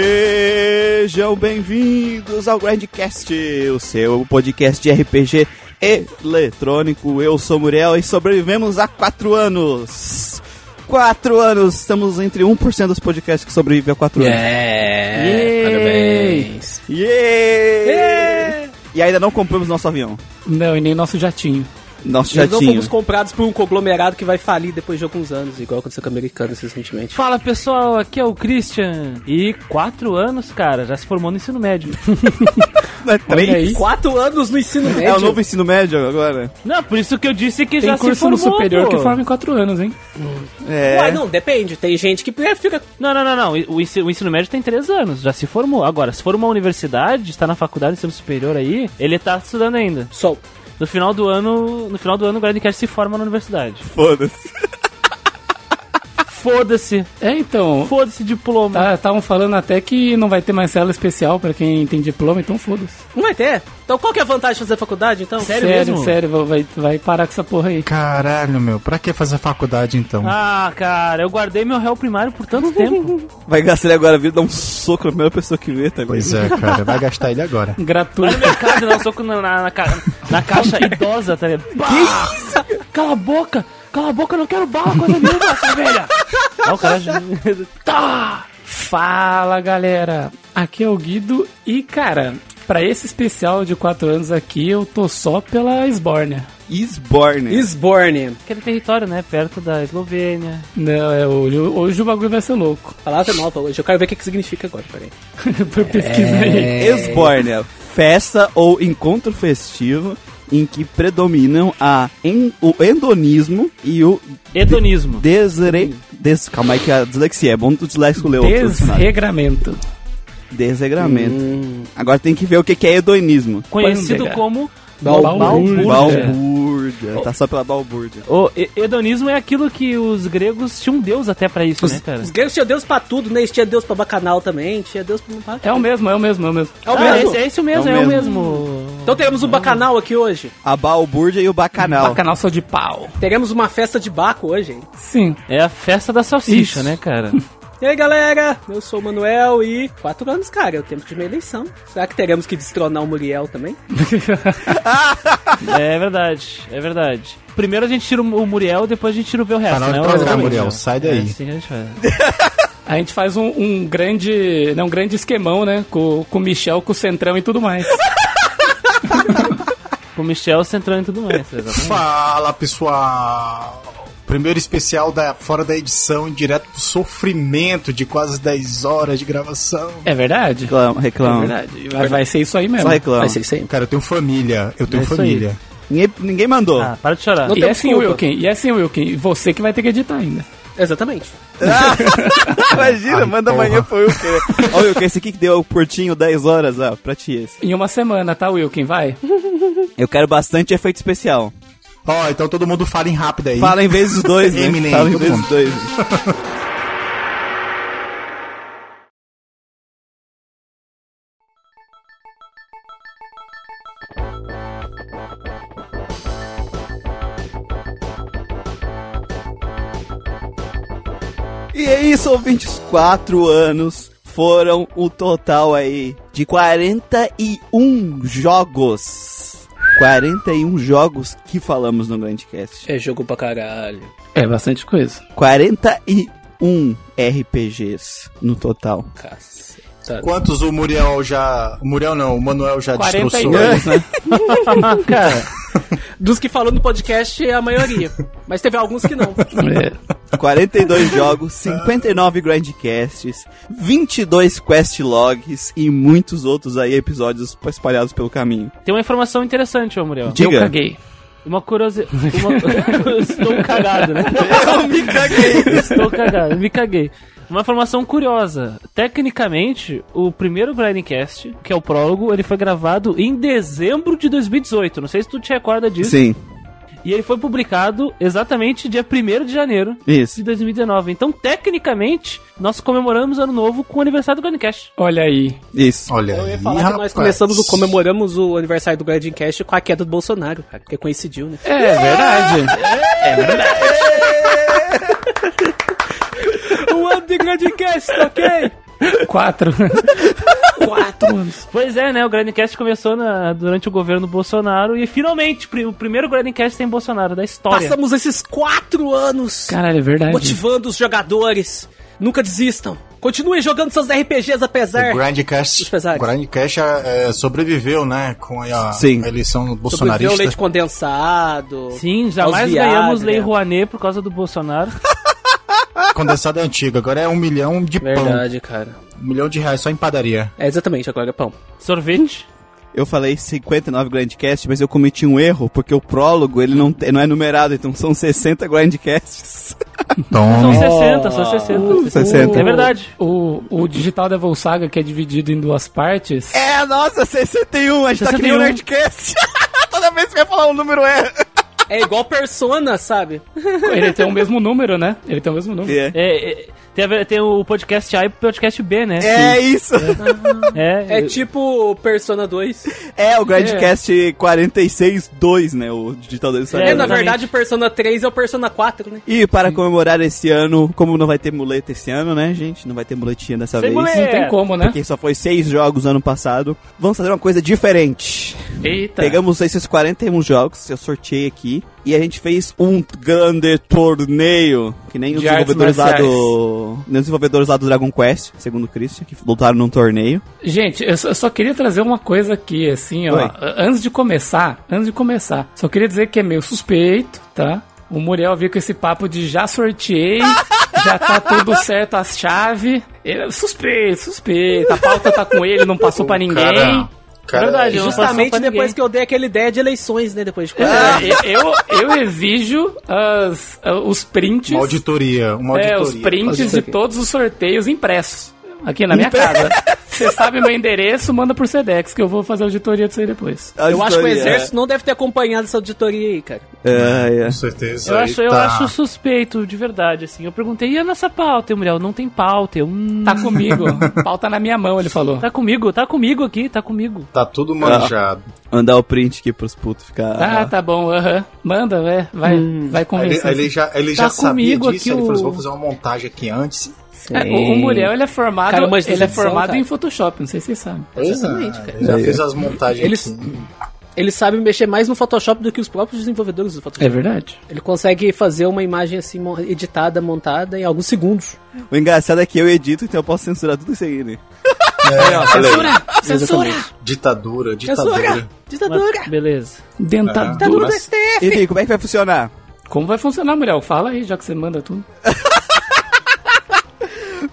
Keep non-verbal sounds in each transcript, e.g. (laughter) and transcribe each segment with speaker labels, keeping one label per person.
Speaker 1: Sejam bem-vindos ao Grandcast, o seu podcast de RPG eletrônico. Eu sou Muriel e sobrevivemos a quatro anos. Quatro anos! Estamos entre 1% dos podcasts que sobrevivem a quatro
Speaker 2: É.
Speaker 1: anos.
Speaker 2: Yeah.
Speaker 1: Yeah.
Speaker 2: Parabéns.
Speaker 1: Yeah!
Speaker 2: É.
Speaker 1: E ainda não compramos nosso avião.
Speaker 3: Não, e nem é nosso jatinho.
Speaker 1: Nosso
Speaker 2: Nós não
Speaker 1: jatinho.
Speaker 2: fomos comprados por um conglomerado que vai falir depois de alguns anos, igual aconteceu com o americano recentemente.
Speaker 4: Fala pessoal, aqui é o Christian. E quatro anos, cara, já se formou no ensino médio.
Speaker 1: Não é três?
Speaker 3: Olha aí.
Speaker 2: Quatro anos no ensino tá médio.
Speaker 1: (laughs) É o novo ensino médio agora?
Speaker 4: Não, por isso que eu disse que
Speaker 3: Tem
Speaker 4: já
Speaker 3: curso
Speaker 4: se formou.
Speaker 3: no superior
Speaker 4: pô.
Speaker 3: que forma em quatro anos, hein?
Speaker 1: É.
Speaker 2: Uai, não, depende. Tem gente que é, fica.
Speaker 4: Não, não, não, não. O ensino, o ensino médio tem três anos, já se formou. Agora, se for uma universidade, está na faculdade de ensino superior aí, ele tá estudando ainda.
Speaker 2: Só.
Speaker 4: No final do ano, no final do ano o Grandcast se forma na universidade.
Speaker 1: Foda-se.
Speaker 4: Foda-se,
Speaker 3: É, então.
Speaker 4: foda-se diploma.
Speaker 3: tá- Estavam falando até que não vai ter mais cela especial pra quem tem diploma, então foda-se.
Speaker 2: Não vai ter. Então qual que é a vantagem de fazer faculdade, então?
Speaker 4: Sério
Speaker 3: sério,
Speaker 4: mesmo?
Speaker 3: sério, vai- vai, vai parar com essa porra aí.
Speaker 5: Caralho, meu, pra que fazer faculdade então?
Speaker 4: Ah, cara, eu guardei meu réu primário por tanto tempo.
Speaker 1: Vai gastar ele agora a vida, dar um soco na primeira pessoa que vê, tá ligado?
Speaker 5: Pois é, cara, vai gastar ele agora.
Speaker 4: Vai
Speaker 3: Gratuito.
Speaker 4: no mercado, dá um soco na, na, na, ca- na caixa idosa, tá ligado? Que isso? Cala a boca! Cala a boca, eu não quero bala, coisa nenhuma, sua (laughs) velha! Ah, o cara... (laughs) tá!
Speaker 3: Fala galera, aqui é o Guido e cara, pra esse especial de quatro anos aqui eu tô só pela Esbórnia.
Speaker 1: Isborne.
Speaker 2: Isborne.
Speaker 4: Aquele território, né? Perto da Eslovênia.
Speaker 3: Não, é hoje, hoje o bagulho vai ser louco. (laughs)
Speaker 2: Palavra é nova hoje. Eu quero ver o que, que significa agora, peraí.
Speaker 3: Foi pesquisa aí.
Speaker 1: Esbórnia, festa ou encontro festivo em que predominam a en- o hedonismo e o
Speaker 4: Hedonismo.
Speaker 1: desre... Des... Calma aí que a dislexia é bom do disléxico ler outro dicionário.
Speaker 3: Desregramento.
Speaker 1: Desregramento.
Speaker 3: Hum.
Speaker 1: Agora tem que ver o que que é hedonismo.
Speaker 4: Conhecido
Speaker 3: Pândega.
Speaker 4: como...
Speaker 3: Balbúrdia.
Speaker 4: Balbúrdia.
Speaker 1: Balbúrdia. Tá só pela balbúrdia.
Speaker 4: O he- hedonismo é aquilo que os gregos tinham um deus até pra isso, né, cara?
Speaker 2: Os gregos tinham Deus pra tudo, né? Eles tinham Deus pra bacanal também, tinha Deus pra.
Speaker 3: É o mesmo, é o mesmo, é o mesmo.
Speaker 2: É o
Speaker 4: Ah,
Speaker 2: mesmo.
Speaker 4: esse- é isso mesmo,
Speaker 1: É
Speaker 4: é
Speaker 1: o
Speaker 4: o
Speaker 1: mesmo.
Speaker 4: mesmo.
Speaker 2: Então teremos um bacanal aqui hoje.
Speaker 1: A balbúrdia e o bacanal.
Speaker 3: Bacanal só de pau.
Speaker 2: Teremos uma festa de Baco hoje, hein?
Speaker 3: Sim.
Speaker 4: É a festa da salsicha,
Speaker 3: Isso.
Speaker 4: né, cara?
Speaker 2: E aí galera, eu sou o Manuel e. Quatro anos, cara, é o tempo de minha eleição. Será que teremos que destronar o Muriel também?
Speaker 4: É verdade, é verdade. Primeiro a gente tira o Muriel, depois a gente tira o Velresto, né?
Speaker 5: Parar de programar,
Speaker 4: Exatamente.
Speaker 5: Muriel, sai
Speaker 4: É
Speaker 5: daí.
Speaker 4: assim que a gente faz.
Speaker 3: A gente faz um, um grande. Né, um grande esquemão, né? Com, com o Michel, com o Centrão e tudo mais.
Speaker 4: Com o Michel, Centrão e tudo
Speaker 5: (laughs)
Speaker 4: mais. exatamente.
Speaker 5: (laughs) Fala pessoal! Primeiro especial da fora da edição, direto pro sofrimento de quase 10 horas de gravação.
Speaker 3: (laughs) É verdade?
Speaker 1: Reclama,
Speaker 3: É
Speaker 1: reclama.
Speaker 3: verdade. Vai, vai ser isso aí mesmo.
Speaker 1: Só reclama.
Speaker 2: isso aí.
Speaker 5: Cara, eu tenho família, eu tenho
Speaker 4: É isso
Speaker 5: família.
Speaker 1: Ninguém, ninguém mandou.
Speaker 4: Ah, para de chorar.
Speaker 2: Não
Speaker 3: E
Speaker 2: tem
Speaker 3: é sim,
Speaker 2: desculpa.
Speaker 3: Wilkin. E é sim, Wilkin. Você que vai ter que editar ainda.
Speaker 2: Exatamente.
Speaker 1: (laughs) Imagina,
Speaker 3: Ah,
Speaker 5: Ai,
Speaker 1: manda
Speaker 5: porra.
Speaker 1: amanhã pro Wilker. Olha, Wilker, esse aqui que deu o curtinho 10 horas, ó, pra ti esse.
Speaker 3: Em uma semana, tá, Wilkin? Vai.
Speaker 1: Eu quero bastante efeito especial.
Speaker 5: Ó, então todo mundo fala em rápido aí.
Speaker 1: Fala em vezes dois, né?
Speaker 5: Eminem,
Speaker 1: Fala em
Speaker 5: todo
Speaker 1: vezes
Speaker 5: mundo.
Speaker 1: dois. E é isso, ouvintes. Quatro anos foram o total aí de 41 jogos. 41 jogos que falamos no Grandcast.
Speaker 2: É jogo pra caralho.
Speaker 3: É bastante coisa.
Speaker 1: 41 RPGs no total.
Speaker 2: Caceta.
Speaker 5: Quantos o Muriel já. O Muriel não, o Manuel já
Speaker 3: 42,
Speaker 5: destroçou?
Speaker 3: né?
Speaker 4: Ah, cara,
Speaker 2: um. Dos que falou no podcast é a maioria. Mas teve alguns que não.
Speaker 3: É.
Speaker 1: (laughs) 42 jogos, 59 grandcasts, 22 quest logs e muitos outros aí episódios espalhados pelo (laughs) caminho.
Speaker 4: tem uma informação interessante, ô Muriel.
Speaker 3: Eu
Speaker 1: Diga.
Speaker 3: caguei.
Speaker 4: Uma curiosidade. Uma... (laughs) Eu Estou cagado, né?
Speaker 1: Eu me caguei.
Speaker 4: Estou cagado, me caguei. Uma informação curiosa. Tecnicamente, o primeiro Grindcast, que é o prólogo, ele foi gravado em dezembro de 2018. Não sei se tu te recorda disso.
Speaker 1: Sim,
Speaker 4: E ele foi publicado exatamente dia 1 de janeiro de
Speaker 1: isso.
Speaker 4: 2019. Então, tecnicamente, nós comemoramos ano novo com o aniversário do Grindcast.
Speaker 3: Olha aí.
Speaker 1: Isso.
Speaker 5: Olha,
Speaker 2: Eu ia
Speaker 5: aí,
Speaker 2: falar que nós
Speaker 5: rapaz.
Speaker 2: começamos o, comemoramos o aniversário do Guardian Cast com a queda do Bolsonaro, cara, porque coincidiu, né?
Speaker 3: É verdade. (laughs)
Speaker 2: Um ano de Guardian Cast, ok?
Speaker 3: (laughs) Quatro. Quatro anos.
Speaker 4: Pois é, né? O Grindcast começou na- durante o governo Bolsonaro e finalmente pri- o primeiro Grindcast tem Bolsonaro da história.
Speaker 2: Passamos esses quatro anos
Speaker 3: Caralho, é verdade.
Speaker 2: motivando os jogadores. Nunca desistam. Continuem jogando seus RPGs apesar.
Speaker 5: O Grindcast,
Speaker 2: Os pesares.
Speaker 5: o Grindcast é, é, sobreviveu, né? Com a,
Speaker 1: Sim.
Speaker 5: a eleição
Speaker 2: Sobreviveu o
Speaker 5: bolsonarista.
Speaker 2: leite condensado.
Speaker 4: Sim, jamais
Speaker 2: aos Viagra.
Speaker 4: ganhamos Lei Rouanet por causa
Speaker 1: (laughs)
Speaker 4: do Bolsonaro.
Speaker 5: Condensado é antigo, agora é um milhão de pão.
Speaker 2: Verdade, cara.
Speaker 5: Um milhão de reais só em padaria.
Speaker 2: É exatamente, agora é pão.
Speaker 4: Sorvete.
Speaker 1: Eu falei 59 Grandcast, mas eu cometi um erro, porque o prólogo ele não, te- não é numerado, então são 60 Grandcasts.
Speaker 4: São
Speaker 5: Tome.
Speaker 4: 60, são 60.
Speaker 1: Uh, 60.
Speaker 4: É verdade.
Speaker 3: O, o digital da Volsaga, que é dividido em duas partes.
Speaker 1: É, nossa, 61, a gente tá que nem
Speaker 4: 61.
Speaker 1: um Nerdcast. (laughs) Toda vez que vai falar um número é.
Speaker 2: É igual Persona, sabe?
Speaker 3: Ele tem o mesmo número, né? Ele tem o mesmo número.
Speaker 1: É,
Speaker 4: É, é, tem, a ver- tem o podcast A e o podcast B, né?
Speaker 1: é isso.
Speaker 4: É,
Speaker 2: É tipo Persona 2.
Speaker 1: É o Grandcast 46.2, né? O digital dele saiu.
Speaker 4: É,
Speaker 2: É, na
Speaker 4: exatamente.
Speaker 2: verdade, Persona 3 é o Persona 4, né?
Speaker 1: E para comemorar esse ano, como não vai ter muleta esse ano, né, gente? Não vai ter muletinha dessa
Speaker 4: Sem
Speaker 1: vez.
Speaker 4: muleta.
Speaker 3: Não tem como, né?
Speaker 1: Porque só foi seis jogos ano passado. Vamos fazer uma coisa diferente.
Speaker 4: Tá.
Speaker 3: Eita.
Speaker 1: Pegamos esses 41 jogos, eu sorteei aqui, e a gente fez um grande torneio, que nem os
Speaker 3: De artes
Speaker 1: desenvolvedores lá
Speaker 3: marciais.
Speaker 1: do. nem os desenvolvedores lá do Dragon Quest, segundo o Christian, que lutaram num torneio.
Speaker 3: Gente, eu só, eu só queria trazer uma coisa aqui, assim, ó.
Speaker 1: Oi.
Speaker 3: A- Antes de começar, antes de começar, só queria dizer que é meio suspeito, tá? O Muriel veio com esse papo de já
Speaker 1: (laughs)
Speaker 3: sorteei, já tá tudo certo as chaves. Ele é suspeito, suspeito. A pauta tá com ele, não passou pra ninguém.
Speaker 1: é um
Speaker 4: É
Speaker 3: é
Speaker 5: Cara, cara,
Speaker 4: Verdade, eu- Não passou pra
Speaker 2: Justamente
Speaker 4: ninguém.
Speaker 2: depois que eu dei aquela ideia de eleições, né? Depois de
Speaker 3: É, eu, eu exijo as- ah, os prints.
Speaker 5: uma auditoria. Uma
Speaker 3: É,
Speaker 5: auditoria.
Speaker 3: os prints de
Speaker 2: Auditoria.
Speaker 3: todos os sorteios impressos. Aqui na minha casa. Você sabe meu endereço, manda pro Sedex que eu vou fazer a auditoria disso aí depois.
Speaker 2: Eu acho que o
Speaker 1: Auditoria.
Speaker 2: exército não deve ter acompanhado essa auditoria aí, cara.
Speaker 1: É, é.
Speaker 5: Com certeza.
Speaker 4: Eu
Speaker 5: aí
Speaker 4: acho, eu
Speaker 5: tá.
Speaker 4: acho suspeito, de verdade, assim. Eu perguntei, e a nossa pauta? E o Muriel, não tem pauta. Eu, hum,
Speaker 3: Tá comigo. Pauta na minha mão, ele falou.
Speaker 4: tá comigo, tá comigo aqui, tá comigo.
Speaker 5: Tá tudo manjado.
Speaker 1: Mandar o print aqui pros putos ficar.
Speaker 3: Ah, tá bom, aham. Manda, é, vai, vai
Speaker 5: Hum. Aí ele,
Speaker 3: convencer.
Speaker 5: aí ele já, ele
Speaker 3: Tá
Speaker 5: já sabia
Speaker 3: comigo
Speaker 5: disso,
Speaker 3: aqui
Speaker 5: ele falou assim,
Speaker 3: o-
Speaker 5: vou fazer uma montagem aqui antes.
Speaker 3: É, o, o Muriel, ele é formado,
Speaker 2: Cara, mas
Speaker 3: ele é
Speaker 2: edição,
Speaker 3: formado
Speaker 2: cara.
Speaker 3: em Photoshop, não sei se vocês sabem.
Speaker 2: Exatamente, cara.
Speaker 5: Ah, Ele já
Speaker 1: É.
Speaker 5: fez as montagens
Speaker 2: Eles-
Speaker 5: aqui.
Speaker 2: Ele sabe mexer mais no Photoshop do que os próprios desenvolvedores do
Speaker 4: É.
Speaker 2: Photoshop.
Speaker 3: É verdade.
Speaker 2: Ele consegue fazer uma imagem assim mo- editada, montada em alguns segundos.
Speaker 1: O engraçado é que eu edito, então eu posso censurar tudo isso aí, né?
Speaker 5: É.
Speaker 3: Censura! Censura!
Speaker 5: Ditadura,
Speaker 2: Censura!
Speaker 5: ditadura. É.
Speaker 2: Ditadura!
Speaker 4: Mas- beleza.
Speaker 5: Ah,
Speaker 3: Dentadura.
Speaker 2: Ditadura do STF!
Speaker 1: Enfim, como é que vai funcionar?
Speaker 3: Como vai funcionar, Muriel? Fala aí, já que você manda tudo.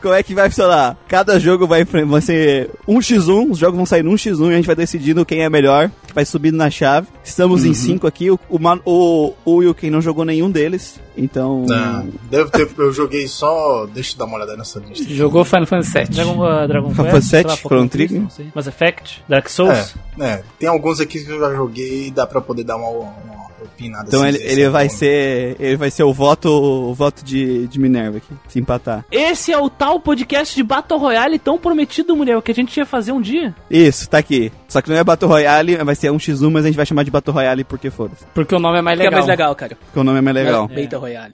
Speaker 1: Como é que vai funcionar? Cada jogo vai, enfren- vai ser 1x1, os jogos vão sair no 1x1 e a gente vai decidindo quem é melhor, que vai subindo na chave. Estamos
Speaker 5: Uhum.
Speaker 1: em 5 aqui, o, o, Manu- o, o Wilken não jogou nenhum deles, então...
Speaker 5: Não, deve ter, eu joguei só. Deixa eu dar uma olhada nessa lista.
Speaker 3: Jogou Final Fantasy VII.
Speaker 4: Dragon, ah, Dragon
Speaker 1: Rafa
Speaker 4: Quest,
Speaker 1: Sete,
Speaker 4: sei lá, Pokémon
Speaker 1: Chrono
Speaker 4: Trigger,
Speaker 1: Trigger.
Speaker 4: não sei. Mass Effect, Dark Souls.
Speaker 5: É, é, tem alguns aqui que eu já joguei e dá pra poder dar uma, uma opinada.
Speaker 1: Então
Speaker 5: assim,
Speaker 1: ele,
Speaker 5: dizer
Speaker 1: ele
Speaker 5: se é
Speaker 1: vai
Speaker 5: bom.
Speaker 1: ser. Ele vai ser o voto. O voto de, de Minerva aqui. Se empatar.
Speaker 4: Esse é o tal podcast de Battle Royale tão prometido, Muriel, que a gente ia fazer um dia.
Speaker 1: Isso, tá aqui. Só que não é Battle Royale, vai ser 1x1, mas a gente vai chamar de Battle Royale porque foda-se.
Speaker 3: Porque o nome é mais
Speaker 2: Que é
Speaker 3: legal.
Speaker 2: mais legal, cara.
Speaker 1: Porque o nome é mais legal.
Speaker 2: Beta Royale.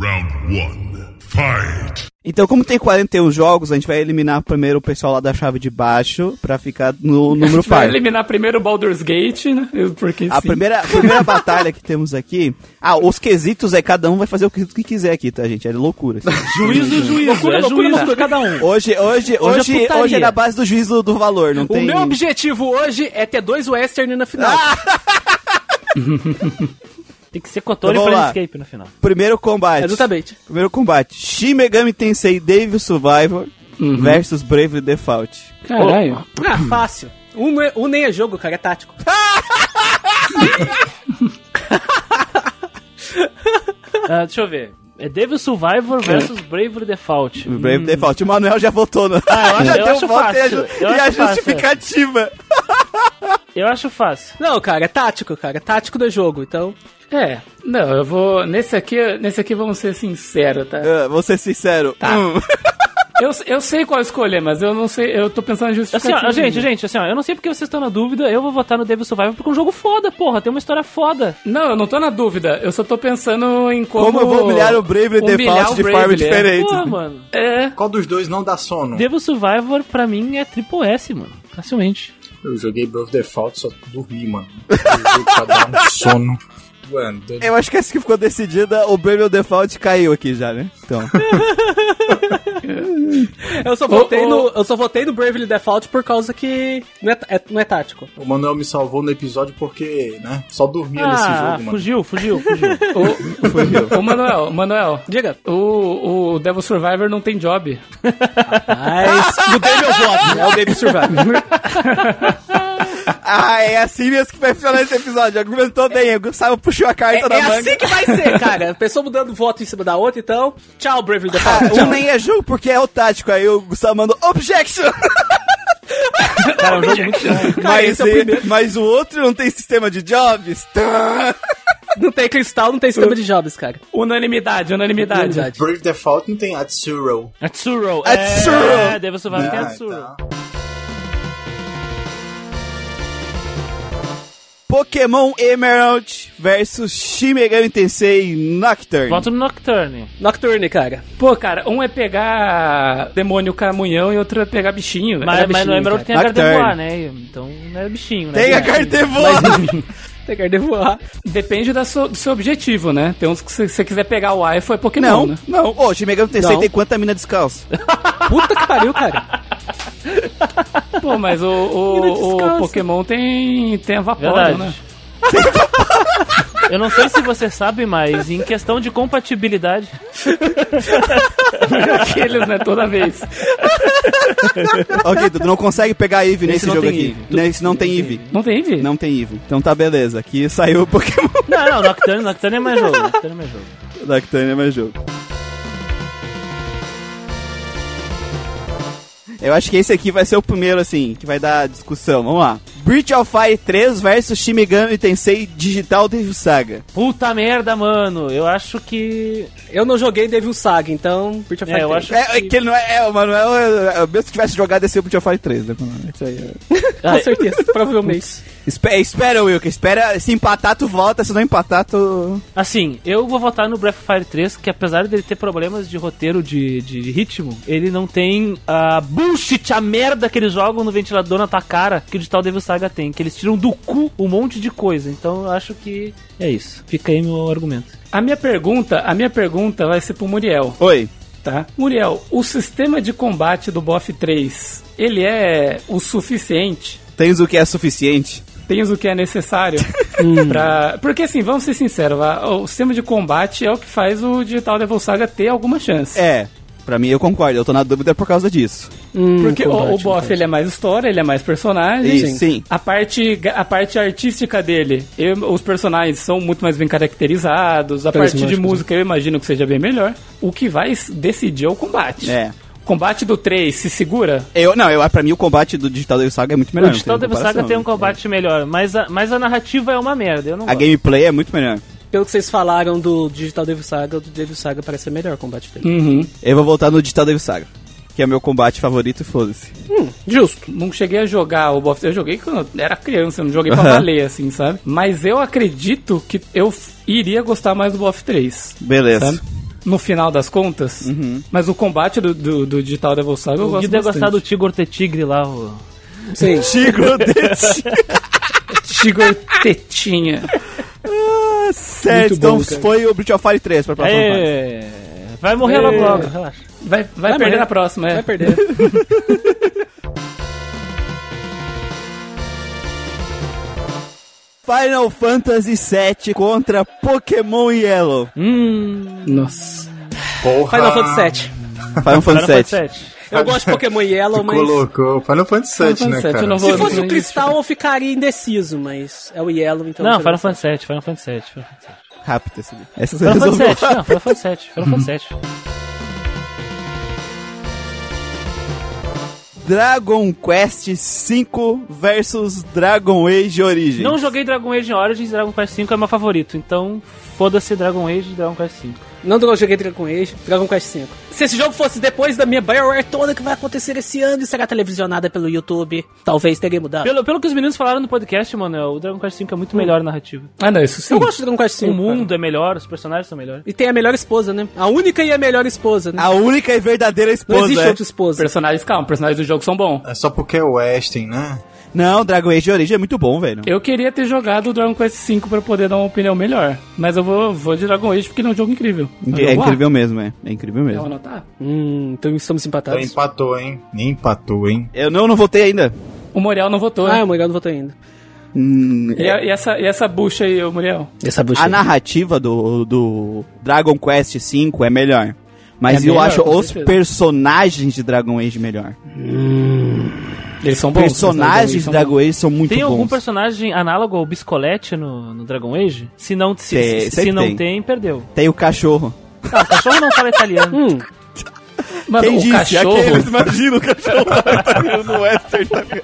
Speaker 6: Round one. Fight.
Speaker 1: Então, como tem 41 jogos, a gente vai eliminar primeiro o pessoal lá da chave de baixo pra ficar no número
Speaker 3: Vai
Speaker 1: par.
Speaker 3: eliminar primeiro o Baldur's Gate, né? Eu- Porque
Speaker 1: A
Speaker 3: sim.
Speaker 1: primeira, a primeira batalha que temos aqui. Ah, os quesitos é cada um vai fazer o quesito que quiser aqui, tá, gente? É loucura.
Speaker 4: (laughs)
Speaker 1: isso.
Speaker 4: Juízo, juízo.
Speaker 2: Loucura, loucura,
Speaker 4: é juízo
Speaker 2: loucura.
Speaker 4: de cada um.
Speaker 1: Hoje, hoje,
Speaker 4: Hoje
Speaker 1: hoje,
Speaker 4: é
Speaker 1: hoje, é,
Speaker 4: putaria.
Speaker 1: na base do juízo do valor, não tem.
Speaker 2: O meu objetivo hoje é ter dois Western na final.
Speaker 4: Tem que ser Kotori
Speaker 1: Então,
Speaker 4: pra
Speaker 1: vamos lá.
Speaker 4: Escape no final. (laughs)
Speaker 1: Primeiro
Speaker 2: É,
Speaker 1: combate.
Speaker 2: Exatamente.
Speaker 1: Primeiro combate: Shin Megami Tensei Devil Survivor
Speaker 4: Uhum.
Speaker 1: versus Brave Default.
Speaker 3: Caralho.
Speaker 2: Ah, fácil. Um, não é- um nem é jogo, cara, é tático.
Speaker 4: Ah, deixa eu ver. É Devil Survivor versus Bravery Default.
Speaker 1: Brave Default. O Manuel já votou no.
Speaker 4: Hum. Ah,
Speaker 1: (laughs)
Speaker 4: eu
Speaker 1: já
Speaker 4: acho- eu
Speaker 1: deu um
Speaker 4: acho
Speaker 1: voto e a,
Speaker 4: fácil.
Speaker 1: ju-
Speaker 4: Eu
Speaker 1: e a
Speaker 4: acho fácil,
Speaker 1: justificativa.
Speaker 4: Eu acho fácil.
Speaker 2: (laughs) Não, cara, é tático, cara. É tático do jogo, então.
Speaker 3: É, não, eu vou. Nesse aqui, nesse aqui vamos ser sinceros, tá?
Speaker 1: Ah, vou ser sincero.
Speaker 3: Tá.
Speaker 1: Hum.
Speaker 3: Eu, eu sei qual escolher, mas eu não sei. Eu tô pensando em
Speaker 4: Assim,
Speaker 3: justificativa.
Speaker 4: ó,
Speaker 1: né?
Speaker 4: gente, gente, assim, ó, eu não sei porque vocês estão na dúvida, eu vou votar no Devil Survivor porque é um jogo foda, porra, tem uma história foda.
Speaker 3: Não, eu não tô na dúvida. Eu só tô pensando em como.
Speaker 1: Como eu vou humilhar o Bravely
Speaker 3: humilhar
Speaker 1: Default
Speaker 3: o
Speaker 1: de forma
Speaker 3: Bravely, é.
Speaker 1: diferente?
Speaker 4: Porra,
Speaker 1: (laughs)
Speaker 4: mano.
Speaker 3: É.
Speaker 5: Qual dos dois não dá sono?
Speaker 4: Devil Survivor pra mim é triple S, mano. Facilmente.
Speaker 5: Eu joguei Breath of Default, só dormi, mano. Eu jogo pra dar
Speaker 3: (laughs)
Speaker 5: um sono. Mano, doido.
Speaker 1: Eu acho que essa que ficou decidida, o Bravely Default caiu aqui já, né? (laughs) Então.
Speaker 2: Eu só votei,
Speaker 3: ô.
Speaker 2: No, eu só votei no Bravely Default por causa que não é, tá- é- não é tático.
Speaker 5: o Manuel me salvou no episódio porque, né, só dormia nesse
Speaker 4: Ah,
Speaker 5: jogo, mano.
Speaker 4: fugiu, fugiu, fugiu.
Speaker 3: O, o Manuel, Manuel.
Speaker 2: Diga.
Speaker 3: O, o Devil Survivor não tem job.
Speaker 2: Mas mudei meu voto.
Speaker 1: né?
Speaker 2: É o Baby Survivor.
Speaker 1: (laughs) ah, é assim mesmo que vai funcionar esse episódio. Argumentou bem, o Gustavo puxou a
Speaker 2: É,
Speaker 1: carta da
Speaker 2: é
Speaker 1: manga.
Speaker 2: assim que vai (laughs) ser, cara. Pessoa mudando voto em cima da outra, então. Tchau, (laughs) Bravely Default.
Speaker 1: Ah,
Speaker 2: tchau.
Speaker 1: um nem é jogo porque é o tático, aí o Gustavo mandou Objection!
Speaker 4: Cara, é um jogo muito bom.
Speaker 1: (laughs) mas,
Speaker 2: esse é o
Speaker 1: e- mas o outro não tem sistema de jobs? (laughs) Tá.
Speaker 2: Não tem cristal, não tem sistema de jobs, cara.
Speaker 3: Unanimidade, unanimidade.
Speaker 2: Unanimidade.
Speaker 5: Brave Default não tem Atsuro.
Speaker 4: Atsuro.
Speaker 1: Atsuro.
Speaker 4: É, Devil Survivor tem
Speaker 5: Ah,
Speaker 4: Atsuro.
Speaker 5: tá.
Speaker 1: Pokémon Emerald versus Shin Megami Tensei Nocturne.
Speaker 4: Voto no Nocturne.
Speaker 2: Nocturne, (laughs) cara.
Speaker 3: Pô, cara, um é pegar demônio camunhão e outro é pegar bichinho.
Speaker 4: Mas,
Speaker 3: Era
Speaker 4: mas é no
Speaker 3: bichinho,
Speaker 4: Emerald
Speaker 3: cara.
Speaker 4: tem a
Speaker 1: Nocturne.
Speaker 4: Gardevoir, né? Então não é bichinho, né?
Speaker 1: Tem a
Speaker 4: É.
Speaker 1: carta voando.
Speaker 2: Tem que devoar.
Speaker 3: Depende da sua- do seu objetivo, né? Tem uns que se se você quiser pegar o iPhone, é Pokémon,
Speaker 1: Não,
Speaker 3: né?
Speaker 1: não. Ô, Shin Megami Tensei
Speaker 2: Não.
Speaker 1: tem quanta mina descalça?
Speaker 2: Puta que pariu, cara.
Speaker 3: Pô, mas o, o-
Speaker 4: Mina descalça.
Speaker 3: o Pokémon tem, tem a Vaporeon,
Speaker 4: Verdade.
Speaker 3: né?
Speaker 4: Eu não sei se você sabe, mas em questão de compatibilidade,
Speaker 3: Aqueles, né? Toda vez.
Speaker 1: ok, tu não consegue pegar a Eve nesse
Speaker 4: não
Speaker 1: jogo
Speaker 4: tem
Speaker 1: aqui.
Speaker 4: Eevee.
Speaker 1: Nesse não tem Eve.
Speaker 3: Não tem, Vi?
Speaker 1: Não tem Eve. Então tá beleza. Aqui saiu o Pokémon. (laughs)
Speaker 4: Não, não, Nocturne, Nocturne é mais jogo. Nocturne é mais jogo.
Speaker 1: Nocturne é mais jogo. Eu acho que esse aqui vai ser o primeiro, assim, que vai dar discussão. Vamos lá. Breach of Fire 3 versus Shimigami Tensei Digital Devil Saga.
Speaker 4: Puta merda, mano. Eu acho que.
Speaker 2: Eu não joguei Devil Saga, então. Breath of
Speaker 4: É, eu
Speaker 2: Fire
Speaker 4: acho-
Speaker 1: É, é que ele não é, é, o Manuel, é, é, mesmo que tivesse jogado esse é o Breach of Fire 3, né? mano? Isso aí, é.
Speaker 2: Com (laughs) certeza, provavelmente.
Speaker 1: Espera, espera, Wilker, espera. Se empatar, tu volta. Se não empatar, tu.
Speaker 4: Assim, eu vou votar no Breath of Fire 3, que apesar dele ter problemas de roteiro de, de ritmo, ele não tem a bullshit, a merda que eles jogam no ventilador na tua cara que o Digital Devil Saga tem, que eles tiram do cu um monte de coisa. Então eu acho que é isso. Fica aí meu argumento.
Speaker 3: A minha pergunta, a minha pergunta vai ser pro Muriel,
Speaker 1: Oi.
Speaker 3: tá? Muriel, o sistema de combate do BoF 3, ele é o suficiente?
Speaker 1: Tens o que é suficiente?
Speaker 3: Tens o que é necessário pra... Porque assim, vamos ser sinceros, a- o sistema de combate é o que faz o Digital Devil Saga ter alguma chance.
Speaker 1: É. Pra mim, eu concordo. Eu tô na dúvida por causa disso.
Speaker 3: Porque o, o Boff ele é mais história, ele é mais personagem.
Speaker 1: Isso, sim.
Speaker 3: A parte, a parte artística dele, eu- os personagens são muito mais bem caracterizados. A parte de
Speaker 2: Carismáticos,
Speaker 3: música eu imagino que seja bem melhor. O que vai s- decidir é o combate.
Speaker 1: É.
Speaker 3: O combate do 3 se segura?
Speaker 1: Eu, não, eu, pra mim o combate do Digital Devil Saga é muito melhor.
Speaker 4: o
Speaker 1: não
Speaker 4: Digital
Speaker 1: tem
Speaker 4: Devil Saga
Speaker 1: comparação.
Speaker 4: tem um combate melhor, mas a, mas a narrativa é uma merda. Eu não
Speaker 1: A
Speaker 4: gosto.
Speaker 1: gameplay é muito melhor.
Speaker 2: Pelo que vocês falaram do Digital Devil Saga, o do Devil Saga parece ser melhor o combate
Speaker 4: (laughs)
Speaker 2: dele.
Speaker 3: Uhum.
Speaker 1: Eu vou voltar no Digital Devil Saga, que é meu combate favorito e foda-se.
Speaker 2: Justo.
Speaker 3: Não cheguei a jogar o Boff. Eu joguei quando eu era criança, eu não joguei pra valer, assim, sabe? Mas eu acredito que eu f- iria gostar mais do Boff 3.
Speaker 1: Beleza.
Speaker 3: sabe? Né? No final das contas. Mas o combate do, do, do Digital Devil Saga eu
Speaker 4: Eu
Speaker 3: gosto
Speaker 4: devia gostar
Speaker 3: bastante.
Speaker 4: do Tigor T Tigre lá, o...
Speaker 2: Sim.
Speaker 1: (laughs) Chico desse.
Speaker 3: Tigor Tetinha.
Speaker 1: Certo,
Speaker 2: Muito
Speaker 1: então
Speaker 2: bom, cara.
Speaker 1: foi o Breath of Fire 3 pra próxima fase.
Speaker 4: É, vai morrer logo logo, relaxa.
Speaker 3: Vai, vai,
Speaker 2: Vai
Speaker 3: perder
Speaker 2: morrer.
Speaker 3: na próxima, é.
Speaker 2: Vai perder.
Speaker 1: Final Fantasy VII contra Pokémon Yellow.
Speaker 3: Nossa.
Speaker 5: Porra!
Speaker 1: Ah.
Speaker 2: Final Fantasy VII.
Speaker 1: Final
Speaker 4: Final
Speaker 1: Fantasy VII.
Speaker 4: Fantasy VII.
Speaker 2: Eu gosto de Pokémon Yellow,
Speaker 5: Tu
Speaker 2: mas.
Speaker 5: colocou Final Fantasy
Speaker 3: Final
Speaker 5: VII, né,
Speaker 3: Fantasy VII,
Speaker 5: cara?
Speaker 3: eu não vou-
Speaker 2: Se fosse
Speaker 3: Não,
Speaker 2: o Cristal, eu ficaria indeciso, mas é o Yellow, então.
Speaker 4: Não, Final Fantasy VII, Final Fantasy VII.
Speaker 1: (laughs)
Speaker 4: Final Fantasy VII.
Speaker 1: Rápido essa. Essa você
Speaker 4: Final Fantasy
Speaker 1: resolveu.
Speaker 4: VII, não, Final Fantasy VII, Final Fantasy
Speaker 1: Uhum.
Speaker 4: VII.
Speaker 1: Dragon Quest V versus Dragon Age Origins.
Speaker 4: Não joguei Dragon Age Origins, Dragon Quest V é meu favorito, então foda-se Dragon Age e Dragon Quest V.
Speaker 2: Não joguei Dragon Age, Dragon Quest V. Se esse jogo fosse depois da minha Bioware toda que vai acontecer esse ano e será televisionada pelo YouTube, talvez teria mudado.
Speaker 4: Pelo, pelo que os meninos falaram no podcast, mano, o Dragon Quest V é muito melhor a narrativa.
Speaker 3: Ah, não, isso sim.
Speaker 2: Eu gosto de Dragon Quest V.
Speaker 4: O
Speaker 2: cara.
Speaker 4: mundo é melhor, os personagens são melhores.
Speaker 2: E tem a melhor esposa, né? A única e a melhor esposa, né?
Speaker 1: A única e verdadeira
Speaker 2: Não
Speaker 1: esposa.
Speaker 2: existe
Speaker 1: é.
Speaker 2: outra esposa.
Speaker 3: Personagens, calma, personagens do jogo são bons.
Speaker 5: É só porque é o Westin, né?
Speaker 1: Não, Dragon Age Origem é muito bom, velho.
Speaker 3: Eu queria ter jogado o Dragon Quest V pra poder dar uma opinião melhor. Mas eu vou, vou de Dragon Age porque ele é um jogo incrível.
Speaker 1: É incrível mesmo, é. É incrível
Speaker 3: Eu vou
Speaker 1: mesmo.
Speaker 3: anotar.
Speaker 2: Hum, então estamos
Speaker 5: Então
Speaker 2: empatados.
Speaker 5: empatou, hein? Nem empatou, hein?
Speaker 1: Eu não, não votei ainda.
Speaker 3: O Muriel não votou,
Speaker 2: Ah,
Speaker 3: né?
Speaker 2: o Muriel não votou ainda.
Speaker 1: Hum,
Speaker 3: E, a- e essa, e essa bucha aí, ô Muriel?
Speaker 2: Essa bucha.
Speaker 1: a narrativa do, do Dragon Quest V é melhor. Mas
Speaker 3: É
Speaker 1: eu
Speaker 3: melhor,
Speaker 1: acho
Speaker 3: com
Speaker 1: os
Speaker 3: certeza.
Speaker 1: personagens de Dragon Age melhor.
Speaker 3: Eles são bons.
Speaker 1: personagens de
Speaker 3: são bons.
Speaker 1: Dragon Age são muito
Speaker 4: Tem algum
Speaker 1: bons.
Speaker 4: personagem análogo ao Biscolete no, no Dragon Age? Se não, se,
Speaker 1: Tem,
Speaker 4: se- se
Speaker 1: sempre
Speaker 4: não
Speaker 1: tem.
Speaker 4: tem. perdeu.
Speaker 1: Tem o cachorro.
Speaker 4: Ah, o cachorro não fala italiano.
Speaker 2: Hum,
Speaker 3: Mano,
Speaker 1: Quem
Speaker 3: o
Speaker 1: disse?
Speaker 3: cachorro...
Speaker 1: Aqueles, imagina o cachorro italiano (laughs) no western, tá ligado?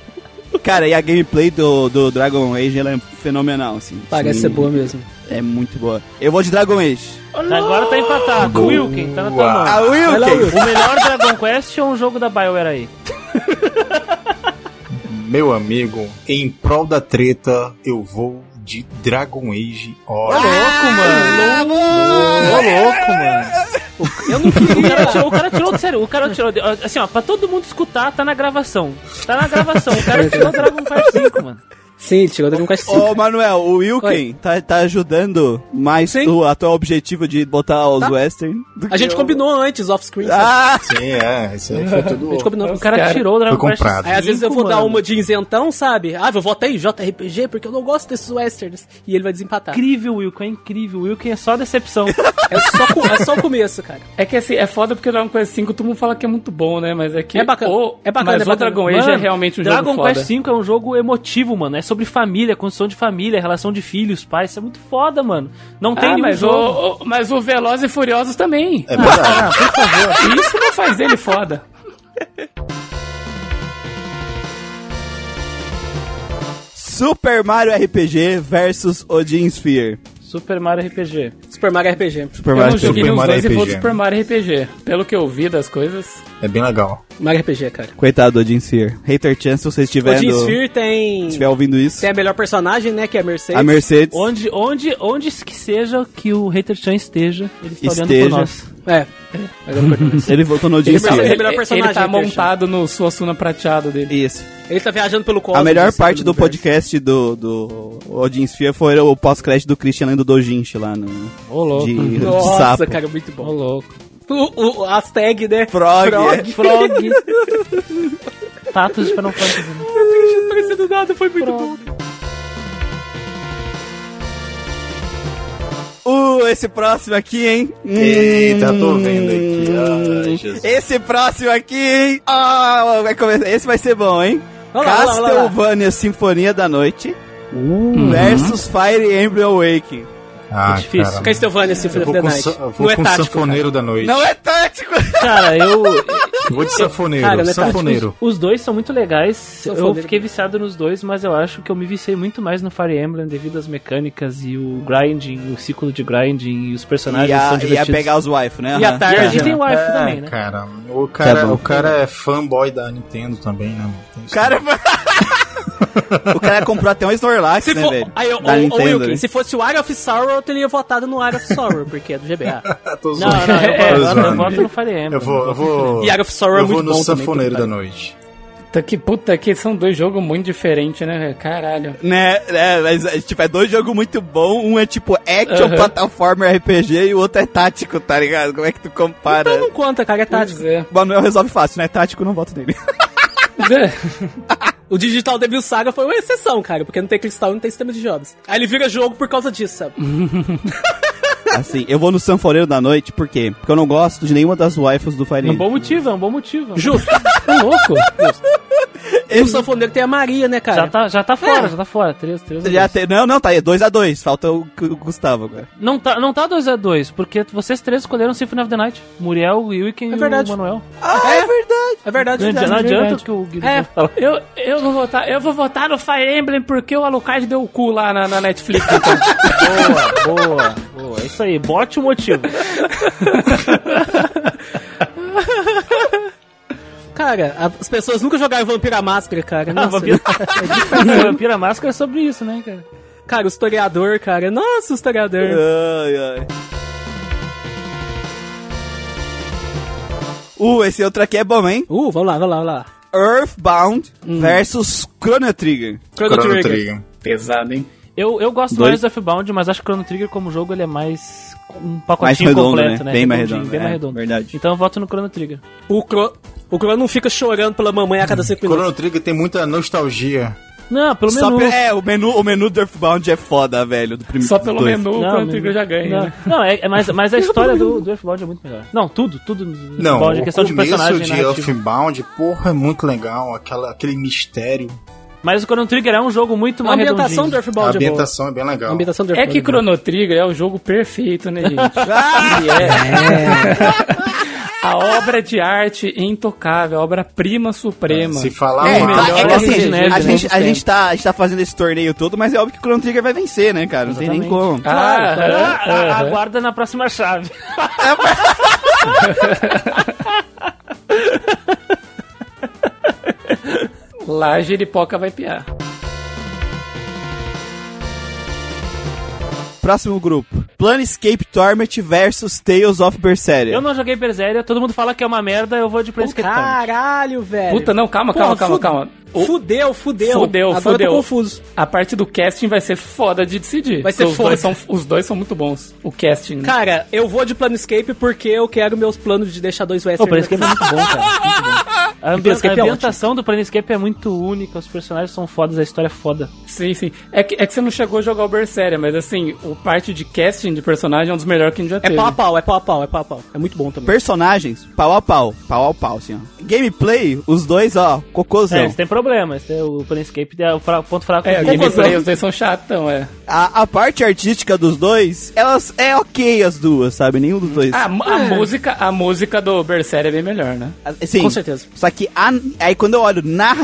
Speaker 1: Cara, e a gameplay do, do Dragon Age ela é fenomenal, assim.
Speaker 2: parece ser
Speaker 1: Sim,
Speaker 2: boa mesmo.
Speaker 1: É muito boa. Eu vou de Dragon Age.
Speaker 4: Agora tá empatado. Wilkin, tá na tua mão.
Speaker 1: A
Speaker 2: Vai lá,
Speaker 1: Wilkin!
Speaker 2: Wilkin.
Speaker 4: O melhor Dragon Quest é um jogo da BioWare aí.
Speaker 5: Meu amigo, em prol da treta, eu vou de Dragon Age Origin.
Speaker 1: Ah,
Speaker 4: Louco, mano. louco, mano. Eu não queria. (laughs) O cara tirou, o cara tirou do sério. O cara tirou. de- Assim, ó, pra todo mundo escutar, tá na gravação. Tá na gravação. O cara tirou o Dragon Quest 5, mano.
Speaker 2: Sim, tirou Dragon Quest V.
Speaker 1: Ô, Manuel, o Wilkin
Speaker 2: Oi.
Speaker 1: tá, tá ajudando mais
Speaker 2: Sim. Tá.
Speaker 1: o atual objetivo de botar os western. do
Speaker 2: A
Speaker 1: que
Speaker 2: gente
Speaker 1: o-
Speaker 2: combinou antes, off-screen. sabe?
Speaker 1: Ah!
Speaker 5: Sim, é, isso aí
Speaker 3: (laughs)
Speaker 5: foi
Speaker 2: A gente
Speaker 5: tudo.
Speaker 2: combinou.
Speaker 4: O cara,
Speaker 3: Cara,
Speaker 4: tirou o Dragon
Speaker 5: foi
Speaker 4: Quest
Speaker 5: comprado.
Speaker 2: Aí às vezes eu vou
Speaker 4: Cinco,
Speaker 2: dar
Speaker 4: mano.
Speaker 2: uma de isentão, sabe? Ah, eu voto em JRPG porque eu não gosto desses westerns. E ele vai desempatar.
Speaker 4: Incrível, Wilkin. É incrível. Wilkin é só decepção.
Speaker 2: É só, co- é só o começo, cara.
Speaker 3: É que assim, é foda porque o Dragon Quest V todo mundo fala que é muito bom, né? Mas é que.
Speaker 2: É bacana,
Speaker 3: o-
Speaker 2: é bacana,
Speaker 3: mas
Speaker 2: é bacana.
Speaker 3: o Dragon Age
Speaker 4: Mano,
Speaker 3: é realmente um
Speaker 4: Dragon
Speaker 3: jogo foda.
Speaker 4: Quest V é um jogo emotivo, mano. É sobre família, construção de família, relação de filhos, pais. Isso é muito foda, mano. Não tem
Speaker 3: ah,
Speaker 4: nenhum
Speaker 3: mas
Speaker 4: jogo.
Speaker 3: o, o, mas o Velozes e Furiosos também.
Speaker 5: É verdade.
Speaker 2: É.
Speaker 3: Isso não faz dele foda.
Speaker 1: Super Mario RPG versus Odin Sphere.
Speaker 4: Super Mario RPG.
Speaker 2: Super Mario RPG.
Speaker 1: Super
Speaker 3: eu
Speaker 1: Mario
Speaker 3: não
Speaker 1: RPG.
Speaker 3: joguei
Speaker 5: é
Speaker 3: nos
Speaker 5: Super Mario
Speaker 3: dois e vou
Speaker 5: RPG.
Speaker 3: Super Mario RPG. Pelo que eu vi das coisas.
Speaker 5: É bem legal.
Speaker 2: Mario RPG, cara.
Speaker 1: Coitado do Odin Sphere. Hater Chance, se você
Speaker 2: O
Speaker 1: estiver,
Speaker 2: Jim
Speaker 1: no-
Speaker 2: Sphere tem...
Speaker 1: estiver ouvindo isso.
Speaker 2: Tem a melhor personagem, né? Que é a Mercedes.
Speaker 1: A Mercedes.
Speaker 4: Onde, onde, onde que seja que o Hater Chan esteja, ele está olhando
Speaker 1: Esteja.
Speaker 4: por nós.
Speaker 2: É. Agora eu perdi.
Speaker 1: Ele votou no Odin
Speaker 2: Ele sabe-
Speaker 1: Sphere.
Speaker 2: é o melhor personagem,
Speaker 3: ele tá
Speaker 2: Christian.
Speaker 3: montado no Suassuna prateado dele.
Speaker 1: Isso.
Speaker 2: ele tá viajando pelo cosmos.
Speaker 1: A melhor
Speaker 2: assim,
Speaker 1: parte
Speaker 2: pelo
Speaker 1: do
Speaker 2: universo.
Speaker 1: podcast do, do Odin Sphere foi o pós-crédito do Christian lendo Dojinshi lá no.
Speaker 4: Ô, louco.
Speaker 1: De, de
Speaker 2: Nossa,
Speaker 1: sapo.
Speaker 2: cara, muito bom.
Speaker 4: Ô, louco.
Speaker 2: O, o, as tag, né?
Speaker 1: Frog. é.
Speaker 2: Frog.
Speaker 4: (laughs) Frog. Tatos de Final Fantasy. né?
Speaker 2: Parecendo nada, foi muito bom.
Speaker 1: Uh, esse próximo aqui, hein?
Speaker 5: Eita,
Speaker 1: Hum.
Speaker 5: tô vendo aqui. Ai, Jesus.
Speaker 1: Esse próximo aqui, hein? Ah, vai começar. Esse vai ser bom, hein?
Speaker 2: Olha lá, olha lá, Uhum. olha lá.
Speaker 1: Castlevania Sinfonia da Noite versus Fire Emblem Awakening.
Speaker 5: Ah,
Speaker 4: difícil.
Speaker 5: cara.
Speaker 2: Castlevania Symphony
Speaker 5: Eu
Speaker 2: of
Speaker 5: vou
Speaker 2: the
Speaker 5: com, o
Speaker 2: Night.
Speaker 5: sa- eu vou
Speaker 2: Não é
Speaker 5: com
Speaker 2: tático,
Speaker 5: o
Speaker 2: cara.
Speaker 5: sanfoneiro da noite.
Speaker 1: Não é tático!
Speaker 4: Cara, eu.
Speaker 5: Eu Vou de sanfoneiro,
Speaker 2: Cara, não é tático.
Speaker 5: sanfoneiro.
Speaker 4: Os dois são muito legais. Eu
Speaker 2: fodeiro.
Speaker 4: fiquei viciado nos dois, mas eu acho que eu me viciei muito mais no Fire Emblem devido às mecânicas e o grinding, o ciclo de grinding e os personagens
Speaker 1: E
Speaker 4: são
Speaker 1: a, e a
Speaker 4: divertidos.
Speaker 1: pegar os wife, né?
Speaker 2: E a
Speaker 1: Aham.
Speaker 2: tarde,
Speaker 4: E tem o wife também,
Speaker 5: É,
Speaker 4: né?
Speaker 5: cara, o cara,
Speaker 1: Tá bom.
Speaker 5: o cara é fanboy da Nintendo também, né? mano? Tem isso
Speaker 1: O cara... (laughs) o cara comprou até um Snorlax,
Speaker 2: Se
Speaker 1: né,
Speaker 2: for,
Speaker 1: velho?
Speaker 2: aí, ô,
Speaker 1: da
Speaker 2: ô, ô,
Speaker 1: Nintendo.
Speaker 2: Wilkin,
Speaker 1: né?
Speaker 2: se fosse o Area of Sorrow, eu teria votado no Area of
Speaker 1: (laughs)
Speaker 2: Sorrow, porque é do GBA.
Speaker 5: Tô
Speaker 4: Não,
Speaker 5: zoando.
Speaker 4: não,
Speaker 1: É.
Speaker 4: eu,
Speaker 5: Tô
Speaker 4: eu, eu,
Speaker 5: zoando.
Speaker 4: voto no Fire Emblem.
Speaker 5: Eu vou, eu vou.
Speaker 2: E Area of Sorrow é
Speaker 5: eu vou
Speaker 2: muito
Speaker 5: no
Speaker 2: bom também,
Speaker 5: sanfoneiro
Speaker 2: puta
Speaker 5: da noite.
Speaker 3: Puta que, puta que são dois jogos muito diferentes, né? Caralho.
Speaker 1: Né, né, mas é, tipo, é dois jogos muito bons. Um é tipo action,
Speaker 3: Aham.
Speaker 1: platformer, RPG e o outro é tático, tá ligado? Como é que tu compara?
Speaker 2: Então não conta, cara, é tático.
Speaker 3: Pois é.
Speaker 1: O Manuel resolve fácil, né? Tático, não voto nele.
Speaker 3: é,
Speaker 2: O Digital Devil Saga foi uma exceção, cara, porque não tem cristal e não tem sistema de jogos. Aí ele vira jogo por causa disso, sabe?
Speaker 1: (laughs) Assim, eu vou no Sanfoneiro da noite, por quê? Porque eu não gosto de nenhuma das waifus do Fire
Speaker 4: É um
Speaker 1: Emblem.
Speaker 3: (laughs)
Speaker 4: bom motivo, é um bom motivo.
Speaker 2: Justo.
Speaker 3: Tá louco?
Speaker 2: E o sanfoneiro tem a Maria, né, cara?
Speaker 4: Já tá, já tá fora,
Speaker 2: É.
Speaker 4: já tá fora. 3, 3 a
Speaker 1: Já
Speaker 4: 2.
Speaker 1: tem- não, não, tá aí. 2x2. Falta o, Gu- Gustavo agora.
Speaker 4: Não tá 2x2, não tá dois a dois, porque vocês três escolheram Symphony of the Night. Muriel, o Wilken
Speaker 2: É verdade.
Speaker 4: e o Manuel.
Speaker 1: Ah, é, verdade.
Speaker 2: É verdade,
Speaker 4: Não,
Speaker 2: verdade.
Speaker 4: não adianta
Speaker 3: verdade.
Speaker 4: que o Guilherme
Speaker 3: É,
Speaker 4: vai falar.
Speaker 3: eu, eu vou votar, eu vou votar no Fire Emblem porque o Alucard deu o cu lá na, na Netflix. então.
Speaker 4: Boa, boa, boa. É isso aí, bote o motivo.
Speaker 2: Cara, a- as pessoas nunca jogaram Vampira Máscara, cara.
Speaker 4: A
Speaker 2: Nossa.
Speaker 4: vampira, a vampira máscara é sobre isso, né, cara?
Speaker 2: (laughs) Cara, o historiador, cara. Nossa, o historiador.
Speaker 1: Ai, ai. Uh, esse outro aqui é bom, hein?
Speaker 2: Uh, vamos lá, vamos lá, vamos lá.
Speaker 1: Earthbound versus Chrono Trigger.
Speaker 5: Chrono Trigger.
Speaker 3: Pesado, hein?
Speaker 4: Eu, eu gosto
Speaker 1: Dois.
Speaker 4: mais do Earthbound, mas acho que o Chrono Trigger como jogo ele é mais um
Speaker 1: Mais
Speaker 4: pacotinho
Speaker 1: redondo,
Speaker 4: completo,
Speaker 1: né?
Speaker 4: né?
Speaker 1: Bem mais
Speaker 4: Redondinho,
Speaker 1: redondo.
Speaker 4: Bem mais
Speaker 1: é,
Speaker 4: redondo.
Speaker 1: Verdade.
Speaker 4: Então eu voto no Chrono Trigger.
Speaker 2: O Cro... O Cro não fica chorando pela mamãe a cada cinco minutos.
Speaker 5: Chrono Trigger tem muita nostalgia.
Speaker 4: Não, pelo
Speaker 1: Só
Speaker 4: menos.
Speaker 1: pe- é, o menu, o menu do Earthbound é foda, velho. Do primeiro
Speaker 3: Só pelo
Speaker 1: dois.
Speaker 3: menu o
Speaker 4: Não,
Speaker 3: Chrono
Speaker 4: não.
Speaker 3: Trigger já ganha.
Speaker 4: Não,
Speaker 3: né?
Speaker 4: não, é, é- mas, (laughs) mas a história do, do Earthbound é muito melhor. Não, tudo, tudo do
Speaker 5: Não,
Speaker 4: Earthbound é
Speaker 5: o
Speaker 4: questão de
Speaker 5: começo
Speaker 4: personagem né,
Speaker 5: de
Speaker 4: narrativo.
Speaker 5: Earthbound, porra, é muito legal. Aquela, aquele mistério.
Speaker 4: Mas o Chrono Trigger é um jogo muito
Speaker 2: A
Speaker 4: mais
Speaker 2: ambientação do
Speaker 4: redondinho.
Speaker 5: A
Speaker 2: Earthbound é boa.
Speaker 5: ambientação é bem
Speaker 2: A
Speaker 5: legal.
Speaker 2: ambientação do
Speaker 3: É que
Speaker 2: Earthbound boa.
Speaker 3: Chrono Trigger é o jogo
Speaker 2: (laughs)
Speaker 3: perfeito, né, gente? é.
Speaker 1: Ah,
Speaker 2: Ah, é.
Speaker 3: A obra de arte intocável, a obra-prima suprema.
Speaker 5: Se falar
Speaker 1: é,
Speaker 5: mal,
Speaker 1: tá, é que assim,
Speaker 4: RPG, né,
Speaker 1: a,
Speaker 4: de
Speaker 1: gente,
Speaker 4: novos
Speaker 1: a,
Speaker 4: tempos.
Speaker 1: gente tá, a gente tá fazendo esse torneio todo, mas é óbvio que o Chrono Trigger vai vencer, né, cara? Não tem nem como.
Speaker 3: Ah,
Speaker 4: Ah,
Speaker 3: aham,
Speaker 4: ah,
Speaker 3: aham.
Speaker 4: Aguarda na próxima chave.
Speaker 3: Lá a giripoca vai piar.
Speaker 1: Próximo grupo. Planescape Torment versus Tales of Berseria.
Speaker 4: Eu não joguei Berseria, todo mundo fala que é uma merda, eu vou de
Speaker 2: Pô,
Speaker 4: Planescape Torment.
Speaker 2: Caralho, velho.
Speaker 3: Puta, não, calma,
Speaker 2: Porra,
Speaker 3: calma, calma,
Speaker 2: fu-
Speaker 3: calma. O-
Speaker 2: Fudeu, fudeu.
Speaker 3: Fudeu,
Speaker 2: Agora
Speaker 3: fudeu.
Speaker 2: Eu tô confuso.
Speaker 3: A parte do casting vai ser foda de decidir.
Speaker 2: Vai ser
Speaker 3: Porque os
Speaker 2: foda.
Speaker 3: Dois são, os dois são muito bons. O casting. né?
Speaker 2: Cara, eu vou de Planescape porque eu quero meus planos de deixar dois
Speaker 4: Pô,
Speaker 2: Western.
Speaker 4: o Planescape é muito bom,
Speaker 2: (laughs)
Speaker 4: cara. Muito bom. A, ambi-
Speaker 2: Planescape
Speaker 4: a
Speaker 2: é
Speaker 4: ambientação do Planescape é muito única, os personagens são fodas, a história é foda.
Speaker 3: Sim, sim. É que, é que você não chegou a jogar o Berseria, mas assim, o parte de casting de personagem é um dos melhores que a gente já
Speaker 2: É
Speaker 3: teve.
Speaker 2: pau a pau, é pau a pau, é pau a pau. É muito bom também.
Speaker 1: Personagens, pau a pau. Pau a pau, assim, ó. Gameplay, os dois, ó, cocôzão.
Speaker 4: É, eles têm problemas, né? o Planescape é o fra- ponto fraco
Speaker 3: É, o
Speaker 4: deles.
Speaker 3: gameplay, os dois são chatão, é.
Speaker 1: A, a parte artística dos dois, elas é ok as duas, sabe? Nenhum dos dois.
Speaker 3: A,
Speaker 2: Ah,
Speaker 3: a
Speaker 2: É.
Speaker 3: música, a música do Berseria é bem melhor, né?
Speaker 1: Ah, Sim.
Speaker 2: com certeza.
Speaker 1: Só que a- aí quando eu olho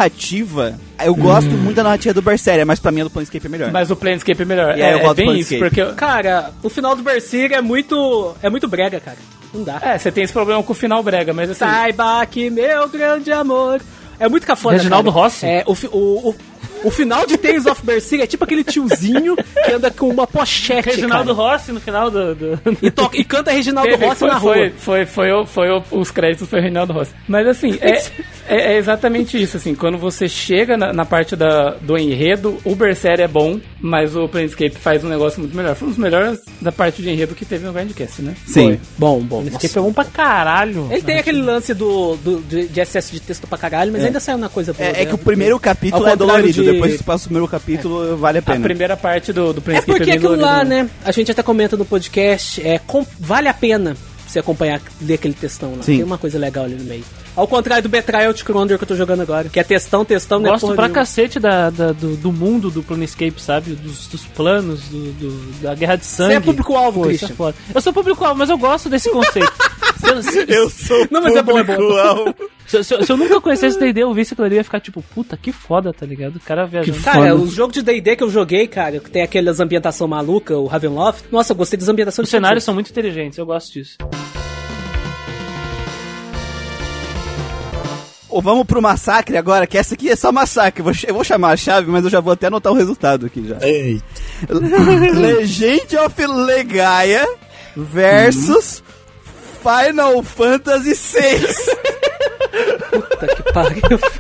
Speaker 1: narrativa, eu gosto muito da narrativa do Berseria, mas pra mim a do Planescape é melhor.
Speaker 3: Mas o Planescape é melhor.
Speaker 1: E aí
Speaker 3: é,
Speaker 1: eu
Speaker 3: é
Speaker 1: voto
Speaker 3: bem isso,
Speaker 1: Planescape.
Speaker 3: porque...
Speaker 2: Cara, o final do Berserk é muito. é muito brega, cara. Não dá.
Speaker 3: É, você tem esse problema com o final brega, mas assim...
Speaker 2: Ah, Saiba que meu grande amor. É muito cafona.
Speaker 4: Reginaldo
Speaker 2: cara.
Speaker 4: Rossi?
Speaker 2: É, o, fi- o, o, o final de Tales of Berserk é tipo aquele tiozinho que anda com uma pochete.
Speaker 4: Reginaldo
Speaker 2: cara.
Speaker 4: Rossi no final do. do-
Speaker 2: E, toca, e canta Reginaldo
Speaker 3: Teve,
Speaker 2: Rossi
Speaker 3: foi,
Speaker 2: na rua.
Speaker 3: foi, foi, foi, o- foi o- os créditos foi o Reinaldo Rossi. Mas assim, é,
Speaker 2: (laughs)
Speaker 3: é- é exatamente isso, assim, quando você chega na, na parte da, do enredo, o Berserk é bom, mas o Planescape faz um negócio muito melhor. Foi um dos melhores da parte de enredo que teve no Grandcast, né?
Speaker 1: Sim.
Speaker 2: Bom, bom.
Speaker 4: Planescape é bom pra caralho.
Speaker 2: Ele tem aquele lance do, do- de, de excesso de texto pra caralho, mas ainda saiu uma coisa boa.
Speaker 1: É, é
Speaker 2: né?
Speaker 1: que o primeiro capítulo
Speaker 2: Ao
Speaker 1: é dolorido,
Speaker 2: contrário de-
Speaker 1: depois que passa o primeiro capítulo, vale a
Speaker 3: A
Speaker 1: pena.
Speaker 3: primeira parte do, do
Speaker 2: É
Speaker 3: Planescape
Speaker 2: porque
Speaker 3: bem
Speaker 2: aquilo lá,
Speaker 3: dolorida,
Speaker 2: né? A gente até comenta no podcast, é, com- vale a pena você acompanhar, ler aquele textão lá.
Speaker 1: Sim.
Speaker 2: Tem uma coisa legal ali no meio. Ao contrário do Betrayal de Cronder que eu tô jogando agora, que é textão, textão, né?
Speaker 4: Gosto
Speaker 2: porra
Speaker 4: pra
Speaker 2: nenhuma.
Speaker 4: cacete da, da- do, do mundo do Planescape, sabe? Dos, dos planos, do, do- da guerra de sangue.
Speaker 2: Você é público-alvo,
Speaker 4: Pô, isso é
Speaker 2: Christian.
Speaker 4: foda. Eu sou público-alvo, mas eu gosto desse conceito. Se (laughs) eu- se-
Speaker 1: sou
Speaker 2: (laughs) Não, mas é bom, é bom.
Speaker 1: público-alvo. (laughs)
Speaker 4: se eu- se eu- se eu nunca conhecesse D&D, eu visse aquilo ali, eu ia ficar tipo, puta, que foda, tá ligado? O cara viajando.
Speaker 2: Cara,
Speaker 3: Foda.
Speaker 2: o jogo de D&D que eu joguei, cara, que tem aquelas ambientação maluca, o Ravenloft. Nossa, eu gostei das ambientações.
Speaker 4: Os cenários são muito inteligentes, eu gosto disso.
Speaker 1: Ou vamos pro massacre agora, que essa aqui é só massacre. Eu vou, ch- eu vou chamar a chave, mas eu já vou até anotar o resultado aqui já.
Speaker 5: Ei,
Speaker 1: (laughs) Legend of Legaia versus Final Fantasy VI.
Speaker 2: Puta que pariu. tá-
Speaker 3: (laughs)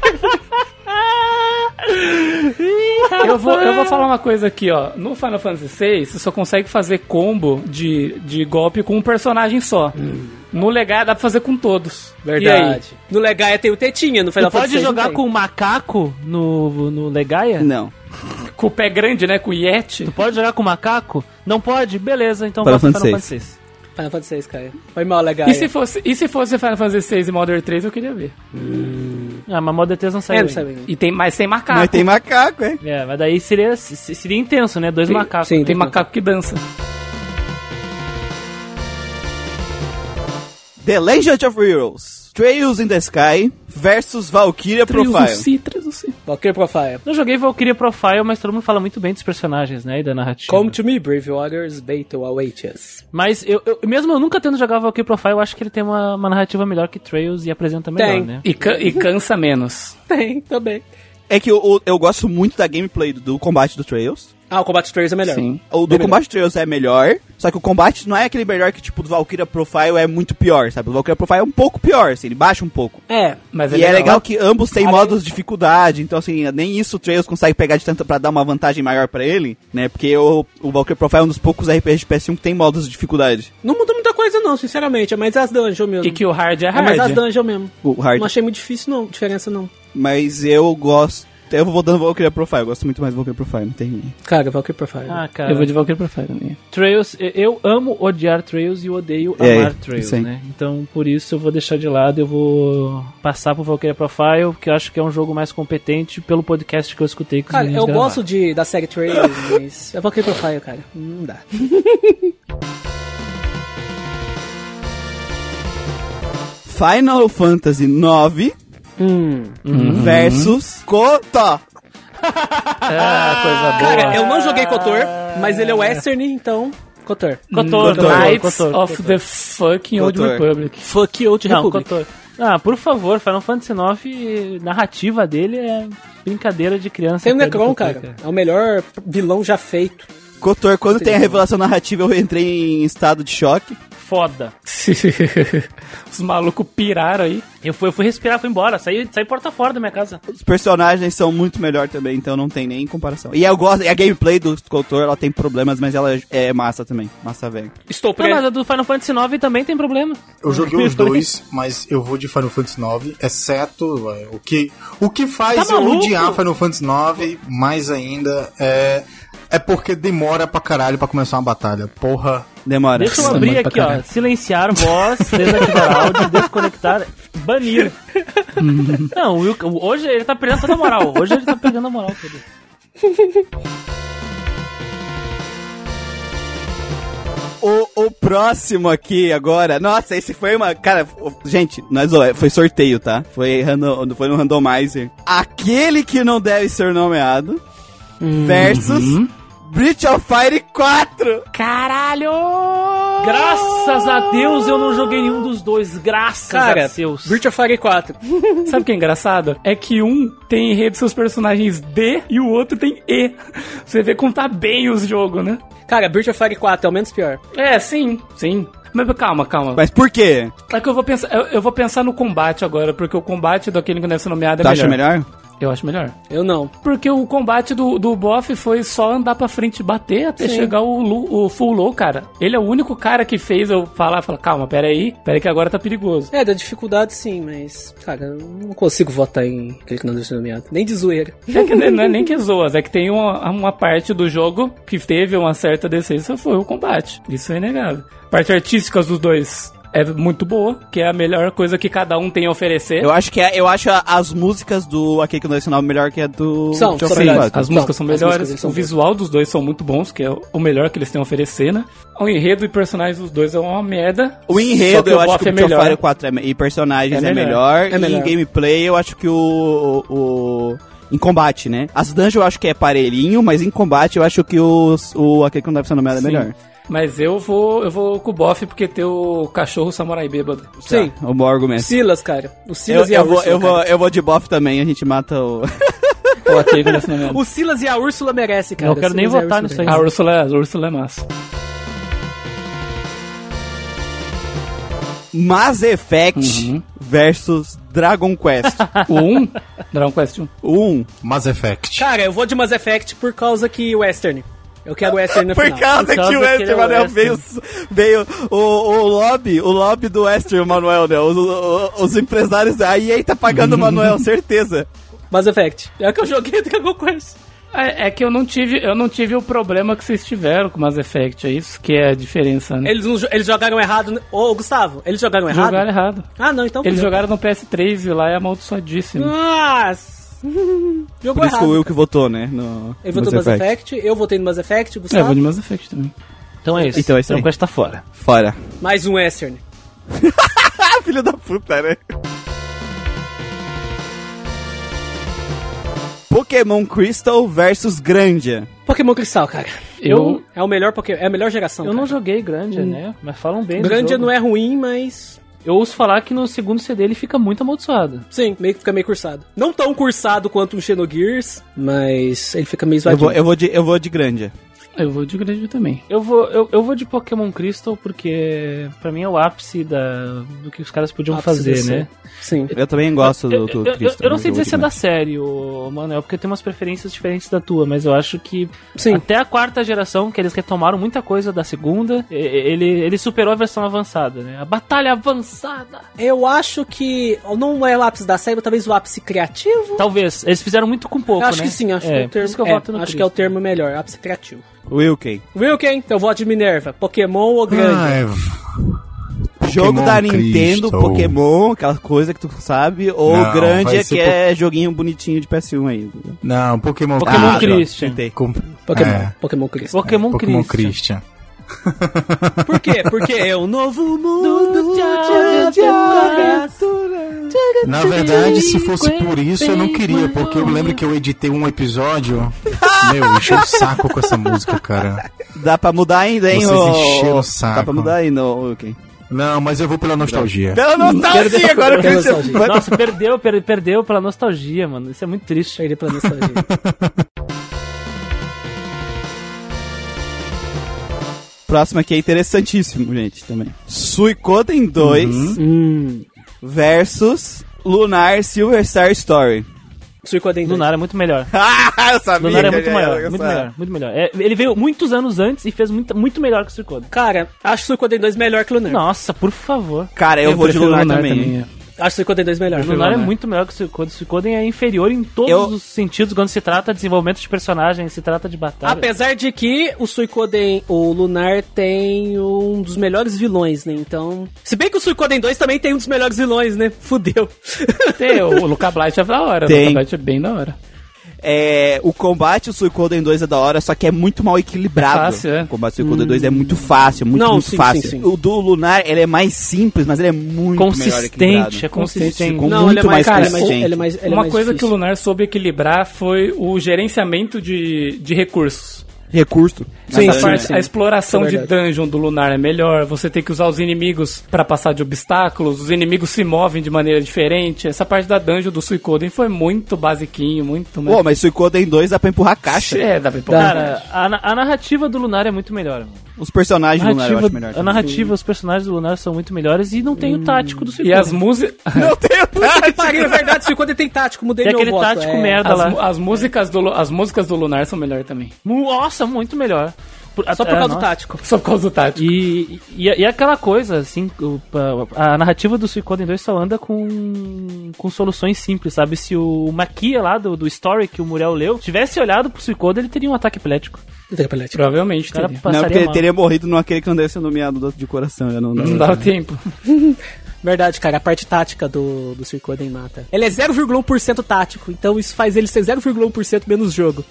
Speaker 3: Eu vou,
Speaker 2: (laughs)
Speaker 3: eu vou falar uma coisa aqui, ó. No Final Fantasy VI, você só consegue fazer combo de, de golpe com um personagem só. No legado dá pra fazer com todos.
Speaker 2: Hum. Verdade. No Legaia tem o Tetinha, no Final
Speaker 4: Tu pode
Speaker 2: Fantasy VI
Speaker 4: jogar
Speaker 2: não tem.
Speaker 4: com o macaco no, no Legaia?
Speaker 1: Não.
Speaker 3: E aí? Com o pé grande, né? Com o Yeti.
Speaker 4: Pode jogar com o macaco? Não pode? Beleza, então
Speaker 1: Final
Speaker 4: bota
Speaker 1: Fantasy
Speaker 4: Final Fantasy VI.
Speaker 2: Final Ah, Fantasy VI, cara. Foi mal, Legaia.
Speaker 3: E se, fosse, e se fosse Final Fantasy VI e Modern 3, eu queria ver.
Speaker 4: Ah, mas Model 3 não saiu.
Speaker 2: É, não
Speaker 4: ainda.
Speaker 2: saiu ainda.
Speaker 3: E tem, mas tem macaco.
Speaker 1: Mas tem macaco, é.
Speaker 4: É, mas daí seria, se- seria intenso, né? Dois
Speaker 3: Tem-
Speaker 4: macacos.
Speaker 3: Sim,
Speaker 4: né?
Speaker 3: tem macaco que dança.
Speaker 1: The Legend of Heroes, Trails in the Sky versus Valkyria Profile.
Speaker 3: Citras, assim.
Speaker 2: Valkyrie Profile.
Speaker 4: Não joguei Valkyria Profile, mas todo mundo fala muito bem dos personagens, né? E da narrativa.
Speaker 2: Come to me, brave warriors, battle awaits us.
Speaker 4: Mas eu, eu- mesmo eu nunca tendo jogado Valkyrie Profile, eu acho que ele tem uma, uma narrativa melhor que Trails e apresenta melhor,
Speaker 2: Tem.
Speaker 4: né?
Speaker 3: E, ca- e cansa menos.
Speaker 2: (laughs) Tem, também.
Speaker 1: É que eu, eu- eu gosto muito da gameplay do, do combate do Trails.
Speaker 2: Ah, o Combat 3 é melhor.
Speaker 3: Sim.
Speaker 1: O do
Speaker 2: É melhor.
Speaker 1: combate do Trails é melhor, só que o combate não é aquele melhor que, tipo, do Valkyria Profile é muito pior, sabe? O Valkyria Profile é um pouco pior, assim, ele baixa um pouco.
Speaker 2: É.
Speaker 3: Mas
Speaker 1: e é legal que ambos têm
Speaker 2: Ah,
Speaker 1: modos de dificuldade, então assim, nem isso o Trails consegue pegar de tanto pra dar uma vantagem maior pra ele, né? Porque o, o Valkyrie Profile é um dos poucos RPGs de PS1 que tem modos de dificuldade.
Speaker 2: Não muda muita coisa, não, sinceramente. É mais as dungeons mesmo.
Speaker 3: E que o hard é
Speaker 2: É
Speaker 3: hard.
Speaker 2: mais as dungeons mesmo.
Speaker 1: O hard.
Speaker 2: Não achei muito difícil, não. Diferença, não.
Speaker 1: Mas eu gosto. Eu vou dando Valkyria Profile, eu gosto muito mais do Valkyria Profile, não tem.
Speaker 2: Cara, Valkyrie Profile.
Speaker 4: Ah, cara.
Speaker 3: Eu vou de Valkyrie né? Profile também.
Speaker 4: Trails, eu- eu amo odiar Trails e odeio
Speaker 1: É,
Speaker 4: amar Trails,
Speaker 1: isso aí.
Speaker 4: né? Então, por isso eu vou deixar de lado, eu vou passar pro Valkyria Profile, que eu acho que é um jogo mais competente pelo podcast que eu escutei com os
Speaker 2: Cara,
Speaker 4: meninos
Speaker 2: eu
Speaker 4: gravaram.
Speaker 2: gosto de, da série Trails, mas é Valkyrie Profile, cara. Não dá.
Speaker 1: Final Fantasy IX versus Kota.
Speaker 3: Ah, coisa boa.
Speaker 2: Cara, eu não joguei Cotor, mas ele é western, então... Cotor.
Speaker 4: Cotor,
Speaker 1: Cotor.
Speaker 4: Cotor,
Speaker 3: Knights
Speaker 4: Cotor,
Speaker 3: of the fucking Old
Speaker 1: Cotor.
Speaker 3: Republic.
Speaker 2: Fuck you, de
Speaker 4: Não,
Speaker 2: Republic.
Speaker 4: Cotor. Ah, por favor, Final Fantasy IX, narrativa dele é brincadeira de criança.
Speaker 2: Tem o
Speaker 4: perto do
Speaker 2: Necron,
Speaker 4: Cotor,
Speaker 2: cara. É o melhor vilão já feito.
Speaker 1: Kotor, quando tem a revelação narrativa, eu entrei em estado de choque.
Speaker 4: Foda.
Speaker 3: Os malucos piraram aí.
Speaker 4: Eu fui, eu fui respirar, fui embora. Saí, saí porta fora da minha casa.
Speaker 1: Os personagens são muito melhor também, então não tem nem comparação. E eu gosto, e a gameplay do Kotor, ela tem problemas, mas ela é massa também, massa velha.
Speaker 2: Estou
Speaker 4: Não,
Speaker 2: preso.
Speaker 4: mas a do Final Fantasy IX também tem problema.
Speaker 5: Eu
Speaker 4: (laughs)
Speaker 5: joguei os dois, mas eu vou de Final Fantasy IX, exceto é, o que o que faz
Speaker 4: Tá
Speaker 5: eu
Speaker 4: maluco?
Speaker 5: odiar Final Fantasy IX, mais ainda é é porque demora pra caralho pra começar uma batalha. Porra.
Speaker 1: Demora.
Speaker 4: Deixa eu
Speaker 3: Nossa,
Speaker 4: abrir
Speaker 3: mano, pra
Speaker 4: aqui, ó.
Speaker 3: caralho.
Speaker 4: Silenciar
Speaker 3: (laughs)
Speaker 4: voz, desativar áudio, desconectar, banir.
Speaker 3: Uhum.
Speaker 4: Não, o Will, hoje ele tá perdendo toda a moral. Hoje ele tá perdendo a moral. Pedro.
Speaker 1: O, o próximo aqui agora. Nossa, esse foi uma. Cara, o- gente, nós ó, foi sorteio, tá? Foi, random, foi no randomizer. Aquele que não deve ser nomeado. Versus Breach of Fire 4.
Speaker 4: Graças a Deus eu não joguei nenhum dos dois. Graças
Speaker 2: Cara,
Speaker 4: a Deus.
Speaker 2: Breath of Fire 4.
Speaker 3: Sabe o que é engraçado? É que um tem enredo dos seus personagens D e o outro tem E. Você vê como tá bem os jogos, né?
Speaker 2: Cara, Breath of Fire 4 é o menos pior.
Speaker 3: É, sim, sim. Mas calma, calma.
Speaker 1: Mas por quê?
Speaker 3: É que eu vou pensar, eu, eu vou pensar no combate agora, porque o combate daquele que não deve ser nomeado é
Speaker 1: tu acha
Speaker 3: melhor.
Speaker 1: melhor?
Speaker 3: Eu acho melhor.
Speaker 2: Eu não.
Speaker 3: Porque o combate do, do Boff foi só andar pra frente e bater até
Speaker 2: Sim.
Speaker 3: chegar o, Lu- o Full Low, cara. Ele é o único cara que fez eu falar, falar, calma, peraí, peraí que agora tá perigoso.
Speaker 2: É, da dificuldade sim, mas... Cara, eu não consigo votar em aquele que não deixa nomeado. Nem de zoeira.
Speaker 3: É que não é nem que zoas, é que tem uma, uma parte do jogo que teve uma certa decência, foi o combate. Isso é inegável. Parte artística dos dois é muito boa, que é a melhor coisa que cada um tem a oferecer.
Speaker 1: Eu acho que é- eu acho a- as músicas do Aquele que não deve ser nomeado melhor que a do
Speaker 2: São,
Speaker 1: Breath
Speaker 2: são
Speaker 1: of Fire
Speaker 2: melhores.
Speaker 1: 4.
Speaker 3: As músicas são
Speaker 2: Não, as
Speaker 3: melhores,
Speaker 2: músicas, eles são
Speaker 3: o visual dos dois são muito bons, que é o melhor que eles têm a oferecer, né? O enredo e personagens dos dois é uma merda.
Speaker 1: O
Speaker 3: só
Speaker 1: enredo eu
Speaker 3: o
Speaker 1: acho
Speaker 3: Boff
Speaker 1: que o
Speaker 3: é
Speaker 1: Breath
Speaker 3: melhor.
Speaker 1: of Fire 4 é, me- e personagens
Speaker 3: É
Speaker 1: é melhor.
Speaker 3: melhor.
Speaker 2: É
Speaker 1: E em
Speaker 2: melhor.
Speaker 1: gameplay eu acho que o, o, o- Em combate, né? As dungeons eu acho que é parelhinho, mas em combate eu acho que o, o aquele que não deve ser nomeado é
Speaker 3: Sim.
Speaker 1: melhor.
Speaker 3: Mas eu vou, eu vou com o Boff porque tem o cachorro samurai bêbado.
Speaker 2: Sim.
Speaker 1: Tá, o bom argumento.
Speaker 2: Silas, cara. O
Speaker 1: Eu,
Speaker 2: Silas e a
Speaker 3: é
Speaker 1: eu, vou,
Speaker 2: Úrsula,
Speaker 1: eu, vou,
Speaker 2: cara.
Speaker 1: eu vou de buff também, a gente mata o. (laughs)
Speaker 3: Ou aquele que não é esse nome mesmo.
Speaker 2: O Silas e a Úrsula merece, cara.
Speaker 4: Não quero
Speaker 2: O
Speaker 4: nem
Speaker 2: Silas e a
Speaker 4: votar
Speaker 2: Úrsula
Speaker 4: nisso aí.
Speaker 3: A Ursula, a Ursula é massa.
Speaker 1: Mass Effect
Speaker 3: Uhum.
Speaker 1: versus Dragon
Speaker 3: (laughs)
Speaker 1: Quest
Speaker 3: O 1, Dragon Quest 1.
Speaker 1: 1.
Speaker 5: Mass Effect.
Speaker 2: Cara, eu vou de Mass Effect por causa que Western. Eu quero Western no
Speaker 1: Por
Speaker 2: final.
Speaker 1: causa
Speaker 4: Por causa
Speaker 1: que o
Speaker 4: que ele é
Speaker 1: Wester
Speaker 4: o
Speaker 1: Manuel
Speaker 4: Wester.
Speaker 1: veio, veio o, o lobby, o lobby do Wester Manuel, né? Os, o- os (laughs) empresários da EA tá pagando o Manuel, certeza.
Speaker 2: (laughs) Mass Effect. É o que eu joguei do Dragon Quest.
Speaker 3: É, é que eu não tive, eu não tive o problema que vocês tiveram com o Mass Effect, é isso que é a diferença, né?
Speaker 2: Eles, não jo- eles jogaram errado. né? Ô, Gustavo, eles jogaram errado?
Speaker 3: Jogaram errado.
Speaker 2: Ah, não, então.
Speaker 3: Eles jogaram no PS3 e lá é
Speaker 1: (laughs)
Speaker 3: amaldiçoadíssimo.
Speaker 2: Nossa! Jogou
Speaker 1: Por isso
Speaker 2: errado.
Speaker 1: o Will que votou, né? No,
Speaker 2: Ele votou no Mass Effect, eu votei no Mass Effect,
Speaker 3: É, eu
Speaker 2: Gustavo.
Speaker 3: vou de Mass Effect também.
Speaker 4: Então é isso.
Speaker 1: Então é isso aí.
Speaker 4: Quest tá fora.
Speaker 1: Fora.
Speaker 2: Mais um Western.
Speaker 1: Ah, filho da puta, né? Pokémon Crystal versus Grandia.
Speaker 2: Pokémon Cristal, cara.
Speaker 3: Eu-
Speaker 2: É o melhor Pokémon, é a melhor geração.
Speaker 4: Eu não
Speaker 2: cara.
Speaker 4: joguei Grandia, né? Mas falam bem do
Speaker 2: Grandia
Speaker 4: jogo.
Speaker 2: não é ruim, mas.
Speaker 4: Eu ouço falar que no segundo CD ele fica muito amaldiçoado.
Speaker 2: Sim, meio que fica meio cursado. Não tão cursado quanto um Xenogears, mas ele fica meio
Speaker 4: Tá
Speaker 1: Eu
Speaker 2: zoadinho.
Speaker 1: vou, eu, vou de, eu vou de Grandia.
Speaker 3: Eu vou de Grande também.
Speaker 4: Eu vou, eu, eu vou de Pokémon Crystal porque pra mim é o ápice da, do que os caras podiam
Speaker 2: Ápice
Speaker 4: fazer,
Speaker 2: desse. né,
Speaker 4: né?
Speaker 2: Sim.
Speaker 1: Eu também gosto do,
Speaker 4: Eu,
Speaker 1: do
Speaker 4: eu- eu-
Speaker 1: Crystal.
Speaker 4: eu não
Speaker 1: mas
Speaker 4: sei dizer
Speaker 1: vou
Speaker 4: se é
Speaker 1: de
Speaker 4: da série, ô, Manuel, porque eu tenho umas preferências diferentes da tua, mas eu acho que
Speaker 2: Sim.
Speaker 4: até a quarta geração, que eles retomaram muita coisa da segunda, e- e- ele, ele superou a versão avançada, né? A batalha avançada!
Speaker 2: Eu acho que. Não é o ápice da série, mas talvez o ápice criativo.
Speaker 4: Talvez. Eles fizeram muito com Um pouco,
Speaker 2: Eu acho
Speaker 4: né?
Speaker 2: que sim, acho que é o
Speaker 4: por
Speaker 2: termo.
Speaker 4: isso que eu
Speaker 2: é,
Speaker 4: voto no
Speaker 2: acho que é o
Speaker 4: Crystal.
Speaker 2: termo melhor, ápice criativo.
Speaker 1: Grandia. Wilken.
Speaker 2: Wilken, então eu voto de Minerva. Pokémon ou Grandia?
Speaker 4: Ah,
Speaker 5: é...
Speaker 1: Jogo
Speaker 5: Pokémon
Speaker 1: da Nintendo,
Speaker 5: Crystal.
Speaker 1: Pokémon, aquela coisa que tu sabe, ou
Speaker 5: Não,
Speaker 1: Grandia,
Speaker 5: vai
Speaker 1: que
Speaker 5: ser
Speaker 1: é joguinho bonitinho de PS1 aí. entendeu?
Speaker 5: Não, Pokémon,
Speaker 4: Pokémon
Speaker 5: Ah,
Speaker 4: Christian.
Speaker 1: Tentei.
Speaker 5: Com...
Speaker 2: Pokémon.
Speaker 5: É,
Speaker 2: Pokémon Cristo.
Speaker 4: Pokémon,
Speaker 5: Pokémon
Speaker 4: Christian.
Speaker 5: Christian.
Speaker 2: Por quê? Porque é o novo mundo.
Speaker 5: Na verdade, se fosse por isso, eu não queria, porque eu lembro que eu editei
Speaker 4: (laughs)
Speaker 5: um episódio. Meu, encheu o saco com essa música, cara.
Speaker 1: Dá pra mudar ainda, hein,
Speaker 5: Vocês
Speaker 1: ô-
Speaker 5: encheram o
Speaker 1: Dá
Speaker 5: saco.
Speaker 1: pra mudar ainda, ô Wilken.
Speaker 5: Não, mas eu vou pela nostalgia.
Speaker 1: Pela nostalgia, agora o
Speaker 2: Pela
Speaker 1: Christian...
Speaker 2: nostalgia.
Speaker 1: vai-
Speaker 4: Nossa, perdeu, per- perdeu pela nostalgia, mano. Isso é muito triste.
Speaker 2: Perdi pra nostalgia.
Speaker 1: Próximo aqui é interessantíssimo, gente, também. Suicoden 2
Speaker 5: Uhum.
Speaker 2: hum.
Speaker 1: versus Lunar Silver Star Story.
Speaker 2: Suicoden dois.
Speaker 4: (laughs) Lunar é muito melhor.
Speaker 1: Ah, (laughs) eu sabia
Speaker 4: Lunar é
Speaker 1: que
Speaker 4: muito
Speaker 1: eu ia
Speaker 4: maior,
Speaker 1: gostar.
Speaker 4: muito melhor, muito melhor. É, ele veio muitos anos antes e fez muito, muito melhor que o Circodo.
Speaker 2: Cara, acho Suicoden 2 melhor que Lunar.
Speaker 4: Nossa, por favor.
Speaker 1: Cara, eu, vou de
Speaker 3: prefiro
Speaker 1: Lunar, também.
Speaker 3: é.
Speaker 2: Acho Suicoden 2 melhor.
Speaker 4: Lunar é
Speaker 3: Lunar.
Speaker 4: muito melhor que o Circodo. O Circodo é inferior em todos
Speaker 1: Eu-
Speaker 4: os sentidos quando se trata de desenvolvimento de personagens, se trata de batalha.
Speaker 2: Apesar de que o Suicoden, o Lunar tem um dos melhores vilões, né? Então. Se bem que o Suicoden 2 também tem um dos melhores vilões, né? (laughs) Fudeu.
Speaker 3: Tem, o Luca Blight é da hora.
Speaker 1: Tem.
Speaker 3: O Luca Blight é bem da hora.
Speaker 1: É, o combate do Suicoden 2 é da hora, só que é muito mal equilibrado.
Speaker 3: É fácil, é?
Speaker 1: O combate do Suicoden 2 é muito fácil, muito,
Speaker 2: Hum. Não,
Speaker 1: muito
Speaker 2: sim,
Speaker 1: fácil.
Speaker 2: sim, sim.
Speaker 1: O do Lunar, ele é mais simples, mas ele é muito melhor equilibrado.
Speaker 4: consistente, é consistente.
Speaker 1: Ficou
Speaker 2: Não,
Speaker 1: muito
Speaker 2: ele é mais-
Speaker 1: mais,
Speaker 2: cara, ele é mais-
Speaker 1: consistente.
Speaker 2: ele é mais- ele é
Speaker 3: uma
Speaker 2: mais
Speaker 3: coisa que
Speaker 2: difícil.
Speaker 3: o Lunar soube equilibrar foi o gerenciamento de, de recursos.
Speaker 1: Recurso.
Speaker 2: Sim,
Speaker 1: Mas,
Speaker 3: Essa
Speaker 2: sim,
Speaker 3: parte,
Speaker 2: sim.
Speaker 3: A exploração
Speaker 2: É
Speaker 3: de
Speaker 2: verdade.
Speaker 3: dungeon do Lunar é melhor. Você tem que usar os inimigos pra passar de obstáculos. Os inimigos se movem de maneira diferente. Essa parte da dungeon do Suicoden foi muito basiquinho, muito...
Speaker 1: Pô, mas Suicoden 2 dá pra empurrar caixa.
Speaker 3: É, dá pra
Speaker 2: um
Speaker 4: Cara, a, na- a narrativa do Lunar é muito melhor. mano.
Speaker 1: Os personagens
Speaker 4: A
Speaker 1: do Lunar eu
Speaker 4: narrativa,
Speaker 1: acho melhor.
Speaker 4: a
Speaker 1: também.
Speaker 4: narrativa os personagens do Lunar são muito melhores e não tem o tático do
Speaker 3: E
Speaker 4: Circodo.
Speaker 3: as músicas...
Speaker 1: Não tem
Speaker 2: Puta que
Speaker 3: (laughs)
Speaker 2: pariu, é verdade, Suicoden tem tático, mudei
Speaker 4: Tem
Speaker 2: meu
Speaker 4: aquele
Speaker 2: voto.
Speaker 4: tático
Speaker 2: é...
Speaker 4: merda
Speaker 3: As,
Speaker 4: lá.
Speaker 3: mu- as músicas do, Lu- as músicas do Lunar são melhor também.
Speaker 4: Nossa, muito melhor. é,
Speaker 2: Só por
Speaker 3: É,
Speaker 2: causa do tático.
Speaker 3: Só por causa do tático.
Speaker 4: E, e, e aquela coisa, assim, o- a, a narrativa do Suicoden 2 só anda com, com soluções simples, sabe? Se o Maquia lá do, do story que o Muriel leu tivesse olhado pro Suicoden, ele teria um ataque epilético.
Speaker 3: Provavelmente,
Speaker 4: O cara
Speaker 3: teria.
Speaker 1: Não, porque
Speaker 4: passaria
Speaker 1: ele
Speaker 4: mal.
Speaker 1: teria morrido no aquele que não deve ser nomeado do- de coração. Já não,
Speaker 3: Não dá o tempo.
Speaker 2: Verdade, cara, a parte tática do, do Suicoden mata. Ele é 0,1% tático, então isso faz ele ser 0,1% menos jogo.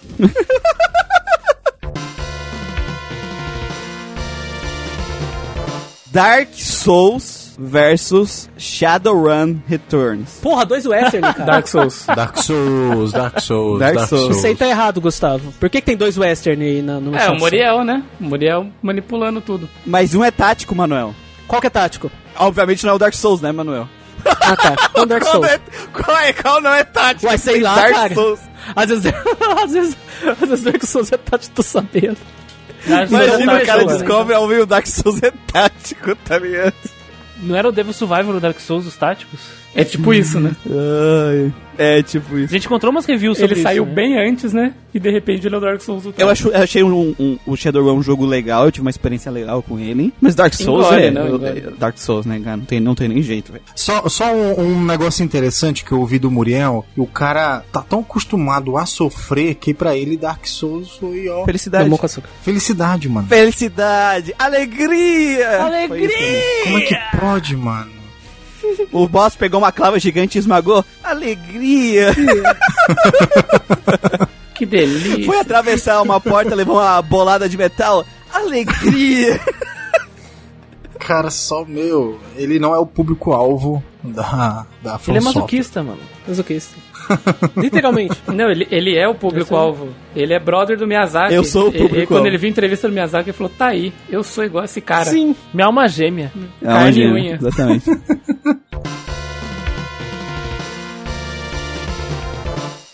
Speaker 1: Dark Souls versus Shadowrun Returns.
Speaker 2: Porra, dois Western,
Speaker 3: (laughs)
Speaker 2: cara.
Speaker 3: Dark Souls.
Speaker 5: Dark Souls, Dark Souls,
Speaker 1: Dark
Speaker 5: Dark,
Speaker 1: Souls.
Speaker 5: Souls.
Speaker 2: Isso aí tá errado, Gustavo. Por que, que tem dois Western aí na, no
Speaker 3: É, o Muriel, né? O Muriel manipulando tudo.
Speaker 1: Mas um é tático, Manuel.
Speaker 2: Qual que é tático?
Speaker 1: Obviamente não é o Dark Souls, né, Manuel?
Speaker 2: Ah, tá. (laughs) Então Dark
Speaker 1: Qual,
Speaker 2: Souls.
Speaker 1: é, qual, é, qual não é tático?
Speaker 2: Ué, sei
Speaker 1: Tem
Speaker 2: lá,
Speaker 1: Dark
Speaker 2: cara.
Speaker 1: Souls.
Speaker 2: Às vezes, (laughs) às vezes, às vezes Dark Souls é tático, tô sabendo.
Speaker 4: Dark Souls é um
Speaker 1: Imagina
Speaker 4: Dark
Speaker 1: o cara
Speaker 4: Souls, né?
Speaker 1: descobre ao vivo Dark Souls é tático, tá ligado?
Speaker 4: Não era o Devil Survivor do Dark Souls dos táticos?
Speaker 3: É tipo isso, né?
Speaker 1: Ai, é tipo
Speaker 4: A
Speaker 1: isso.
Speaker 4: gente encontrou umas reviews sobre
Speaker 3: Ele
Speaker 4: isso,
Speaker 3: saiu
Speaker 4: né?
Speaker 3: bem antes, né? E de repente ele é o Dark Souls do
Speaker 1: Eu,
Speaker 3: cara.
Speaker 1: acho, eu achei um, um- o Shadowrun um jogo legal, eu tive uma experiência legal com ele. Mas Dark Souls
Speaker 3: Engole,
Speaker 1: é,
Speaker 3: não,
Speaker 1: eu-
Speaker 3: engole.
Speaker 1: é Dark Souls, né, cara? Não tem, não tem nem jeito, velho.
Speaker 5: Só, só um, um negócio interessante que eu ouvi do Muriel, o cara tá tão acostumado a sofrer que pra ele Dark Souls foi, ó,
Speaker 1: Felicidade.
Speaker 2: Tomou Tá com açúcar.
Speaker 5: felicidade, mano.
Speaker 1: Felicidade! Alegria! Alegria!
Speaker 5: Como é que pode, mano?
Speaker 1: O boss pegou uma clava gigante e esmagou. Alegria!
Speaker 3: Que delícia.
Speaker 1: Foi atravessar uma porta, levou uma bolada de metal. (laughs) Alegria!
Speaker 5: Cara, só meu, ele não é o público-alvo da, da From
Speaker 4: Ele é
Speaker 5: Software.
Speaker 4: masoquista, mano.
Speaker 2: Mas o que é isso? Literalmente.
Speaker 3: Não, ele, ele é o público-alvo. Ele é brother do Miyazaki.
Speaker 1: Eu sou o
Speaker 3: E- e
Speaker 1: público-alvo.
Speaker 3: Quando ele viu a entrevista do Miyazaki, ele falou: tá aí, eu sou igual esse cara.
Speaker 2: Sim.
Speaker 4: Minha alma gêmea.
Speaker 1: Carne
Speaker 3: e
Speaker 1: e
Speaker 3: unha.
Speaker 1: É um Exatamente.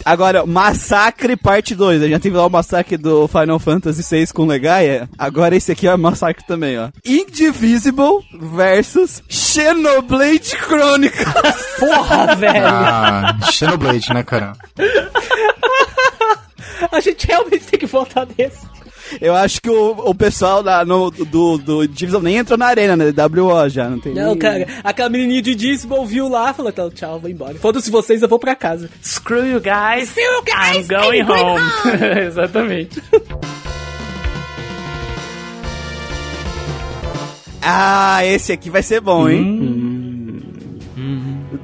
Speaker 1: Agora, Massacre Parte 2. A gente já teve lá o massacre do Final Fantasy VI com Legaia. Agora esse aqui é massacre também, ó. Indivisible versus Xenoblade Chronicles.
Speaker 2: Porra, velho.
Speaker 5: Ah, Xenoblade, né, cara?
Speaker 2: (laughs) A gente realmente tem que voltar desse.
Speaker 1: Eu acho que o, o pessoal da, no- do, do Division nem entrou na arena, né? WO já, não tem
Speaker 2: Não,
Speaker 1: nem-
Speaker 2: cara, aquela menininha de Dismal viu lá e falou: "Tá, tchau, vou embora. Foda-se vocês, eu vou pra casa.
Speaker 3: Screw you guys.
Speaker 2: Screw you guys,
Speaker 3: I'm going
Speaker 2: I'm going
Speaker 3: home. Exatamente.
Speaker 1: Ah, esse aqui vai ser bom, hein?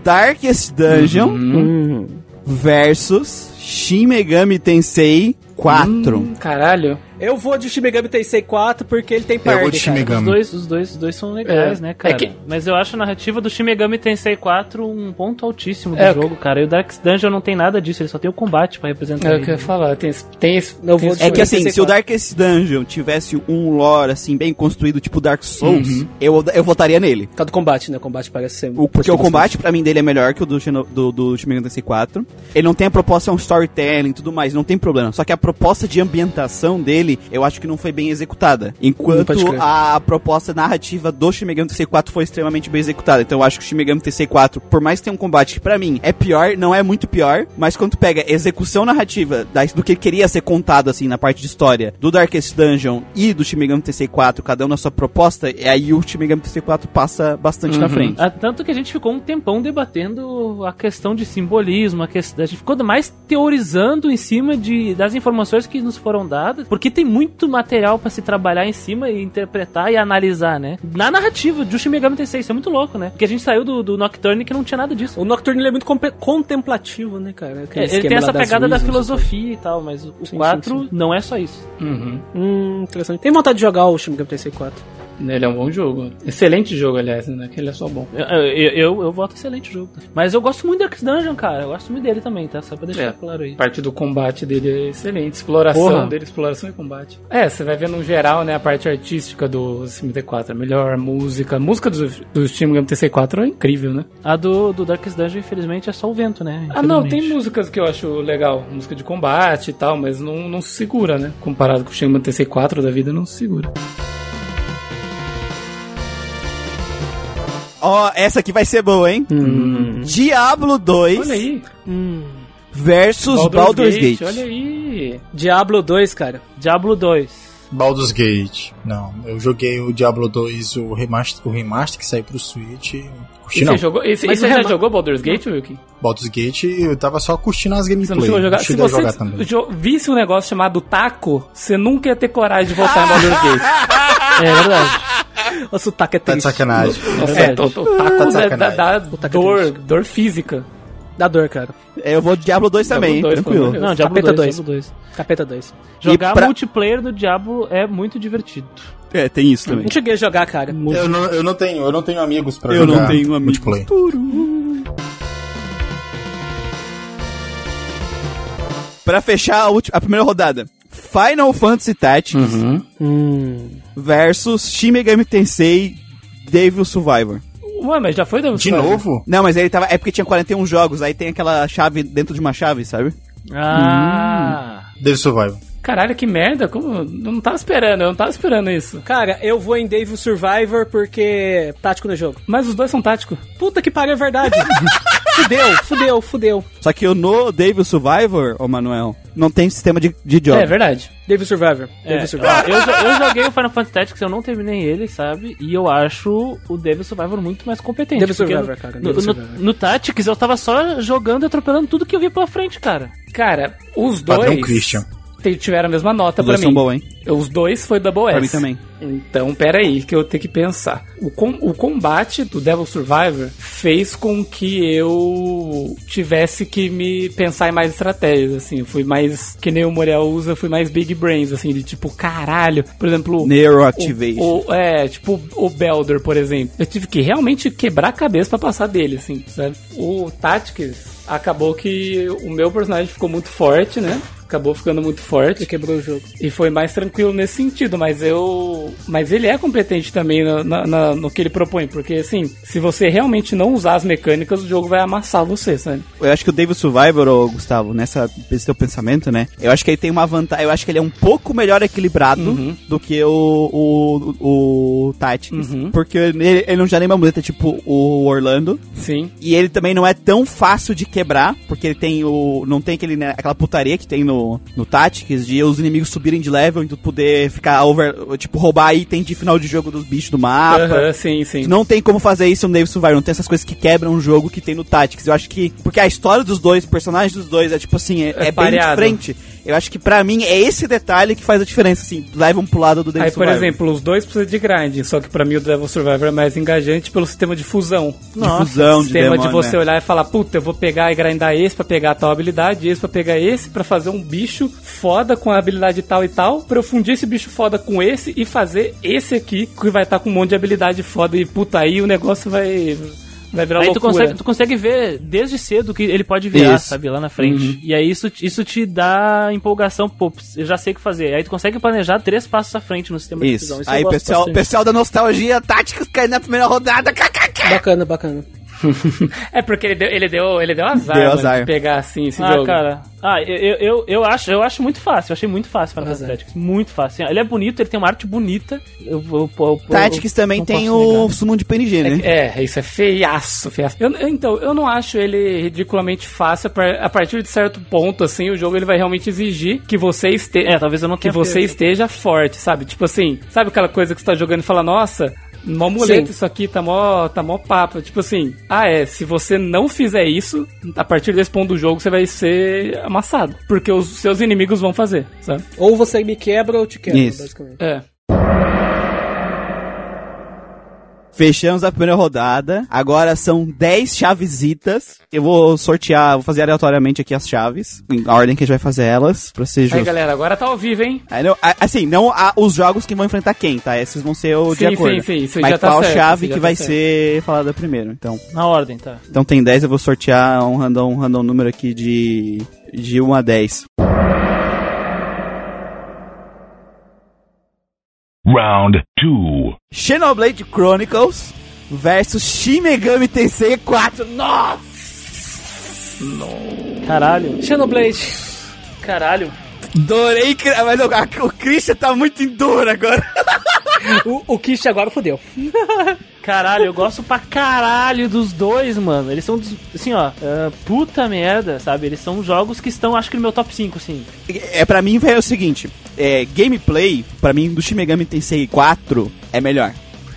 Speaker 1: Darkest Dungeon Hum. versus Shin Megami Tensei 4.
Speaker 3: Hum. Caralho.
Speaker 2: Eu vou de Shimegami Tensei 4 porque ele tem
Speaker 5: Eu
Speaker 2: party,
Speaker 5: vou de
Speaker 2: cara.
Speaker 4: Os
Speaker 5: Shimigami.
Speaker 4: dois, os dois, os dois são legais,
Speaker 3: É.
Speaker 4: né, cara?
Speaker 3: É que-
Speaker 4: Mas eu acho a narrativa do Shin Megami Tensei 4 um ponto altíssimo do
Speaker 3: É,
Speaker 4: jogo, cara. E o Dark Dungeon não tem nada disso, ele só tem o combate pra representar.
Speaker 3: É o
Speaker 4: ele.
Speaker 3: que eu ia falar. Tem esse. Tem esse
Speaker 2: Eu vou
Speaker 3: tem esse
Speaker 2: Deixa
Speaker 1: É que
Speaker 2: eu
Speaker 1: assim,
Speaker 2: ver.
Speaker 1: se o Darkest Dungeon tivesse um lore assim bem construído, tipo Dark Souls, eu, eu votaria nele.
Speaker 2: Tá do combate, né? O combate parece ser.
Speaker 1: O, porque o combate, pra mim, dele é melhor que o do, Shino- do, do Shin Megami Tensei 4. Ele não tem a proposta, é um storytelling e tudo mais, não tem problema. Só que a proposta de ambientação dele, eu acho que não foi bem executada. Enquanto
Speaker 2: Pode crer.
Speaker 1: a proposta narrativa do Shin Megami Tensei 4 foi extremamente bem executada. Então eu acho que o Shin Megami Tensei 4, por mais que tenha um combate que pra mim é pior, não é muito pior, mas quando tu pega execução narrativa da- do que queria ser contado, assim, na parte de história, do Darkest Dungeon e do Shin Megami Tensei 4, cada um na sua proposta, e aí o Shin Megami Tensei 4 passa bastante
Speaker 2: Uhum.
Speaker 1: na frente.
Speaker 4: Ah, Tanto que a gente ficou um tempão debatendo a questão de simbolismo, a, questão, a gente ficou mais teorizando em cima de, das informações que nos foram dadas, porque tem muito material pra se trabalhar em cima e interpretar e analisar, né? Na narrativa de Shin Megami Tensei, isso é muito louco, né? Porque a gente saiu do, do Nocturne que não tinha nada disso.
Speaker 2: O Nocturne ele é muito compe- contemplativo, né, cara?
Speaker 3: um
Speaker 2: Aquele
Speaker 4: É, ele
Speaker 2: esquema
Speaker 4: tem
Speaker 2: lá
Speaker 4: essa
Speaker 2: das
Speaker 4: pegada da
Speaker 2: reasons,
Speaker 4: filosofia e tal, mas o
Speaker 2: sim,
Speaker 4: 4
Speaker 2: sim.
Speaker 4: não é só isso.
Speaker 3: Uhum.
Speaker 2: Hum, interessante. Tem vontade de jogar o Shimigami Tensei 4.
Speaker 3: Ele é um bom jogo. Excelente jogo, aliás, né? Que ele é só bom.
Speaker 4: Eu, eu, eu, eu voto excelente o jogo. Mas eu gosto muito do Darkest Dungeon, cara. Eu gosto muito dele também, tá? Só pra deixar
Speaker 3: É.
Speaker 4: claro aí.
Speaker 3: A parte do combate dele é excelente. Exploração
Speaker 4: Porra.
Speaker 3: dele, exploração e combate. É, você vai ver no geral, né, a parte artística do SMT4 é melhor, a música. A música do, do Steam Game TC4 é incrível, né?
Speaker 4: A do, do Darkest Dungeon, infelizmente, é só o vento, né?
Speaker 3: Ah, não, tem
Speaker 4: Infelizmente.
Speaker 3: músicas que eu acho legal. Música de combate e tal, mas não, não se segura, né? Comparado com o Steam Game TC4 da vida, não se segura.
Speaker 1: Ó, essa aqui vai ser boa, hein? Hum. Diablo 2
Speaker 3: Hum. Olha aí.
Speaker 1: versus Baldur's, Gate.
Speaker 3: Olha aí.
Speaker 2: Diablo 2, cara.
Speaker 4: Diablo 2.
Speaker 5: Baldur's Gate. Não, eu joguei o Diablo 2, o remaster, o remaster que saiu pro Switch. Curti
Speaker 3: E
Speaker 5: não.
Speaker 3: você jogou, e, você-
Speaker 2: Mas
Speaker 3: e você
Speaker 2: o
Speaker 3: já
Speaker 2: rema-
Speaker 3: jogou Baldur's Gate, Wilkin?
Speaker 5: Baldur's Gate, eu tava só curtindo as
Speaker 3: Você
Speaker 5: gameplays.
Speaker 3: não chegou a jogar? Se
Speaker 5: cheguei a
Speaker 3: você
Speaker 5: jogar também.
Speaker 3: jo- visse um negócio chamado taco, você nunca ia ter coragem de voltar em Baldur's Gate.
Speaker 4: É verdade.
Speaker 3: (laughs)
Speaker 2: O sotaque é
Speaker 5: Tá de
Speaker 2: triste.
Speaker 5: sacanagem.
Speaker 3: Nossa,
Speaker 4: verdade.
Speaker 3: o, o taco
Speaker 5: Tá
Speaker 3: dá,
Speaker 5: de sacanagem.
Speaker 3: dá
Speaker 2: O taco é
Speaker 3: É, dor,
Speaker 2: triste.
Speaker 3: dor física.
Speaker 2: Dá dor, cara.
Speaker 1: É, Eu vou de Diablo 2 também,
Speaker 3: Diablo
Speaker 1: hein?
Speaker 3: 2,
Speaker 1: tranquilo.
Speaker 3: pelo
Speaker 4: Não, Diablo
Speaker 2: Capeta
Speaker 4: 2,
Speaker 2: dois.
Speaker 4: Diablo 2.
Speaker 2: Capeta 2.
Speaker 4: é Jogar
Speaker 1: pra-
Speaker 4: multiplayer do Diablo é muito divertido.
Speaker 1: É, tem isso também.
Speaker 2: Não
Speaker 3: Uhum.
Speaker 2: cheguei a jogar, cara.
Speaker 5: Eu não, eu não tenho, eu não tenho amigos pra
Speaker 1: Eu
Speaker 5: jogar.
Speaker 1: não tenho amigos.
Speaker 5: multiplayer.
Speaker 1: Pra fechar a, última, a primeira rodada. Final Fantasy Tactics
Speaker 2: Hum.
Speaker 1: versus Shin Megami Tensei Devil Survivor.
Speaker 3: Ué, mas já foi da
Speaker 5: De novo?
Speaker 1: Não, mas ele tava. É porque tinha 41 jogos, aí tem aquela chave dentro de uma chave, sabe?
Speaker 4: Ah.
Speaker 3: Hum.
Speaker 5: Devil Survival.
Speaker 3: Caralho, que merda. Como... Eu não tava esperando, eu não tava esperando isso.
Speaker 2: Cara, eu vou em Devil Survivor porque tático no jogo.
Speaker 3: Mas os dois são táticos.
Speaker 2: Puta que pariu, é
Speaker 5: (laughs)
Speaker 2: verdade. fudeu, fudeu, fudeu.
Speaker 1: Só que eu no Devil Survivor, ô Manuel, não tem sistema de, de job.
Speaker 3: É verdade.
Speaker 2: Devil Survivor. Devil
Speaker 4: É,
Speaker 2: Survivor.
Speaker 4: ó, eu, jo- eu joguei o Final Fantasy Tactics, eu não terminei ele, sabe? E eu acho o Devil Survivor muito mais competente.
Speaker 2: Devil
Speaker 4: porque
Speaker 2: Survivor,
Speaker 4: no,
Speaker 2: cara,
Speaker 4: No,
Speaker 2: Devil
Speaker 4: no-
Speaker 2: Survivor.
Speaker 4: no Tactics eu tava só jogando e atropelando tudo que eu vi pela frente, cara.
Speaker 3: Cara, os
Speaker 5: Padrão
Speaker 3: dois
Speaker 5: Christian.
Speaker 3: te- tiveram a mesma nota
Speaker 1: Os
Speaker 3: tá pra
Speaker 1: dois são
Speaker 3: mim.
Speaker 1: bons, hein?
Speaker 3: Os dois foi Double S.
Speaker 1: Pra mim também.
Speaker 3: Então, pera aí, que eu tenho que pensar. O, com- o combate do Devil Survivor fez com que eu tivesse que me pensar em mais estratégias, assim. Eu fui mais, que nem o Morel usa, eu fui mais big brains, assim, de tipo, caralho. Por exemplo...
Speaker 1: Neuroactivation.
Speaker 3: O, o- é, tipo o Belder, por exemplo. Eu tive que realmente quebrar a cabeça pra passar dele, assim, sabe? O Tactics acabou que o meu personagem ficou muito forte, né? Acabou ficando muito forte.
Speaker 2: Ele quebrou o jogo.
Speaker 3: E foi mais tranquilo nesse sentido, mas eu. Mas ele é competente também na- na- na- no que ele propõe, porque assim, se você realmente não usar as mecânicas, o jogo vai amassar você, sabe?
Speaker 1: Eu acho que o David Survivor, ô, Gustavo, nessa, nesse teu pensamento, né? Eu acho que ele tem uma vantagem. Eu acho que ele é um pouco melhor equilibrado do que o, o, o, o Tactics. Porque ele, ele não já nem uma muleta tipo o Orlando.
Speaker 3: Sim.
Speaker 1: E ele também não é tão fácil de quebrar, porque ele tem o. Não tem aquele, né, aquela putaria que tem no, no Tactics de os inimigos subirem de level e tu poder ficar over. Tipo, roubar item de final de jogo dos bichos do mapa.
Speaker 3: Aham, sim, sim.
Speaker 1: Tu Não tem como fazer isso no David Survivor, não tem essas coisas que quebram o jogo que tem no Tactics. Eu acho que. Porque a história dos dois, o personagem dos dois, é tipo assim, é, é bem
Speaker 3: pareado.
Speaker 1: diferente. Eu acho que pra mim é esse detalhe que faz a diferença, assim, levam pro lado do David
Speaker 3: Aí, por
Speaker 1: Survivor.
Speaker 3: exemplo, os dois precisam de grinding, só que pra mim o Devil Survivor é mais engajante pelo sistema de fusão.
Speaker 1: Nossa. fusão, de
Speaker 3: sistema de
Speaker 1: demônio,
Speaker 3: você
Speaker 1: né?
Speaker 3: olhar e falar, puta, eu vou pegar e grindar esse pra pegar tal habilidade, esse pra pegar esse, pra fazer um bicho foda com a habilidade tal e tal, pra eu fundir esse bicho foda com esse e fazer esse aqui, que vai estar com um monte de habilidade foda e puta, aí o negócio vai, vai
Speaker 2: É
Speaker 3: virar
Speaker 4: Aí tu
Speaker 3: loucura.
Speaker 4: consegue, tu consegue ver desde cedo que ele pode virar,
Speaker 1: Isso. Uhum.
Speaker 4: sabe? Lá na frente. E aí isso, isso te dá empolgação, pô, eu já sei o que fazer. Aí tu consegue planejar três passos à frente no sistema de
Speaker 1: Isso.
Speaker 4: decisão.
Speaker 1: Aí, pessoal, pessoal da nostalgia, Tactics caindo na primeira rodada, kkk.
Speaker 2: Bacana, bacana.
Speaker 3: É porque ele deu, ele deu, ele deu azar,
Speaker 1: Deu
Speaker 3: mano,
Speaker 1: azar.
Speaker 3: de pegar assim esse
Speaker 4: ah,
Speaker 3: jogo.
Speaker 4: cara. Ah, eu, eu, eu, eu acho, eu acho muito fácil. Eu achei muito fácil Final
Speaker 2: Pois
Speaker 4: Fantasy
Speaker 2: é.
Speaker 4: Tactics. Muito fácil. Ele é bonito, ele tem uma arte bonita. Eu, eu, eu, eu-
Speaker 1: Tactics também
Speaker 4: não
Speaker 1: tem
Speaker 4: posso
Speaker 1: o
Speaker 4: negar.
Speaker 1: summon de PNG, né?
Speaker 3: É, isso é feiaço, feiaço. Eu- eu- então, eu não acho ele ridiculamente fácil. par- A partir de certo ponto, assim, o jogo ele vai realmente exigir que você esteja.
Speaker 4: É, talvez eu não
Speaker 3: que
Speaker 4: tenha
Speaker 3: você
Speaker 4: pego.
Speaker 3: esteja forte, sabe? Tipo assim, sabe aquela coisa que você tá jogando e fala, nossa, mó muleta
Speaker 2: Sim.
Speaker 3: isso aqui, tá mó, tá mó papo. Tipo assim, ah é, se você não fizer isso, a partir desse ponto do jogo você vai ser amassado. Porque os seus inimigos vão fazer, sabe?
Speaker 2: Ou você me quebra ou eu te quebra,
Speaker 1: Isso.
Speaker 2: basicamente.
Speaker 3: É.
Speaker 1: Fechamos a primeira rodada. Agora são 10 chavesitas. Eu vou sortear, vou fazer aleatoriamente aqui as chaves. Em ordem que a gente vai fazer elas, pra ser
Speaker 3: Aí
Speaker 1: justo.
Speaker 3: galera, agora tá ao vivo, hein?
Speaker 1: Ah, não, ah, assim, não a- os jogos que vão enfrentar quem, tá? Esses vão ser o de
Speaker 3: Sim,
Speaker 1: acordo.
Speaker 3: sim, sim, isso
Speaker 1: Mas
Speaker 3: já tá
Speaker 1: qual
Speaker 3: certo,
Speaker 1: chave
Speaker 3: isso já
Speaker 1: que
Speaker 3: tá
Speaker 1: vai
Speaker 3: certo.
Speaker 1: ser falada primeiro? Então,
Speaker 4: Na ordem, tá.
Speaker 1: então tem 10, eu vou sortear um random, um random número aqui de, de 1 a 10.
Speaker 6: Round two.
Speaker 1: Xenoblade Chronicles versus Shin Megami Tensei 4. Nossa!
Speaker 4: Caralho.
Speaker 2: Xenoblade.
Speaker 4: Caralho.
Speaker 1: Adorei, cri- mas o, o Christian tá muito em dor agora.
Speaker 2: O, o Kish agora fodeu.
Speaker 4: Caralho, eu gosto pra caralho dos dois, mano. Eles são, dos- assim, ó, ah, puta merda, sabe? Eles são jogos que estão, acho que no meu top assim. 5, sim.
Speaker 1: É, pra mim, velho, é o seguinte. É, gameplay, pra mim, do Shin Megami Tensei 4 é melhor.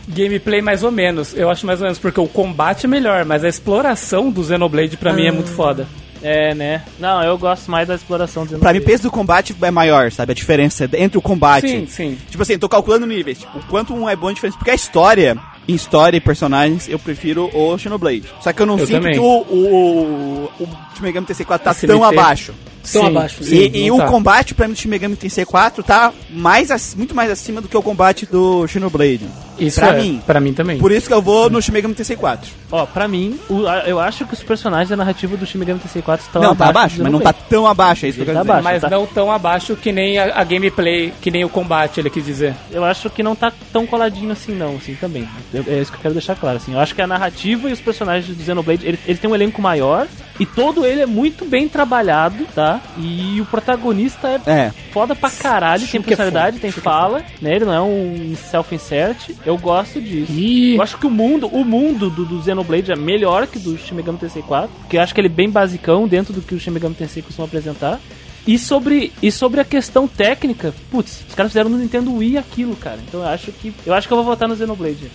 Speaker 3: Gameplay mais ou menos. Eu acho mais ou menos porque o combate é melhor, mas a exploração do Xenoblade pra mim é muito foda.
Speaker 4: É, né? Não, eu gosto mais da exploração do
Speaker 1: Pra mim, o
Speaker 4: Xenoblade.
Speaker 1: peso do combate é maior, sabe? A diferença entre o combate.
Speaker 3: Sim, sim.
Speaker 1: Tipo assim, tô calculando níveis. Tipo, quanto um é bom de diferença. Porque a história, em história e personagens, eu prefiro o Xenoblade. Só que eu não
Speaker 3: Eu
Speaker 1: sinto
Speaker 3: também.
Speaker 1: que o, o, o Shin Megami Tensei 4 tá
Speaker 3: Esse
Speaker 1: tão
Speaker 3: MT.
Speaker 1: abaixo.
Speaker 2: Estão
Speaker 3: Sim,
Speaker 2: abaixo.
Speaker 3: sim.
Speaker 1: e e
Speaker 3: não
Speaker 1: o
Speaker 3: tá.
Speaker 1: combate, pra mim, do Shin Megami Tensei 4 tá mais ac- muito mais acima do que o combate do Xenoblade.
Speaker 3: Isso
Speaker 1: Pra
Speaker 3: é,
Speaker 1: mim.
Speaker 3: pra mim também.
Speaker 1: Por isso que eu vou no Shin Megami Tensei 4.
Speaker 4: Ó, pra mim, o- a- eu acho que os personagens da narrativa do Shin Megami Tensei 4 estão
Speaker 1: não, tá abaixo, mas não tá tão abaixo, é isso que eu
Speaker 4: Ele
Speaker 1: quero
Speaker 4: tá
Speaker 1: dizer.
Speaker 4: abaixo.
Speaker 3: Mas
Speaker 4: tá?
Speaker 3: não tão abaixo que nem a, a gameplay, que nem o combate, ele quis dizer.
Speaker 4: Eu acho que não tá tão coladinho assim, não, assim, também. Eu- é isso que eu quero deixar claro, assim. Eu acho que a narrativa e os personagens do Xenoblade, ele, ele tem um elenco maior e todo ele é muito bem trabalhado, tá? E o protagonista é
Speaker 1: É.
Speaker 4: foda pra caralho, tem personalidade, tem fala, né? Ele não é um self-insert. Eu gosto disso.
Speaker 3: Ih,
Speaker 4: Eu acho que o mundo, o mundo do, do Xenoblade é melhor que do Shin Megami Tensei 4, porque eu acho que ele é bem basicão dentro do que o Shin Megami Tensei costuma apresentar. E sobre, e sobre a questão técnica, putz, os caras fizeram no Nintendo Wii aquilo, cara. Então eu acho que eu acho que eu vou votar no Xenoblade.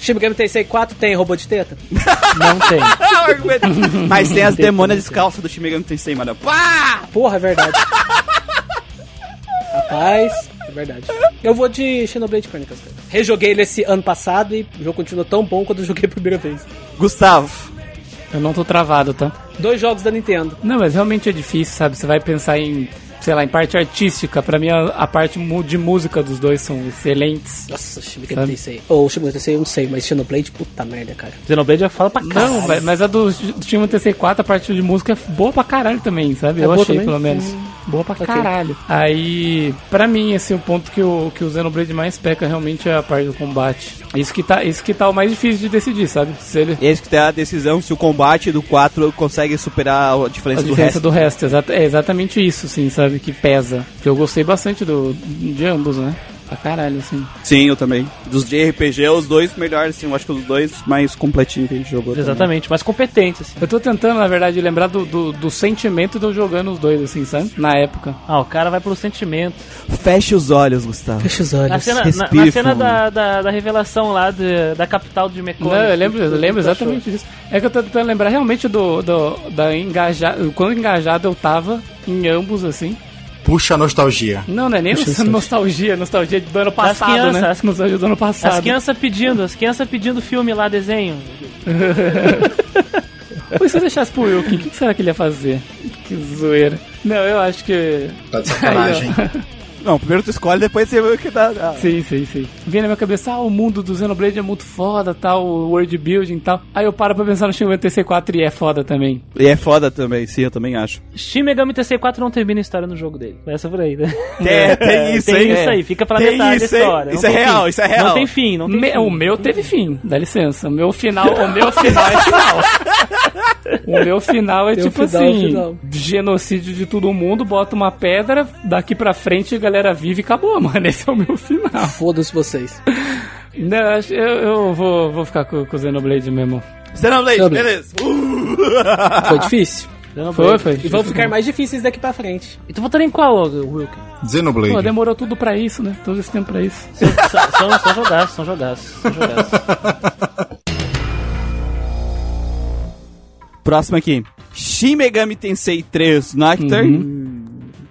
Speaker 2: Shin Megami Tensei 4 tem robô de teta?
Speaker 4: Não tem.
Speaker 1: É (laughs) Mas tem as demônias descalças do Shin Megami Tensei, mano. né? Pá!
Speaker 2: Porra, é verdade. Rapaz, é verdade. Eu vou de Xenoblade Chronicles. cara. Rejoguei ele esse ano passado e o jogo continua tão bom quanto eu joguei a primeira vez.
Speaker 1: Gustavo.
Speaker 3: eu não tô travado, tá?
Speaker 2: Dois jogos da Nintendo.
Speaker 3: Não, mas realmente é difícil, sabe? Você vai pensar em, sei lá, em parte artística. Pra mim, a, a parte mu- de música dos dois são excelentes.
Speaker 2: Nossa, Shin
Speaker 3: Sabe?
Speaker 2: Megami Tensei. Ou Shin Megami Tensei, eu não sei, mas Xenoblade, puta merda, cara.
Speaker 4: Xenoblade já fala pra caralho.
Speaker 3: Não, mas- mas a do, do Time TC4, a parte de música é boa pra caralho também, sabe?
Speaker 2: É
Speaker 3: eu
Speaker 2: boa
Speaker 3: achei,
Speaker 2: também?
Speaker 3: pelo menos. Boa pra
Speaker 2: ok.
Speaker 3: caralho. Aí, pra mim, assim, o ponto que o, que o Xenoblade mais peca realmente é a parte do combate. Isso que tá, isso que tá o mais difícil de decidir, sabe? Se ele,
Speaker 1: Esse que tem a decisão se o combate do 4 consegue superar a diferença,
Speaker 3: a diferença do resto. exata- é exatamente isso, sim, sabe? Que pesa. Que eu gostei bastante do, de ambos, né? Pra caralho, assim.
Speaker 1: Sim, eu também. Dos de RPG, os dois melhores, sim. Eu acho que os dois mais completinhos que a gente jogou. também.
Speaker 4: Exatamente, mas competente, assim.
Speaker 3: Eu tô tentando, na verdade, lembrar do, do, do sentimento de eu jogando os dois, assim, sabe? Na época.
Speaker 4: Ah, o cara vai pelo sentimento.
Speaker 1: Feche os olhos, Gustavo.
Speaker 2: Fecha os
Speaker 4: Na
Speaker 2: olhos.
Speaker 4: cena, na,
Speaker 1: respire
Speaker 4: na cena
Speaker 1: fundo.
Speaker 4: da, da, da revelação lá de- da capital de Mekong.
Speaker 3: Não, eu lembro,
Speaker 4: que tu-
Speaker 3: eu lembro
Speaker 4: tu achou.
Speaker 3: exatamente disso. É que eu tô tentando lembrar realmente do, do da engajar, quando engajado eu tava em ambos assim.
Speaker 5: Puxa a nostalgia.
Speaker 3: Não, não é nem nostalgia, nostalgia do ano passado,
Speaker 4: crianças,
Speaker 3: né?
Speaker 4: as-
Speaker 3: nostalgia do ano
Speaker 4: As
Speaker 3: passado.
Speaker 4: crianças pedindo, as crianças pedindo filme lá, desenho.
Speaker 3: Ou se eu deixasse pro Wilkin, o que, que será que ele ia fazer? Que zoeira. Não, eu acho que.
Speaker 5: Tá de sacanagem.
Speaker 1: Não, primeiro tu escolhe, depois você vê o que dá. Ah,
Speaker 3: Sim, sim, sim. Vem na minha cabeça, ah, o mundo do Xenoblade é muito foda, tal, o world building e tal. Aí eu paro pra pensar no Shin Megami Tensei 4 e é foda também.
Speaker 1: E é foda também, sim, eu também acho.
Speaker 4: Shin Megami Tensei 4 não termina a história no jogo dele. Começa por aí, né?
Speaker 1: É, tem isso,
Speaker 4: (laughs) tem
Speaker 1: hein?
Speaker 4: isso aí, fica pra
Speaker 1: Tem
Speaker 4: metade
Speaker 1: isso,
Speaker 4: da
Speaker 1: hein?
Speaker 4: história.
Speaker 1: Isso
Speaker 4: Não
Speaker 1: é
Speaker 4: tem
Speaker 1: real,
Speaker 4: fim.
Speaker 1: isso é real. um-
Speaker 4: Não tem fim, não tem
Speaker 3: Me-
Speaker 4: fim.
Speaker 3: o meu teve fim, dá licença. O meu final, o meu final é final. O meu final é
Speaker 2: Teu
Speaker 3: tipo
Speaker 2: final é
Speaker 3: assim,
Speaker 2: final.
Speaker 3: genocídio de todo mundo, bota uma pedra, daqui pra frente a galera vive e acabou, (laughs) mano. Esse é o meu final.
Speaker 2: Foda-se vocês.
Speaker 3: Não, eu, acho- eu- eu vou, vou ficar com, com o Xenoblade mesmo.
Speaker 1: Xenoblade,
Speaker 2: Xenoblade.
Speaker 1: beleza. (laughs)
Speaker 2: Foi difícil.
Speaker 3: Foi, foi.
Speaker 2: E vão ficar mais difíceis daqui pra frente.
Speaker 4: E tu votaria em qual, Wilker?
Speaker 5: Xenoblade.
Speaker 3: Pô, demorou tudo pra isso, né? Todo esse tempo pra isso.
Speaker 4: São, são, são, são jogaços, são jogaços,
Speaker 1: (laughs)
Speaker 4: são jogaços.
Speaker 1: Próximo aqui. Shin Megami Tensei 3 Nocturne
Speaker 2: Uhum.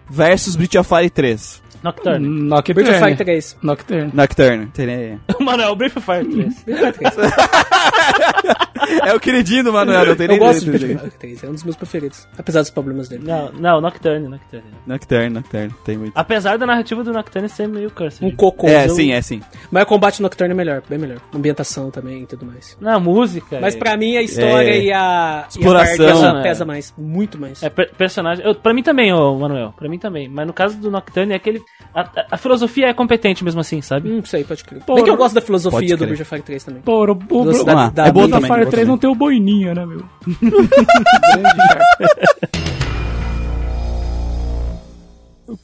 Speaker 1: versus Breath of Fire 3
Speaker 4: Nocturne.
Speaker 2: Bird of
Speaker 1: É.
Speaker 2: Fire
Speaker 3: Nocturne.
Speaker 2: 3.
Speaker 3: Nocturne.
Speaker 1: Nocturne. Teria-
Speaker 4: (laughs) Mano, é o Breath of
Speaker 1: (laughs)
Speaker 4: Fire 3.
Speaker 2: Bird of Fire 3.
Speaker 1: É o queridinho do Manuel, não tem
Speaker 2: Eu
Speaker 1: nem
Speaker 2: gosto de Bird of Fire 3. É um dos meus preferidos. Apesar dos problemas dele.
Speaker 4: Não, não, Nocturne, Nocturne.
Speaker 1: Nocturne, Nocturne, tem muito.
Speaker 4: Apesar da narrativa do Nocturne ser meio cursed. né?
Speaker 2: Um cocô.
Speaker 1: É,
Speaker 2: eu-
Speaker 1: sim, é sim.
Speaker 2: Mas o combate nocturno é melhor, bem melhor. Ambientação também e tudo mais.
Speaker 4: Na música.
Speaker 2: Mas
Speaker 4: é-
Speaker 2: pra mim a história
Speaker 1: É.
Speaker 2: e a.
Speaker 1: Exploração,
Speaker 2: E a parte, ela
Speaker 4: né?
Speaker 2: pesa mais. Muito mais.
Speaker 4: É per- personagem. Eu, pra mim também, ô Manuel. Pra mim também. Mas no caso do Nocturne, é aquele. A, a- a filosofia é competente mesmo assim, sabe?
Speaker 2: Hum, sei, pode crer.
Speaker 3: Pô,
Speaker 2: Bem que eu
Speaker 3: eu-
Speaker 2: gosto da
Speaker 1: pode
Speaker 2: filosofia do
Speaker 1: crer.
Speaker 2: Bird of Fire 3 também.
Speaker 3: Pô, o, o, o,
Speaker 2: Velocidade
Speaker 1: Vamos lá.
Speaker 2: da
Speaker 1: É bom
Speaker 2: mente.
Speaker 1: também,
Speaker 3: Fire
Speaker 1: bom
Speaker 3: 3
Speaker 1: também.
Speaker 3: não tem o boininha, né, meu?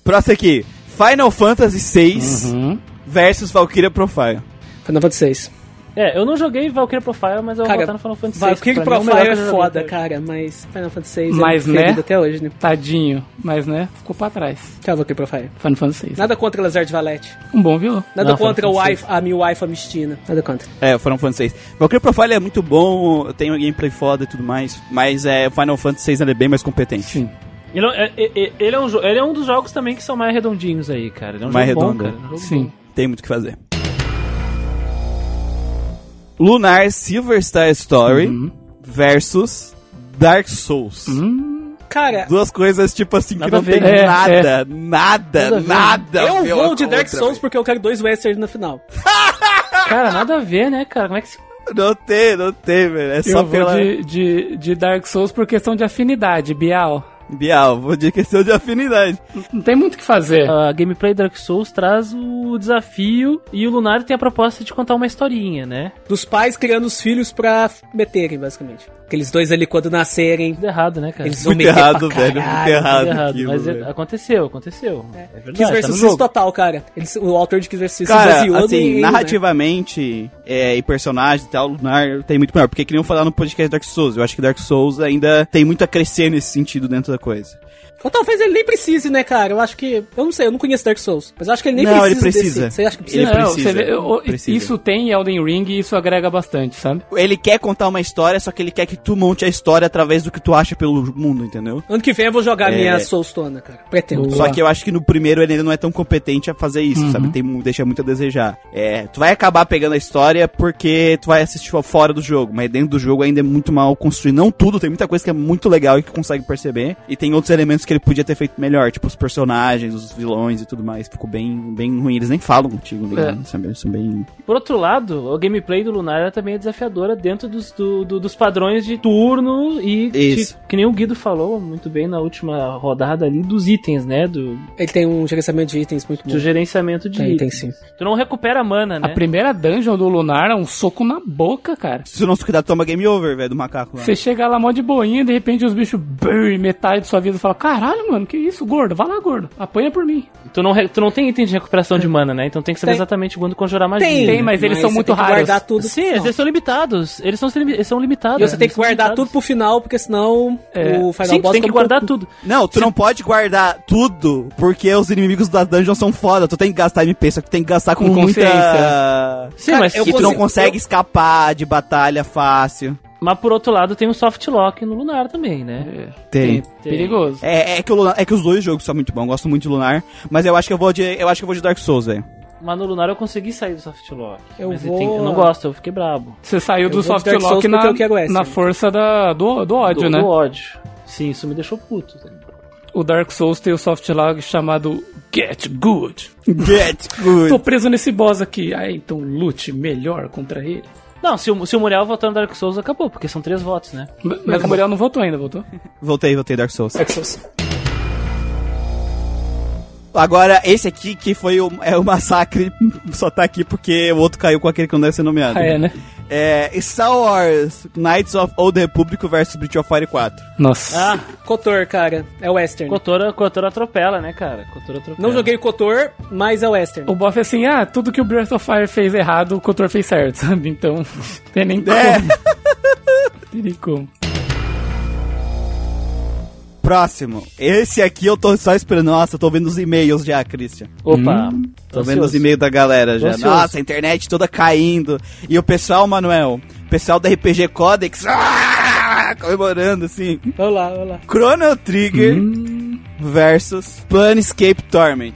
Speaker 1: Próximo aqui. Final Fantasy 6
Speaker 3: Uhum.
Speaker 1: versus Valkyria Profile.
Speaker 2: Final Fantasy 6.
Speaker 4: É, eu não joguei Valkyrie Profile, mas eu vou
Speaker 2: Cara,
Speaker 4: votar no Final Fantasy VI.
Speaker 2: Valkyrie
Speaker 4: que pra mim o
Speaker 2: Profile
Speaker 4: melhor
Speaker 2: é
Speaker 4: que eu joguei
Speaker 2: foda,
Speaker 4: até
Speaker 2: cara, mas Final Fantasy 6
Speaker 3: Mas,
Speaker 2: é um preferido
Speaker 3: né?
Speaker 2: até hoje, né?
Speaker 3: Tadinho, mas né, ficou pra trás.
Speaker 2: Que é o Valkyrie Profile.
Speaker 3: Final Fantasy VI.
Speaker 2: Nada contra Lazard Valete.
Speaker 3: Um bom vilão.
Speaker 2: Nada
Speaker 4: Não,
Speaker 2: contra
Speaker 4: Final
Speaker 2: o
Speaker 4: Fantasy
Speaker 2: wife, a minha wife, a Mistina. Nada contra.
Speaker 1: É, Final Fantasy 6. Valkyria Profile é muito bom, tem uma gameplay foda e tudo mais, mas é, Final Fantasy 6 ainda é bem mais competente.
Speaker 3: Sim.
Speaker 4: Ele é, é- é- ele é um, jo- ele é um dos jogos também que são mais redondinhos aí, cara. Ele é um
Speaker 1: Mais
Speaker 4: jogo
Speaker 1: redondo,
Speaker 4: bom, cara. É um jogo
Speaker 3: Sim.
Speaker 1: Tem muito o que fazer. Lunar Silver Star Story versus Dark Souls.
Speaker 2: Cara,
Speaker 1: Duas coisas, tipo assim, que
Speaker 4: Nada
Speaker 1: não
Speaker 4: a ver.
Speaker 1: tem
Speaker 3: É,
Speaker 1: nada,
Speaker 3: é.
Speaker 1: nada,
Speaker 4: Nada a
Speaker 1: nada. é
Speaker 4: ver.
Speaker 1: a
Speaker 2: eu
Speaker 1: ver
Speaker 2: vou
Speaker 1: uma
Speaker 2: de
Speaker 1: com a
Speaker 2: Dark
Speaker 1: outra,
Speaker 2: Souls porque eu quero dois Westerns na final.
Speaker 4: Cara, nada a ver, né, cara? Como é que se.
Speaker 1: Não tem, não tem, velho. É só
Speaker 3: eu vou
Speaker 1: pela.
Speaker 3: de, de, de Dark Souls por questão de afinidade, Bial.
Speaker 1: Bial, vou de questão de afinidade.
Speaker 3: Não tem muito o que fazer.
Speaker 4: É. A gameplay Dark Souls traz o desafio e o Lunar tem a proposta de contar uma historinha, né?
Speaker 2: Dos pais criando os filhos pra meterem, basicamente. Aqueles dois ali quando nascerem.
Speaker 4: Tudo errado, né, cara?
Speaker 2: Eles vão
Speaker 1: Muito
Speaker 2: meter
Speaker 1: errado,
Speaker 2: pra
Speaker 1: velho.
Speaker 2: Ah, caralho,
Speaker 1: Muito errado,
Speaker 4: Tudo
Speaker 1: aquilo,
Speaker 4: mas é-
Speaker 1: velho.
Speaker 4: aconteceu, aconteceu. É, verdade.
Speaker 2: Kiss
Speaker 4: tá no
Speaker 2: vs
Speaker 4: jogo.
Speaker 2: Kiss total, cara. Eles- o autor de Kiss vs Kiss
Speaker 1: Cara,
Speaker 2: se baseou
Speaker 1: assim,
Speaker 2: em-
Speaker 3: né?
Speaker 1: narrativamente é, e personagem e tal, Lunar tem muito melhor. Porque que nem eu falar no podcast Dark Souls. Eu acho que Dark Souls ainda tem muito a crescer nesse sentido dentro da coisa.
Speaker 2: né? Ou talvez ele nem precise, né, cara? Eu acho que... Eu não sei, eu não conheço Dark Souls. Mas eu acho que ele nem
Speaker 1: Não,
Speaker 2: precisa
Speaker 1: ele precisa.
Speaker 2: desse- Você acha que precisa?
Speaker 1: Ele
Speaker 3: Não,
Speaker 1: precisa,
Speaker 3: você vê, eu-
Speaker 1: precisa.
Speaker 3: Isso tem em Elden Ring e isso agrega bastante, sabe?
Speaker 1: Ele quer contar uma história, só que ele quer que tu monte a história através do que tu acha pelo mundo, entendeu?
Speaker 2: Ano que vem eu vou jogar
Speaker 1: É.
Speaker 2: minha Soulstone, cara. Pretendo.
Speaker 3: Boa. Uhum.
Speaker 1: Só que eu acho que no primeiro ele ainda não é tão competente a fazer isso, sabe? Tem, mu- deixa muito a desejar. É, tu vai acabar pegando a história porque tu vai assistir fora do jogo, mas dentro do jogo ainda é muito mal construído. Não tudo, tem muita coisa que é muito legal e que consegue perceber. E tem outros elementos que ele podia ter feito melhor, tipo os personagens, os vilões e tudo mais. Ficou bem, bem ruim. Eles nem falam contigo, né?
Speaker 4: É.
Speaker 1: Eles são bem- eles são bem
Speaker 4: Por outro lado, a gameplay do Lunar ela também é desafiadora dentro dos, do- do- dos padrões de turno e
Speaker 1: Isso.
Speaker 4: de- que nem o Guido falou muito bem na última rodada ali dos itens, né? Do,
Speaker 2: Ele tem um gerenciamento de itens muito bom.
Speaker 4: do gerenciamento de
Speaker 2: Tem, tem
Speaker 4: itens.
Speaker 2: sim.
Speaker 4: Tu não recupera mana,
Speaker 3: A
Speaker 4: né?
Speaker 3: primeira dungeon do Lunar é um soco na boca, cara.
Speaker 1: Se o nosso cuidado toma game over, velho, do macaco lá.
Speaker 3: Você chega lá mó de boinha, de repente os bichos, brrr, metade de sua vida, fala: Caralho, mano, que isso, gordo? Vai lá, gordo, apanha por mim.
Speaker 4: Tu não, re- tu não tem item de recuperação de mana, né? Então tem que saber
Speaker 2: Tem.
Speaker 4: exatamente quando conjurar magia.
Speaker 2: Tem,
Speaker 4: né?
Speaker 3: Tem, mas eles são
Speaker 2: você
Speaker 3: muito
Speaker 2: tem que
Speaker 3: raros.
Speaker 2: guardar tudo.
Speaker 4: Sim,
Speaker 2: Não.
Speaker 4: eles são limitados. Eles são, sim- eles são limitados.
Speaker 2: E você tem
Speaker 4: Eles
Speaker 2: que
Speaker 4: são
Speaker 2: guardar
Speaker 4: limitados.
Speaker 2: tudo pro final, porque senão o Final
Speaker 4: Sim,
Speaker 2: Boss...
Speaker 4: tu tem que
Speaker 2: come
Speaker 4: guardar
Speaker 2: tudo.
Speaker 4: tudo.
Speaker 1: Não, tu não pode guardar tudo, porque os inimigos da dungeon são foda. Tu tem que gastar MP, só que tu tem que gastar com,
Speaker 3: Com
Speaker 1: muita...
Speaker 3: consciência.
Speaker 4: Sim,
Speaker 2: Cara,
Speaker 4: mas,
Speaker 3: é
Speaker 2: eu
Speaker 1: E tu
Speaker 2: consigo-
Speaker 1: não consegue escapar de batalha fácil.
Speaker 4: mas por outro lado tem o soft lock no Lunar também, né?
Speaker 2: É.
Speaker 1: Tem.
Speaker 3: Perigoso.
Speaker 1: É, é, que o Lunar- é que os dois jogos são muito bons, eu gosto muito de Lunar, mas eu acho que eu vou de, eu acho que eu vou de Dark Souls, velho.
Speaker 4: Mas no Lunar eu consegui sair do soft lock.
Speaker 2: Eu
Speaker 4: mas
Speaker 2: vou-
Speaker 4: tem- eu não gosto, eu fiquei brabo.
Speaker 3: Você saiu do
Speaker 2: vou de
Speaker 3: soft
Speaker 2: Dark Souls
Speaker 3: lock na,
Speaker 2: porque eu quero essa,
Speaker 3: na
Speaker 2: né?
Speaker 3: força da, do, do ódio,
Speaker 4: do,
Speaker 3: né?
Speaker 4: do ódio. Sim, isso me deixou puto. tá
Speaker 3: O Dark Souls tem o soft lock chamado Get Good.
Speaker 1: Get
Speaker 3: Tô
Speaker 1: good.
Speaker 3: preso nesse boss aqui. Ah, então lute melhor contra ele.
Speaker 4: Não, se o, se o Muriel votar no Dark Souls, acabou, porque são três votos, né?
Speaker 3: Mas o Muriel não voltou ainda, voltou?
Speaker 1: Voltei, voltei, Dark Souls.
Speaker 2: Dark Souls.
Speaker 1: Agora, esse aqui que foi o, é o massacre, (laughs) só tá aqui porque o outro caiu com aquele que não deve ser nomeado.
Speaker 3: Ah, é, né?
Speaker 1: É, Star Wars Knights of Old Republic versus Breath of Fire 4.
Speaker 3: Nossa.
Speaker 4: Ah,
Speaker 2: Cotor, cara. É Western.
Speaker 4: Cotora, Cotora atropela, né, cara? Cotora atropela.
Speaker 2: Não joguei Cotor, mas é Western.
Speaker 3: O Boff é assim, ah, tudo que o Breath of Fire fez errado, o Cotor fez certo, (laughs) sabe? Então, tem nem como.
Speaker 1: É.
Speaker 3: Tem nem como.
Speaker 1: Próximo. Esse aqui eu tô só esperando. Nossa, eu tô vendo os e-mails já, Christian.
Speaker 4: Opa,
Speaker 1: Tô vendo os e-mails da galera já.
Speaker 4: Tô ansioso.
Speaker 1: Nossa, a internet toda caindo. E o pessoal, Manuel, o pessoal da RPG Codex, (laughs) ah, comemorando assim.
Speaker 2: Vamos lá, vamos lá.
Speaker 1: Chrono Trigger Hum. versus Planescape Torment.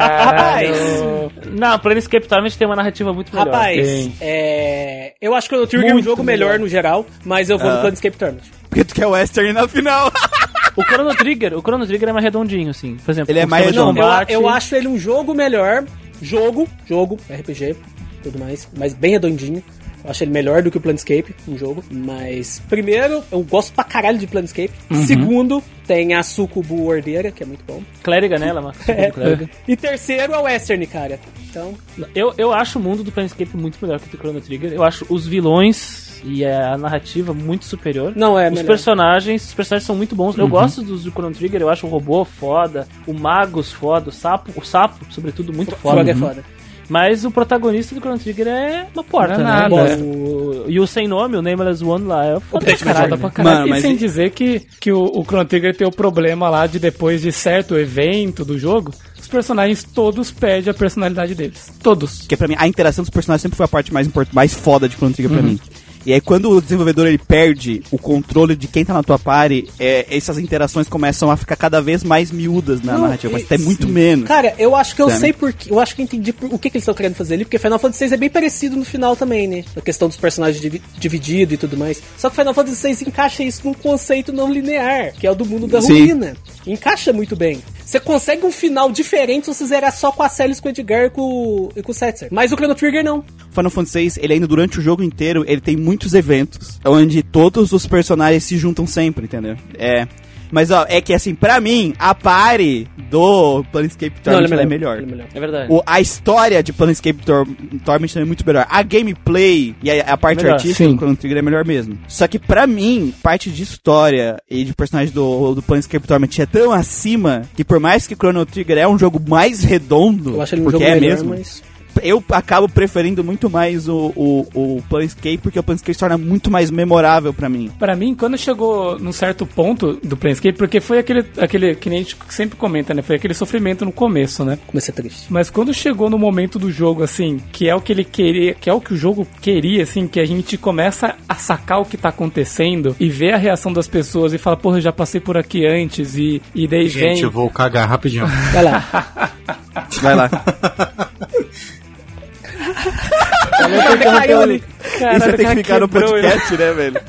Speaker 3: Caralho.
Speaker 4: Não, Planescape Torment tem uma narrativa muito melhor.
Speaker 2: Rapaz,
Speaker 3: Tem.
Speaker 2: é... eu acho que o Trigger é um
Speaker 4: Muito
Speaker 2: jogo melhor. no geral, mas eu vou no Planescape Tournament.
Speaker 1: Porque tu quer Western na final.
Speaker 4: O Chrono Trigger, o Chrono Trigger é mais redondinho, assim. Por exemplo,
Speaker 1: Ele é
Speaker 4: um
Speaker 1: mais
Speaker 4: sistema de
Speaker 1: redondo.
Speaker 2: Eu,
Speaker 4: combate.
Speaker 2: eu acho ele um jogo melhor. Jogo, jogo, RPG, tudo mais, mas bem redondinho. Eu acho ele melhor do que o Planescape, um jogo. Mas, primeiro, eu gosto pra caralho de Planescape. Segundo, tem a Sucubu Ordeira, que é muito bom.
Speaker 4: Clériga,
Speaker 2: (laughs)
Speaker 4: né, Lama?
Speaker 2: É.
Speaker 4: Clériga.
Speaker 2: E terceiro é o Western, cara. Então,
Speaker 4: Eu, eu acho o mundo do Planescape muito melhor que o do Chrono Trigger. Eu acho os vilões e a narrativa muito superior.
Speaker 2: não é
Speaker 4: os
Speaker 2: melhor.
Speaker 4: personagens, os personagens são muito bons.
Speaker 3: Uhum.
Speaker 4: Eu gosto dos do Chrono Trigger, eu acho o robô foda, o Magus foda, o sapo, o sapo, sobretudo, muito foda.
Speaker 2: Foda é foda.
Speaker 4: Mas o protagonista do Chrono Trigger é uma porta,
Speaker 3: Não é
Speaker 4: né?
Speaker 3: nada.
Speaker 4: Bosta. O- E o sem nome, o Nameless One lá, é foda pra
Speaker 3: Foda
Speaker 4: caralho.
Speaker 3: pra caralho.
Speaker 1: Mano,
Speaker 3: e
Speaker 1: mas
Speaker 3: sem
Speaker 1: e-
Speaker 3: dizer que, que o, o Chrono Trigger tem o problema lá de depois de certo evento do jogo, os personagens todos perdem a personalidade deles. Todos.
Speaker 1: (laughs) Porque pra mim, a interação dos personagens sempre foi a parte mais, import- mais foda de Chrono Trigger pra mim. E aí, quando o desenvolvedor ele perde o controle de quem tá na tua party, é, essas interações começam a ficar cada vez mais miúdas na
Speaker 2: Não,
Speaker 1: narrativa, mas até
Speaker 2: e-
Speaker 1: muito menos.
Speaker 2: Cara, eu acho que eu
Speaker 1: Sabe?
Speaker 2: sei porque. Eu acho que eu entendi por- o que, que eles estão querendo fazer ali, porque Final Fantasy VI é bem parecido no final também, né? A questão dos personagens divi- divididos e tudo mais. Só que Final Fantasy VI encaixa isso num conceito não linear, que é o do mundo da
Speaker 1: Sim.
Speaker 2: ruína. Encaixa muito bem. Você consegue um final diferente se você zerar só com a Celis, com o Edgar e com, o- e com o Setzer. Mas o Chrono Trigger não.
Speaker 1: Final Fantasy VI, ele ainda durante o jogo inteiro, ele tem muitos eventos onde todos os personagens se juntam sempre, entendeu? É. Mas ó, é que assim, pra mim, a party do Planescape
Speaker 2: Não,
Speaker 1: Torment
Speaker 2: ele
Speaker 1: ela é melhor.
Speaker 2: ele é melhor.
Speaker 4: É verdade.
Speaker 1: O- a história de Planescape Tor Torment é muito melhor. A gameplay e a, a parte
Speaker 4: Melhor,
Speaker 1: artística
Speaker 3: sim.
Speaker 1: do Chrono Trigger é melhor mesmo. Só que pra mim, parte de história e de personagem do, do Planescape Torment é tão acima que por mais que Chrono Trigger é um jogo mais redondo,
Speaker 2: Eu acho ele um
Speaker 1: porque
Speaker 2: jogo
Speaker 1: é
Speaker 2: melhor,
Speaker 1: mesmo,
Speaker 2: mas...
Speaker 1: eu acabo preferindo muito mais o, o, o Planescape porque o Planescape se torna muito mais memorável pra mim.
Speaker 3: Pra mim, quando chegou num certo ponto do Planescape, porque foi aquele, aquele que nem a gente sempre comenta, né? Foi aquele sofrimento no começo, né?
Speaker 2: Comecei triste.
Speaker 3: Mas quando chegou no momento do jogo, assim, que é o que ele queria, que é o que o jogo queria, assim, que a gente começa a sacar o que tá acontecendo e ver a reação das pessoas e fala, porra, eu já passei por aqui antes e, e daí
Speaker 5: Gente,
Speaker 3: vem.
Speaker 5: eu vou cagar rapidinho.
Speaker 2: Vai lá.
Speaker 1: (laughs) Vai (laughs) lá.
Speaker 2: Caiu ali.
Speaker 1: E você tem
Speaker 3: Caralho,
Speaker 1: que
Speaker 3: cara,
Speaker 1: ficar no
Speaker 3: quebrou, né?
Speaker 1: podcast, né, velho?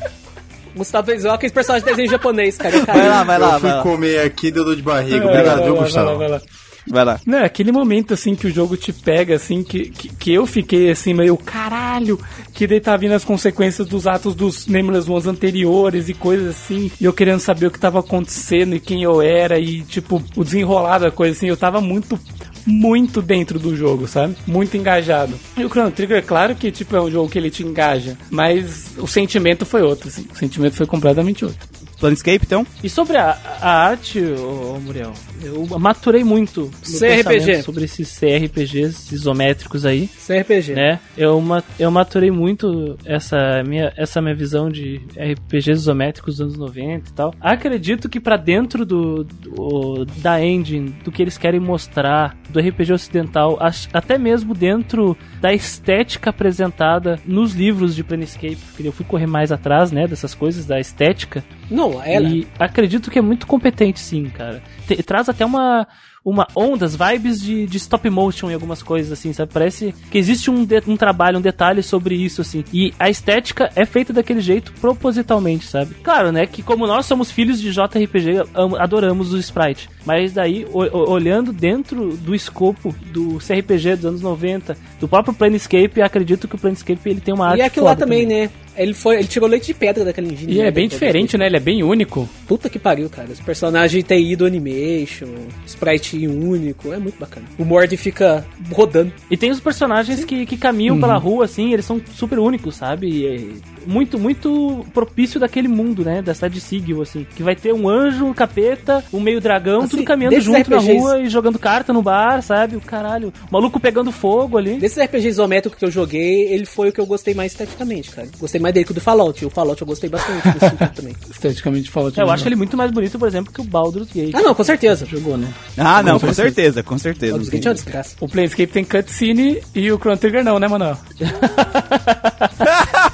Speaker 2: Gustavo fez aquele personagem de desenho japonês, cara. Ele caiu.
Speaker 3: Ah,
Speaker 1: Vai lá, vai lá,
Speaker 5: eu fui
Speaker 1: vai lá.
Speaker 5: comer aqui, deu dor de barriga.
Speaker 3: É,
Speaker 5: Obrigado,
Speaker 3: vai
Speaker 5: viu,
Speaker 3: lá,
Speaker 5: Gustavo?
Speaker 3: vai lá, vai lá.
Speaker 1: Vai lá.
Speaker 3: Não, é aquele momento assim que o jogo te pega, assim, que, que, que eu fiquei assim, meio caralho, que daí tá vindo as consequências dos atos dos Nameless Ones anteriores e coisas assim, e eu querendo saber o que tava acontecendo e quem eu era, e tipo, o desenrolar da coisa assim, eu tava muito, muito dentro do jogo, sabe? Muito engajado. E o Chrono Trigger, claro que tipo, é um jogo que ele te engaja, mas o sentimento foi outro, assim, o sentimento foi completamente outro.
Speaker 1: Planescape, então?
Speaker 4: E sobre a, a arte, ô, ô, Muriel, eu maturei muito no
Speaker 2: CRPG.
Speaker 4: pensamento sobre esses CRPGs isométricos aí,
Speaker 2: Sem RPG.
Speaker 4: né? Eu, ma- eu maturei muito essa minha, essa minha visão de RPGs isométricos dos anos 90 e tal. Acredito que pra dentro do, do- da engine, do que eles querem mostrar, do RPG ocidental, as- até mesmo dentro da estética apresentada nos livros de Planescape, porque eu fui correr mais atrás, né, dessas coisas, da estética,
Speaker 2: Não, ela.
Speaker 4: e acredito que é muito competente, sim, cara. Te- traz até uma, uma onda, as vibes de, de stop motion e algumas coisas, assim, sabe? Parece que existe um, de- um trabalho, um detalhe sobre isso, assim. E a estética é feita daquele jeito propositalmente, sabe? Claro, né? Que como nós somos filhos de JRPG, am- adoramos o sprite. Mas daí, o- o- olhando dentro do escopo do CRPG dos anos 90, do próprio Planescape, acredito que o Planescape ele tem uma arte
Speaker 2: E é aquilo lá
Speaker 4: foda
Speaker 2: também, né? Ele, foi, ele tirou leite de pedra daquele engine.
Speaker 3: E
Speaker 2: né?
Speaker 3: é bem diferente, né? Ele é bem único.
Speaker 2: Puta que pariu, cara. Os personagens TI do animation, sprite único, é muito bacana. O Mord fica rodando.
Speaker 4: E tem os personagens que, que caminham
Speaker 2: Uhum.
Speaker 4: pela rua, assim, eles são super únicos, sabe? E é muito, muito propício daquele mundo, né? Da cidade de Sigil, assim. Que vai ter um anjo, um capeta, um meio dragão,
Speaker 2: Assim,
Speaker 4: tudo caminhando
Speaker 2: desses
Speaker 4: junto na
Speaker 2: RPGs
Speaker 4: rua e jogando carta no bar, sabe? O caralho. O maluco pegando fogo ali.
Speaker 2: Desses RPG isométricos que eu joguei, ele foi o que eu gostei mais esteticamente, cara. Gostei mais dele que o do Fallout. O Fallout eu gostei bastante desse jogo também.
Speaker 3: Esteticamente falando.
Speaker 4: É, eu acho ele muito mais bonito, por exemplo, que o Baldur's Gate.
Speaker 2: Ah, não, com certeza.
Speaker 3: jogou, né?
Speaker 1: Ah, não, com certeza, com certeza.
Speaker 2: O Skate é uma desgraça.
Speaker 3: O Planescape tem cutscene e o Chrono Trigger não, né, Manoel?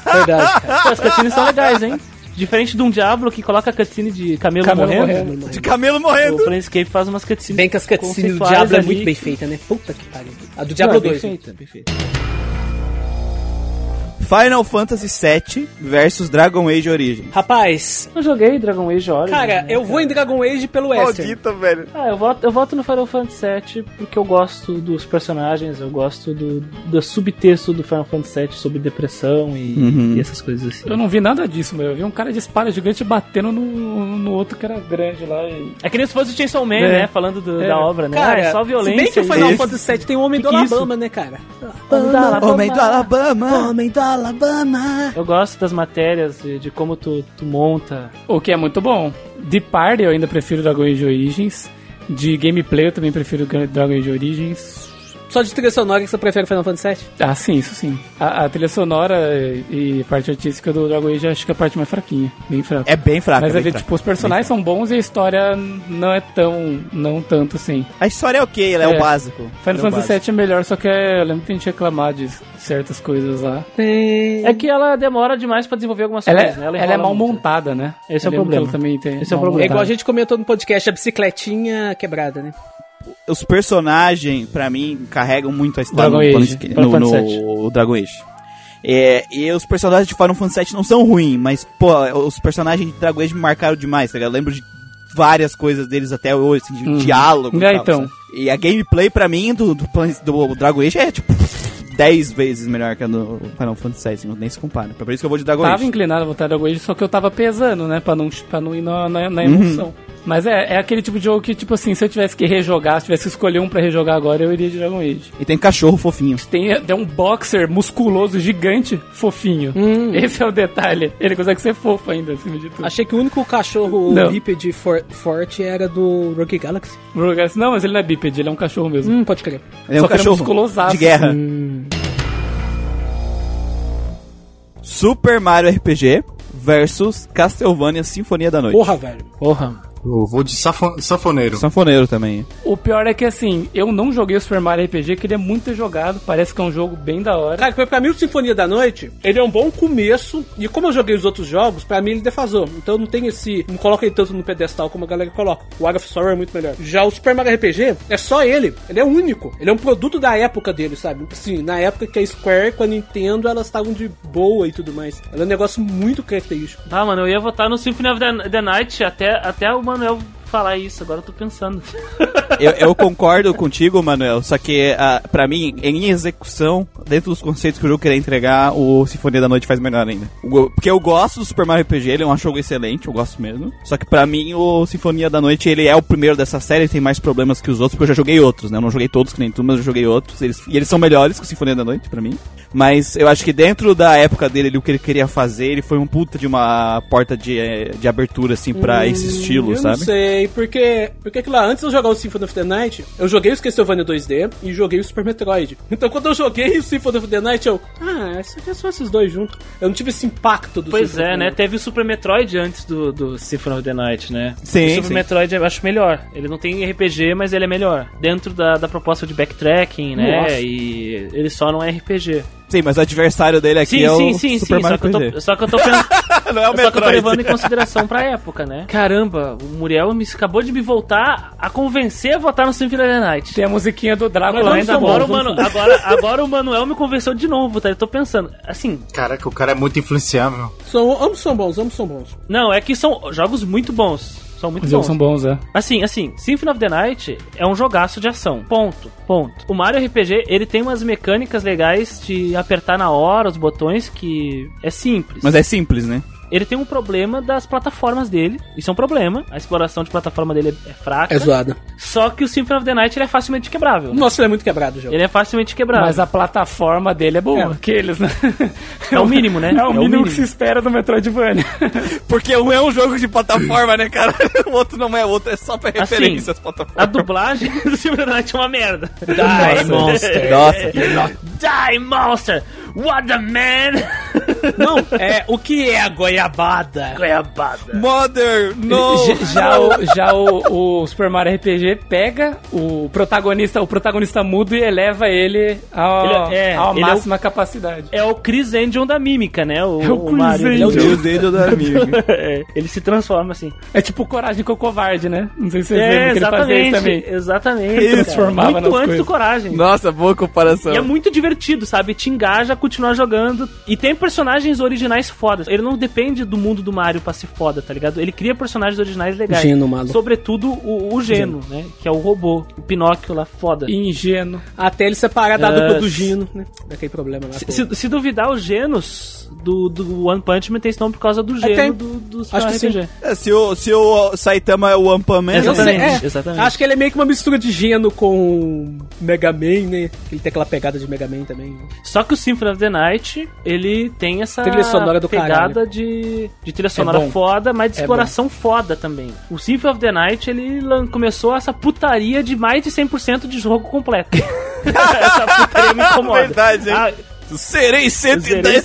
Speaker 2: É Verdade, cara.
Speaker 4: Pô, as cutscenes são legais, hein? Diferente de um Diablo que coloca a cutscene de camelo,
Speaker 3: Camelo
Speaker 4: morrendo,
Speaker 3: morrendo.
Speaker 1: De camelo morrendo.
Speaker 4: o Planescape faz umas
Speaker 2: Se
Speaker 4: cutscenes
Speaker 2: bem que as cutscenes do
Speaker 4: conceituais
Speaker 2: Diablo é
Speaker 4: ali
Speaker 2: muito bem
Speaker 4: que-
Speaker 2: feita, né? Puta que pariu. A do
Speaker 4: Não,
Speaker 2: Diablo
Speaker 4: é bem
Speaker 2: 2. né?
Speaker 4: feita, é bem feita.
Speaker 1: Final Fantasy VII versus Dragon Age Origin.
Speaker 2: Rapaz,
Speaker 4: Eu joguei Dragon Age Origins.
Speaker 2: cara,
Speaker 4: né,
Speaker 2: eu vou em Dragon Age pelo Western.
Speaker 1: velho.
Speaker 4: Ah, eu voto, eu voto no Final Fantasy VII porque eu gosto dos personagens, eu gosto do, do subtexto do Final Fantasy VII sobre depressão e,
Speaker 3: Uhum.
Speaker 4: e essas coisas assim.
Speaker 3: Eu não vi nada disso, meu. Eu vi um cara de espada gigante batendo no, no outro que era grande lá. E...
Speaker 4: É que nem se fosse o Chainsaw Man,
Speaker 3: É.
Speaker 4: né? Falando do-
Speaker 3: É.
Speaker 4: da obra, né?
Speaker 2: Cara,
Speaker 4: ah, é só violência.
Speaker 2: Se bem que o
Speaker 4: e-
Speaker 2: Final
Speaker 4: Isso.
Speaker 2: Fantasy VII tem o Homem do
Speaker 4: Que que é isso?
Speaker 2: Alabama, né, cara?
Speaker 4: Homem do Alabama.
Speaker 1: Homem do
Speaker 3: tá
Speaker 1: Alabama. Homem do Alabama.
Speaker 4: Eu gosto das matérias, de, de como tu, tu monta.
Speaker 3: O que é muito bom. De party eu ainda prefiro Dragon Age Origins. De gameplay eu também prefiro Gra- Dragon Age Origins.
Speaker 2: Só de trilha sonora que você prefere o Final Fantasy VII?
Speaker 3: Ah, sim, isso sim. A, a trilha sonora e e parte artística do Dragon Age eu acho que é a parte mais fraquinha. Bem fraca.
Speaker 1: É bem fraco.
Speaker 3: Mas
Speaker 1: é
Speaker 3: a
Speaker 1: bem
Speaker 3: ver,
Speaker 1: fraco.
Speaker 3: tipo, os personagens são bons e a história não é tão. não tanto assim.
Speaker 1: A história é ok, ela é,
Speaker 3: É.
Speaker 1: o básico.
Speaker 3: Final Fantasy VII é melhor, só que é- eu lembro que a gente reclamar de certas coisas lá.
Speaker 2: Tem.
Speaker 4: É que ela demora demais pra desenvolver algumas
Speaker 3: Ela,
Speaker 4: coisas, né?
Speaker 3: é, ela é
Speaker 4: enrola
Speaker 3: mal
Speaker 4: muito.
Speaker 3: montada, né?
Speaker 4: Esse é o
Speaker 3: Eu lembro que
Speaker 4: problema.
Speaker 3: Ela também tem
Speaker 4: Esse é o
Speaker 3: mal
Speaker 4: problema.
Speaker 2: É igual a
Speaker 3: montada.
Speaker 2: gente comentou no podcast, a bicicletinha quebrada, né?
Speaker 1: Os personagens, pra mim, carregam muito a história
Speaker 3: Dragon
Speaker 1: no,
Speaker 3: Age.
Speaker 1: Planescape-
Speaker 4: Final
Speaker 1: no,
Speaker 4: Fantasy
Speaker 1: no Dragon Age. É, e os personagens de Final Fantasy VII não são ruins, mas, pô, os personagens de Dragon Age me marcaram demais, tá ligado? Eu lembro de várias coisas deles até hoje, assim, de
Speaker 3: Uhum.
Speaker 1: diálogo e
Speaker 3: É,
Speaker 1: tal,
Speaker 3: então.
Speaker 1: sabe? E a gameplay, pra mim, do, do, Plan- do Dragon Age é, tipo, 10 vezes melhor que a do Final Fantasy VII, não nem se compara. Pra isso que eu vou de Dragon
Speaker 3: Tava
Speaker 1: Age.
Speaker 3: inclinado a votar Dragon Age, só que eu tava pesando, né? Pra não, pra não ir na, na, na
Speaker 4: Uhum.
Speaker 3: emoção. Mas é, é aquele tipo de jogo que, tipo assim, se eu tivesse que rejogar, se tivesse que escolher um pra rejogar agora, eu iria de Dragon Age.
Speaker 1: E tem cachorro fofinho.
Speaker 3: Tem, tem um boxer musculoso, gigante, fofinho.
Speaker 4: Hum.
Speaker 3: Esse é o detalhe. Ele consegue ser fofo ainda, acima de tudo.
Speaker 2: Achei que o único cachorro
Speaker 3: Não.
Speaker 2: bípede for- forte era do Rocky Galaxy.
Speaker 3: Não, mas ele não é bípede, ele é um cachorro mesmo.
Speaker 2: Hum, pode crer.
Speaker 1: Ele é
Speaker 3: Só
Speaker 1: um
Speaker 3: que ele é
Speaker 1: cachorro
Speaker 3: musculosaço,
Speaker 1: de guerra. Super Mario RPG versus Castlevania Sinfonia da Noite.
Speaker 2: Porra, velho.
Speaker 4: Porra.
Speaker 5: Eu vou de safo- safoneiro.
Speaker 1: Sanfoneiro também.
Speaker 3: O pior é que, assim, eu não joguei o Super Mario RPG, queria muito ter jogado, parece que é um jogo bem da hora.
Speaker 2: Cara, pra- pra mim o Sinfonia da Noite, ele é um bom começo, e como eu joguei os outros jogos, pra mim ele defasou. Então não tem esse... Não coloca ele tanto no pedestal como a galera coloca. O Out of Sorrow é muito melhor. Já o Super Mario RPG, é só ele. Ele é único. Ele é um produto da época dele, sabe? Assim, na época que a Square com a Nintendo, elas estavam de boa e tudo mais. Ela é um negócio muito característico.
Speaker 4: Ah, mano, eu ia votar no Symphony of the, the Night até, até o Manuel falar isso. Agora eu tô pensando.
Speaker 1: Eu, eu concordo contigo, Manuel, só que ah, pra mim, em execução, dentro dos conceitos que o jogo queria entregar, o Sinfonia da Noite faz melhor ainda. O go- Porque eu gosto do Super Mario RPG, ele é um jogo excelente, eu gosto mesmo. Só que pra mim, o Sinfonia da Noite, ele é o primeiro dessa série, tem mais problemas que os outros, porque eu já joguei outros, né? Eu não joguei todos que nem tu, mas eu joguei outros. Eles, e eles são melhores que o Sinfonia da Noite, pra mim. Mas eu acho que dentro da época dele, ele- o que ele queria fazer, ele foi um puta de uma porta de, eh, de abertura, assim, pra esse estilo,
Speaker 2: Hum, eu
Speaker 1: sabe?
Speaker 2: não sei, porque, porque que lá, antes de eu jogar o Symphony of the Night, eu joguei o Castlevania 2D e joguei o Super Metroid. Então quando eu joguei o Symphony of the Night, eu, ah, isso aqui é só esses dois juntos. Eu não tive esse impacto do
Speaker 4: Pois
Speaker 2: Symphony
Speaker 4: é,
Speaker 2: of the
Speaker 4: né?
Speaker 2: Night.
Speaker 4: Teve o Super Metroid antes do, do Symphony of the Night, né?
Speaker 1: Sim,
Speaker 4: O Super
Speaker 1: sim.
Speaker 4: Metroid eu acho melhor. Ele não tem RPG, mas ele é melhor. Dentro da, da proposta de backtracking, né?
Speaker 2: Nossa.
Speaker 4: E ele só não é RPG.
Speaker 1: Sim, mas o adversário dele aqui
Speaker 4: Sim,
Speaker 1: é
Speaker 4: sim,
Speaker 1: o Super
Speaker 4: sim, sim. Só
Speaker 1: Mario
Speaker 4: que, eu
Speaker 1: RPG.
Speaker 4: tô, só que eu tô pensando.
Speaker 1: Não (laughs) é o
Speaker 4: Só que eu tô levando em
Speaker 1: Metroid.
Speaker 4: consideração pra
Speaker 1: (laughs)
Speaker 4: época, né? Caramba, o Muriel me acabou de me voltar a convencer a votar no Symphony of the Night.
Speaker 3: Tem a musiquinha do
Speaker 4: Mas
Speaker 3: Drácula lá
Speaker 4: vamos,
Speaker 3: ainda é
Speaker 4: agora,
Speaker 3: bom.
Speaker 4: o Manu, agora, agora o Manuel me convenceu de novo, tá? Eu tô pensando, assim,
Speaker 5: Caraca, o cara é muito influenciável.
Speaker 2: São, ambos são bons, ambos são bons.
Speaker 4: não, é que são jogos muito bons. São muito
Speaker 3: Os
Speaker 4: bons.
Speaker 3: jogos são bons, é.
Speaker 4: Assim, assim, Symphony of the Night é um jogaço de ação. Ponto, ponto. O Mario RPG, ele tem umas mecânicas legais de apertar na hora os botões que é simples.
Speaker 1: Mas é simples, né?
Speaker 4: Ele tem um problema das plataformas dele. Isso é um problema. A exploração de plataforma dele é é fraca.
Speaker 2: zoada.
Speaker 4: Só que o Symphony of the Night ele é facilmente quebrável.
Speaker 2: Nossa, ele é muito quebrado o jogo.
Speaker 4: Ele é facilmente quebrável.
Speaker 3: Mas a plataforma dele é boa. Aqueles, né?
Speaker 4: É o mínimo, né?
Speaker 3: É o mínimo que se
Speaker 4: mínimo.
Speaker 3: espera
Speaker 4: (laughs)
Speaker 3: do Metroidvania.
Speaker 1: Porque um é um jogo de plataforma, né, cara? (laughs) O outro não é, o outro é só pra
Speaker 4: Assim,
Speaker 1: referência às
Speaker 4: A
Speaker 1: plataformas.
Speaker 4: dublagem (laughs) do Symphony of the Night é uma merda.
Speaker 2: Die,
Speaker 4: (laughs)
Speaker 1: Monster. Nossa.
Speaker 4: Die, monster! What the
Speaker 3: (laughs)
Speaker 4: man!
Speaker 2: Não, é, o que é a goiabada?
Speaker 4: Goiabada.
Speaker 1: Mother,
Speaker 4: Oh.
Speaker 1: no!
Speaker 3: Já- Já, o, já o, o Super Mario RPG pega o protagonista, o protagonista mudo e eleva ele ao-
Speaker 4: Ele é- é,
Speaker 3: à
Speaker 4: ele é o-
Speaker 3: máxima capacidade.
Speaker 4: É o Chris Angel da mímica, né? O,
Speaker 3: É o Chris
Speaker 4: Ele, é o
Speaker 3: Angel.
Speaker 4: Deus.
Speaker 1: dedo da amiga.
Speaker 4: (laughs) É, ele se transforma assim.
Speaker 3: É tipo coragem com o covarde, né? Não sei se vocês
Speaker 4: É,
Speaker 3: lembram que ele fazia isso
Speaker 4: exatamente.
Speaker 3: também.
Speaker 4: Exatamente.
Speaker 3: Ele
Speaker 4: cara.
Speaker 3: transformava
Speaker 4: Muito
Speaker 3: nas
Speaker 4: antes
Speaker 3: coisas.
Speaker 4: do coragem.
Speaker 1: Nossa, boa comparação.
Speaker 4: E é muito divertido, sabe? Te engaja a continuar jogando. E tem personagens originais fodas. Ele não depende do mundo do Mario pra ser foda, tá ligado? Ele cria personagens originais legais.
Speaker 2: Geno, maluco.
Speaker 4: Sobretudo o, o Geno, né? Que é o robô. O Pinóquio lá, foda.
Speaker 3: Ingênuo.
Speaker 2: Até ele separar da
Speaker 4: É.
Speaker 2: dupla do Gino, né? Daquele problema lá.
Speaker 4: Se,
Speaker 2: pô.
Speaker 4: se- se duvidar, o Genos do, do One Punch Man tem esse nome por causa do
Speaker 2: É, tem.
Speaker 4: Geno do, do Super
Speaker 2: Acho que sim.
Speaker 4: RPG.
Speaker 1: É, se, o, se o Saitama é o Ampaman,
Speaker 2: Eu sei,
Speaker 4: Exatamente, exatamente.
Speaker 2: Acho que ele é meio que uma mistura de Geno com Mega Man, né? Ele tem aquela pegada de Mega Man também. né?
Speaker 4: Só que o Symphony of the Night, ele tem essa
Speaker 2: Trilha sonora do É
Speaker 4: pegada de, de trilha sonora
Speaker 2: bom.
Speaker 4: foda, mas de
Speaker 2: É
Speaker 4: exploração foda também. O Symphony of the Night, ele lan- começou essa putaria de mais de 100% de jogo
Speaker 2: (laughs)
Speaker 4: completo. essa putaria me incomoda.
Speaker 1: Verdade, hein?
Speaker 4: Ah,
Speaker 1: serei
Speaker 4: eu zerei sem nada. Vai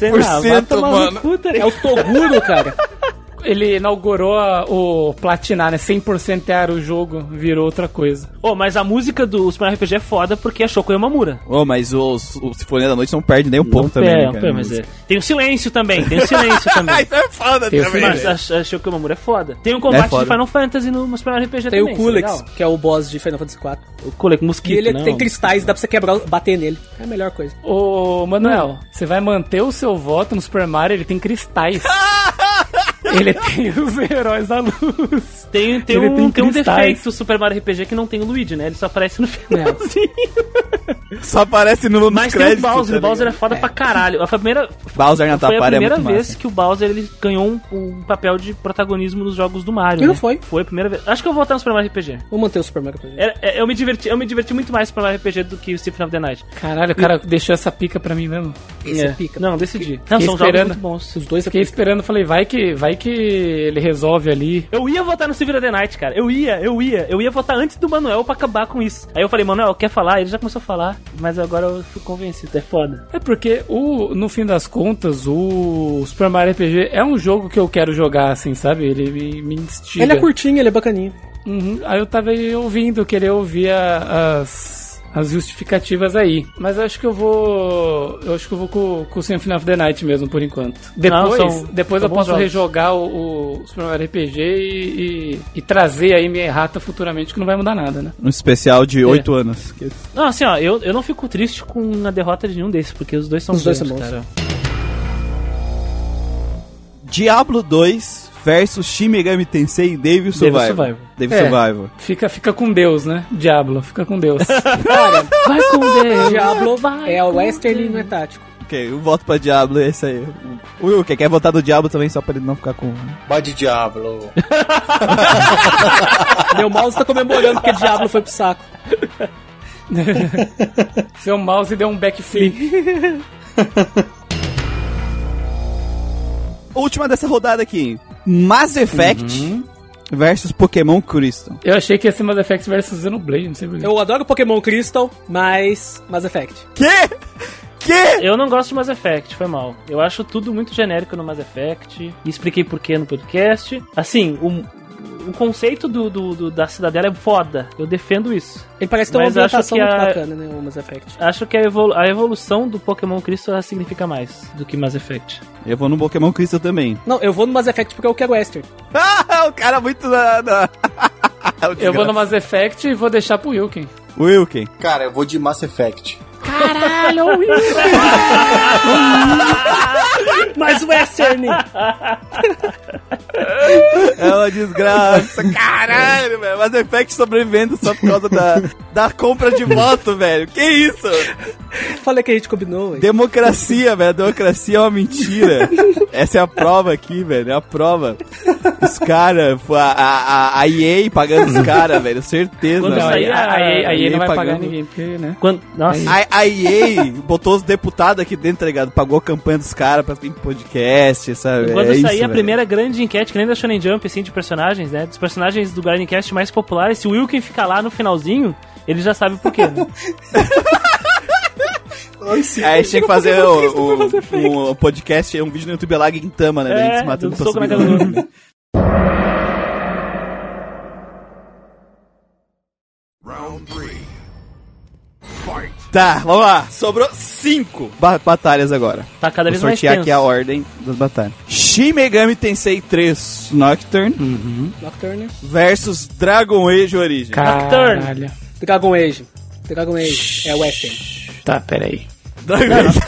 Speaker 1: 110%,
Speaker 4: Ah, tomar no
Speaker 1: mano.
Speaker 4: cu, tá
Speaker 2: É
Speaker 4: ligado?
Speaker 2: o Toguro, cara.
Speaker 3: Ele inaugurou a- o platinar, né? 100% o jogo, virou outra coisa.
Speaker 4: Ô, mas a música do Super Mario RPG é foda porque é Shoko Yamamura.
Speaker 1: Oh, mas o, o Sinfonia da Noite não perde nem um pouco também,
Speaker 4: É,
Speaker 1: né, cara?
Speaker 4: pera, mas é. Tem o silêncio também, tem
Speaker 2: (laughs)
Speaker 4: o silêncio também.
Speaker 1: Isso é foda
Speaker 3: Tem
Speaker 1: também.
Speaker 4: Mas
Speaker 1: né?
Speaker 4: ach- achei que o Mamura é foda. Tem um combate
Speaker 1: foda.
Speaker 4: de Final Fantasy no Super Mario RPG
Speaker 2: Tem
Speaker 4: também.
Speaker 2: o
Speaker 4: isso é
Speaker 2: Kulex,
Speaker 4: legal.
Speaker 2: que é o boss de Final Fantasy IV.
Speaker 4: O Kulex, mosquito,
Speaker 2: E ele
Speaker 4: não.
Speaker 2: tem cristais, dá pra você quebrar, bater nele. É a melhor coisa.
Speaker 3: Ô, Manuel, você vai manter o seu voto no Super Mario? Ele tem cristais. ele tem os heróis da luz.
Speaker 4: Tem, tem
Speaker 3: Ele
Speaker 4: um,
Speaker 3: tem
Speaker 4: tem um
Speaker 3: cristais.
Speaker 4: (laughs) defeito o Super Mario RPG que não tem o Luigi, né? Ele só aparece no finalzinho.
Speaker 1: Só aparece no
Speaker 4: Mas Assim, tem o
Speaker 1: crédito,
Speaker 4: Bowser,
Speaker 1: tá
Speaker 4: o Bowser é
Speaker 1: ligado?
Speaker 4: foda pra caralho. Foi a primeira,
Speaker 1: Bowser na
Speaker 4: foi a
Speaker 1: Tapara é
Speaker 4: primeira
Speaker 1: muito
Speaker 4: vez
Speaker 1: massa.
Speaker 4: que o Bowser ele ganhou um, um papel de protagonismo nos jogos do Mario.
Speaker 2: E não
Speaker 4: né?
Speaker 2: foi.
Speaker 4: Foi a primeira vez. Acho que eu vou voltar no Super Mario RPG.
Speaker 2: Vou manter o Super Mario RPG.
Speaker 4: Era- é, eu, me diverti, eu me diverti muito mais no Super Mario RPG do que o Symphony of the Night.
Speaker 3: Caralho, o cara deixou essa pica pra mim mesmo.
Speaker 2: Esse
Speaker 4: É.
Speaker 2: é pica.
Speaker 4: Não, decidi. Não,
Speaker 3: fiquei
Speaker 4: são jogos
Speaker 3: esperando.
Speaker 4: muito bons.
Speaker 2: Os dois é
Speaker 3: Fiquei
Speaker 2: pica.
Speaker 3: esperando, falei, vai que, vai que ele resolve ali.
Speaker 4: Eu ia votar no Symphony of the Night, cara. Eu ia, eu ia. Eu ia votar antes do Manuel pra acabar com isso. Aí eu falei, Manuel, quer falar? Ele já começou a falar, mas agora eu fui convencido. É foda.
Speaker 3: É porque, o, no fim das contas, o Super Mario RPG é um jogo que eu quero jogar, assim, sabe? Ele me, me instiga.
Speaker 2: Ele é curtinho, ele é bacaninho.
Speaker 3: Uhum, Aí eu tava aí ouvindo, querer ouvir a- as, as justificativas aí. Mas eu acho que eu vou. Eu acho que eu vou com, com o Symphony of the Night mesmo, por enquanto. Depois,
Speaker 4: são-
Speaker 3: depois
Speaker 4: são
Speaker 3: eu
Speaker 4: bons
Speaker 3: posso
Speaker 4: jogos.
Speaker 3: rejogar o, o Super Mario RPG e, e- e trazer aí minha errata futuramente, que não vai mudar nada, né?
Speaker 1: Um especial
Speaker 4: É.
Speaker 1: de oito anos.
Speaker 4: Não, assim, ó, eu, eu não fico triste com a derrota de nenhum desses, porque os dois são
Speaker 2: Os dois
Speaker 4: bons,
Speaker 2: são bons.
Speaker 4: cara.
Speaker 1: Diablo 2 versus Shin Megami Tensei e Devil Survival.
Speaker 4: Survival.
Speaker 1: Devil
Speaker 3: É.
Speaker 1: Survival.
Speaker 3: Fica, fica com Deus, né? Diablo, fica com Deus.
Speaker 4: Vai com Deus.
Speaker 2: Diablo
Speaker 4: vai.
Speaker 2: É o Westerly, não é tático.
Speaker 1: (laughs) Ok, eu voto pra Diablo, é isso aí. O Wilker quer votar do Diablo também, só pra ele não ficar com... um, né?
Speaker 5: Bode Diablo.
Speaker 2: Meu mouse tá comemorando porque Diablo foi pro saco.
Speaker 3: Seu mouse deu um backflip.
Speaker 1: Última dessa rodada aqui. Mass Effect
Speaker 4: Uhum.
Speaker 1: versus Pokémon Crystal.
Speaker 3: Eu achei que ia ser Mass Effect versus Xenoblade, não sei porquê.
Speaker 2: Eu adoro Pokémon Crystal, mas Mass Effect.
Speaker 1: Que? Que?
Speaker 4: Eu não gosto de Mass Effect, foi mal. Eu acho tudo muito genérico no Mass Effect. E expliquei por que no podcast. Assim, o, o conceito do, do- do- da cidadela é foda. Eu defendo isso.
Speaker 2: Ele parece ter uma
Speaker 4: Mas acho
Speaker 2: ambientação
Speaker 4: que
Speaker 2: muito
Speaker 4: a-
Speaker 2: bacana, né, o Mass Effect.
Speaker 4: Acho que a, evolu- a evolução do Pokémon Crystal significa mais do que Mass Effect.
Speaker 1: Eu vou no Pokémon Crystal também.
Speaker 4: (laughs)
Speaker 2: Não, eu vou no Mass Effect porque eu quero Western.
Speaker 1: Ah, o cara muito... Na, na- (laughs) O
Speaker 3: Eu vou
Speaker 1: desgraça.
Speaker 3: no Mass Effect e vou deixar pro Wilkin.
Speaker 1: Wilken.
Speaker 5: Cara, eu vou de Mass Effect.
Speaker 2: Mas
Speaker 4: (laughs)
Speaker 2: Western!
Speaker 1: É uma desgraça, caralho, velho. Mass Effect sobrevivendo só por causa da, da compra de voto, velho. Que isso?
Speaker 2: Falei que a gente combinou. hein?
Speaker 1: Democracia, velho. Democracia é uma mentira. Essa é a prova aqui, velho. É a prova. Os caras, a, a, a- a EA pagando os caras, velho. Certeza,
Speaker 4: Quando
Speaker 3: Não, aí,
Speaker 4: sair
Speaker 1: velho.
Speaker 4: a-
Speaker 3: aí, aí
Speaker 1: aí
Speaker 3: não vai pagar
Speaker 1: pagando.
Speaker 3: ninguém, porque, né?
Speaker 4: Quando, nossa,
Speaker 1: A, a EA botou os deputados aqui dentro, tá ligado? Pagou a campanha dos caras pra vir pro podcast, sabe?
Speaker 4: Quando
Speaker 1: é isso,
Speaker 4: sair a
Speaker 1: velho.
Speaker 4: primeira grande enquete, que nem da Shonen Jump, assim, de personagens, né? Dos personagens do Grindcast mais populares, se o Wilkin ficar lá no finalzinho, ele já sabe por quê.
Speaker 1: (laughs)
Speaker 4: né? É,
Speaker 1: Aí tinha que fazer o, o- um podcast, um vídeo no YouTube lá, Guintama, né? Da gente se matando
Speaker 4: dando
Speaker 1: pra
Speaker 4: soco na
Speaker 1: subir
Speaker 4: cara
Speaker 1: no-
Speaker 4: É, do outro.
Speaker 1: Tá, vamos lá. Sobrou cinco ba- batalhas agora.
Speaker 4: Tá cada
Speaker 1: Vou
Speaker 4: vez mais
Speaker 1: sortear
Speaker 4: tenso.
Speaker 1: aqui a ordem das batalhas. Shin Megami Tensei 3 Nocturne
Speaker 2: Nocturne.
Speaker 1: versus Dragon Age Origin.
Speaker 3: Caralho.
Speaker 2: Dragon Age. Dragon Age. É Western.
Speaker 3: Tá, peraí.
Speaker 1: Dragon Age.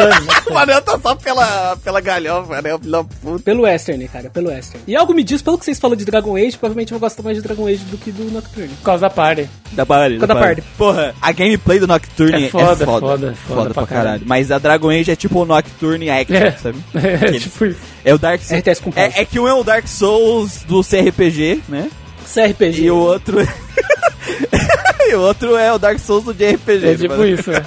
Speaker 1: (laughs) o Anel tá só pela, pela galhofa, né, Anel pela puta.
Speaker 2: Pelo Western, cara, pelo Western. E algo me diz, pelo que vocês falaram de Dragon Age, provavelmente eu vou gostar mais de Dragon Age do que do Nocturne.
Speaker 3: Por causa da party. (laughs)
Speaker 1: Da party,
Speaker 2: Cada party.
Speaker 1: Porra, a gameplay do Nocturne é
Speaker 3: É
Speaker 1: foda.
Speaker 3: foda, foda, foda
Speaker 1: pra caralho.
Speaker 3: pra caralho.
Speaker 1: Mas a Dragon Age é tipo o Nocturne Action,
Speaker 3: É.
Speaker 1: sabe?
Speaker 3: É,
Speaker 1: Aquele-
Speaker 3: tipo isso.
Speaker 1: É o Dark Souls.
Speaker 2: RTS com pausa.
Speaker 1: é, é que um é o Dark Souls do CRPG, né?
Speaker 2: CRPG.
Speaker 1: E o outro. é (laughs) e o outro é o Dark Souls do de RPG.
Speaker 3: É
Speaker 1: né,
Speaker 3: tipo
Speaker 1: mano?
Speaker 3: isso, é.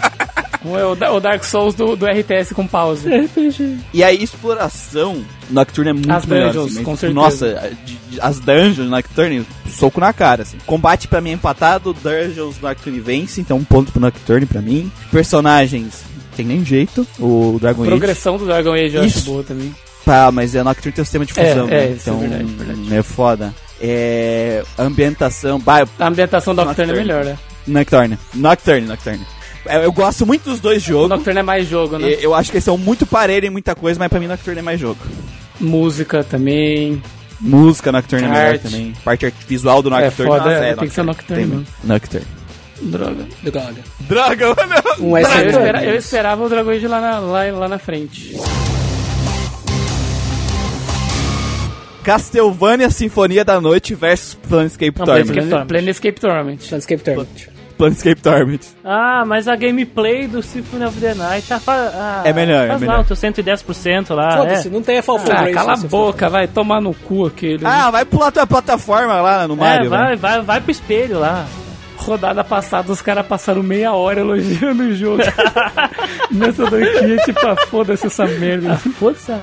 Speaker 3: Um é o da- o Dark Souls do, do RTS com pause.
Speaker 1: É, tipo E a exploração Nocturne é muito
Speaker 3: As
Speaker 1: melhor.
Speaker 3: dungeons,
Speaker 1: assim,
Speaker 3: com
Speaker 1: mas,
Speaker 3: certeza.
Speaker 1: Nossa, a- de- de- as dungeons Nocturne, soco na cara. Assim. Combate pra mim é empatado, dungeons Nocturne vence, então um ponto pro Nocturne pra mim. Personagens, não tem nem jeito. O Dragon Age.
Speaker 3: Progressão do Dragon Age eu
Speaker 1: Isso.
Speaker 3: acho boa também.
Speaker 1: Tá, mas é Nocturne tem o sistema de
Speaker 3: É,
Speaker 1: fusão,
Speaker 3: é,
Speaker 1: né?
Speaker 3: isso é
Speaker 1: então
Speaker 3: verdade, verdade.
Speaker 1: é foda. É. Ambientação. Bah,
Speaker 3: A ambientação do Nocturne é
Speaker 1: Nocturne.
Speaker 3: melhor, né?
Speaker 1: Nocturne. Nocturne, Nocturne. É, Eu, eu gosto muito dos dois
Speaker 3: O
Speaker 1: jogos.
Speaker 3: Nocturne é mais jogo, né?
Speaker 1: E- Eu acho que eles são muito parelhos em muita coisa, mas pra mim Nocturne é mais jogo.
Speaker 3: Música também.
Speaker 1: Música Nocturne é melhor
Speaker 3: Arte.
Speaker 1: também. Parte art- visual do
Speaker 3: É
Speaker 1: Nocturne.
Speaker 3: foda,
Speaker 1: nossa,
Speaker 3: é, tem que ser Nocturne
Speaker 1: Tem-
Speaker 3: mesmo.
Speaker 1: Nocturne.
Speaker 3: Droga.
Speaker 2: Droga.
Speaker 1: Dragon, não.
Speaker 2: Um
Speaker 3: Eu,
Speaker 2: Western.
Speaker 3: espera- eu esperava o Dragon Age lá na, lá, lá na frente.
Speaker 1: Castlevania Sinfonia da Noite versus Planescape
Speaker 4: Não,
Speaker 1: Torment.
Speaker 4: Planescape-
Speaker 3: Planescape Torment.
Speaker 2: Planescape Tournament.
Speaker 1: Planescape Torment.
Speaker 4: Ah, mas a gameplay do Symphony of the Night ah, fa- ah,
Speaker 1: É melhor, é
Speaker 4: faz
Speaker 1: melhor.
Speaker 4: Lá, o teu 110% lá.
Speaker 2: Foda-se,
Speaker 4: é.
Speaker 2: não tem a Fall From
Speaker 3: Ah,
Speaker 2: Grace,
Speaker 3: cala a
Speaker 2: se
Speaker 3: boca, vai tomar no cu aquele.
Speaker 1: Ah, vai pular tua plataforma lá no
Speaker 4: É,
Speaker 1: Mario. né?
Speaker 4: vai, vai, vai pro espelho lá.
Speaker 3: Rodada passada, os caras passaram meia hora elogiando
Speaker 1: (laughs)
Speaker 3: o jogo. Nessa daqui, é tipo, ah, foda-se essa merda.
Speaker 4: Força.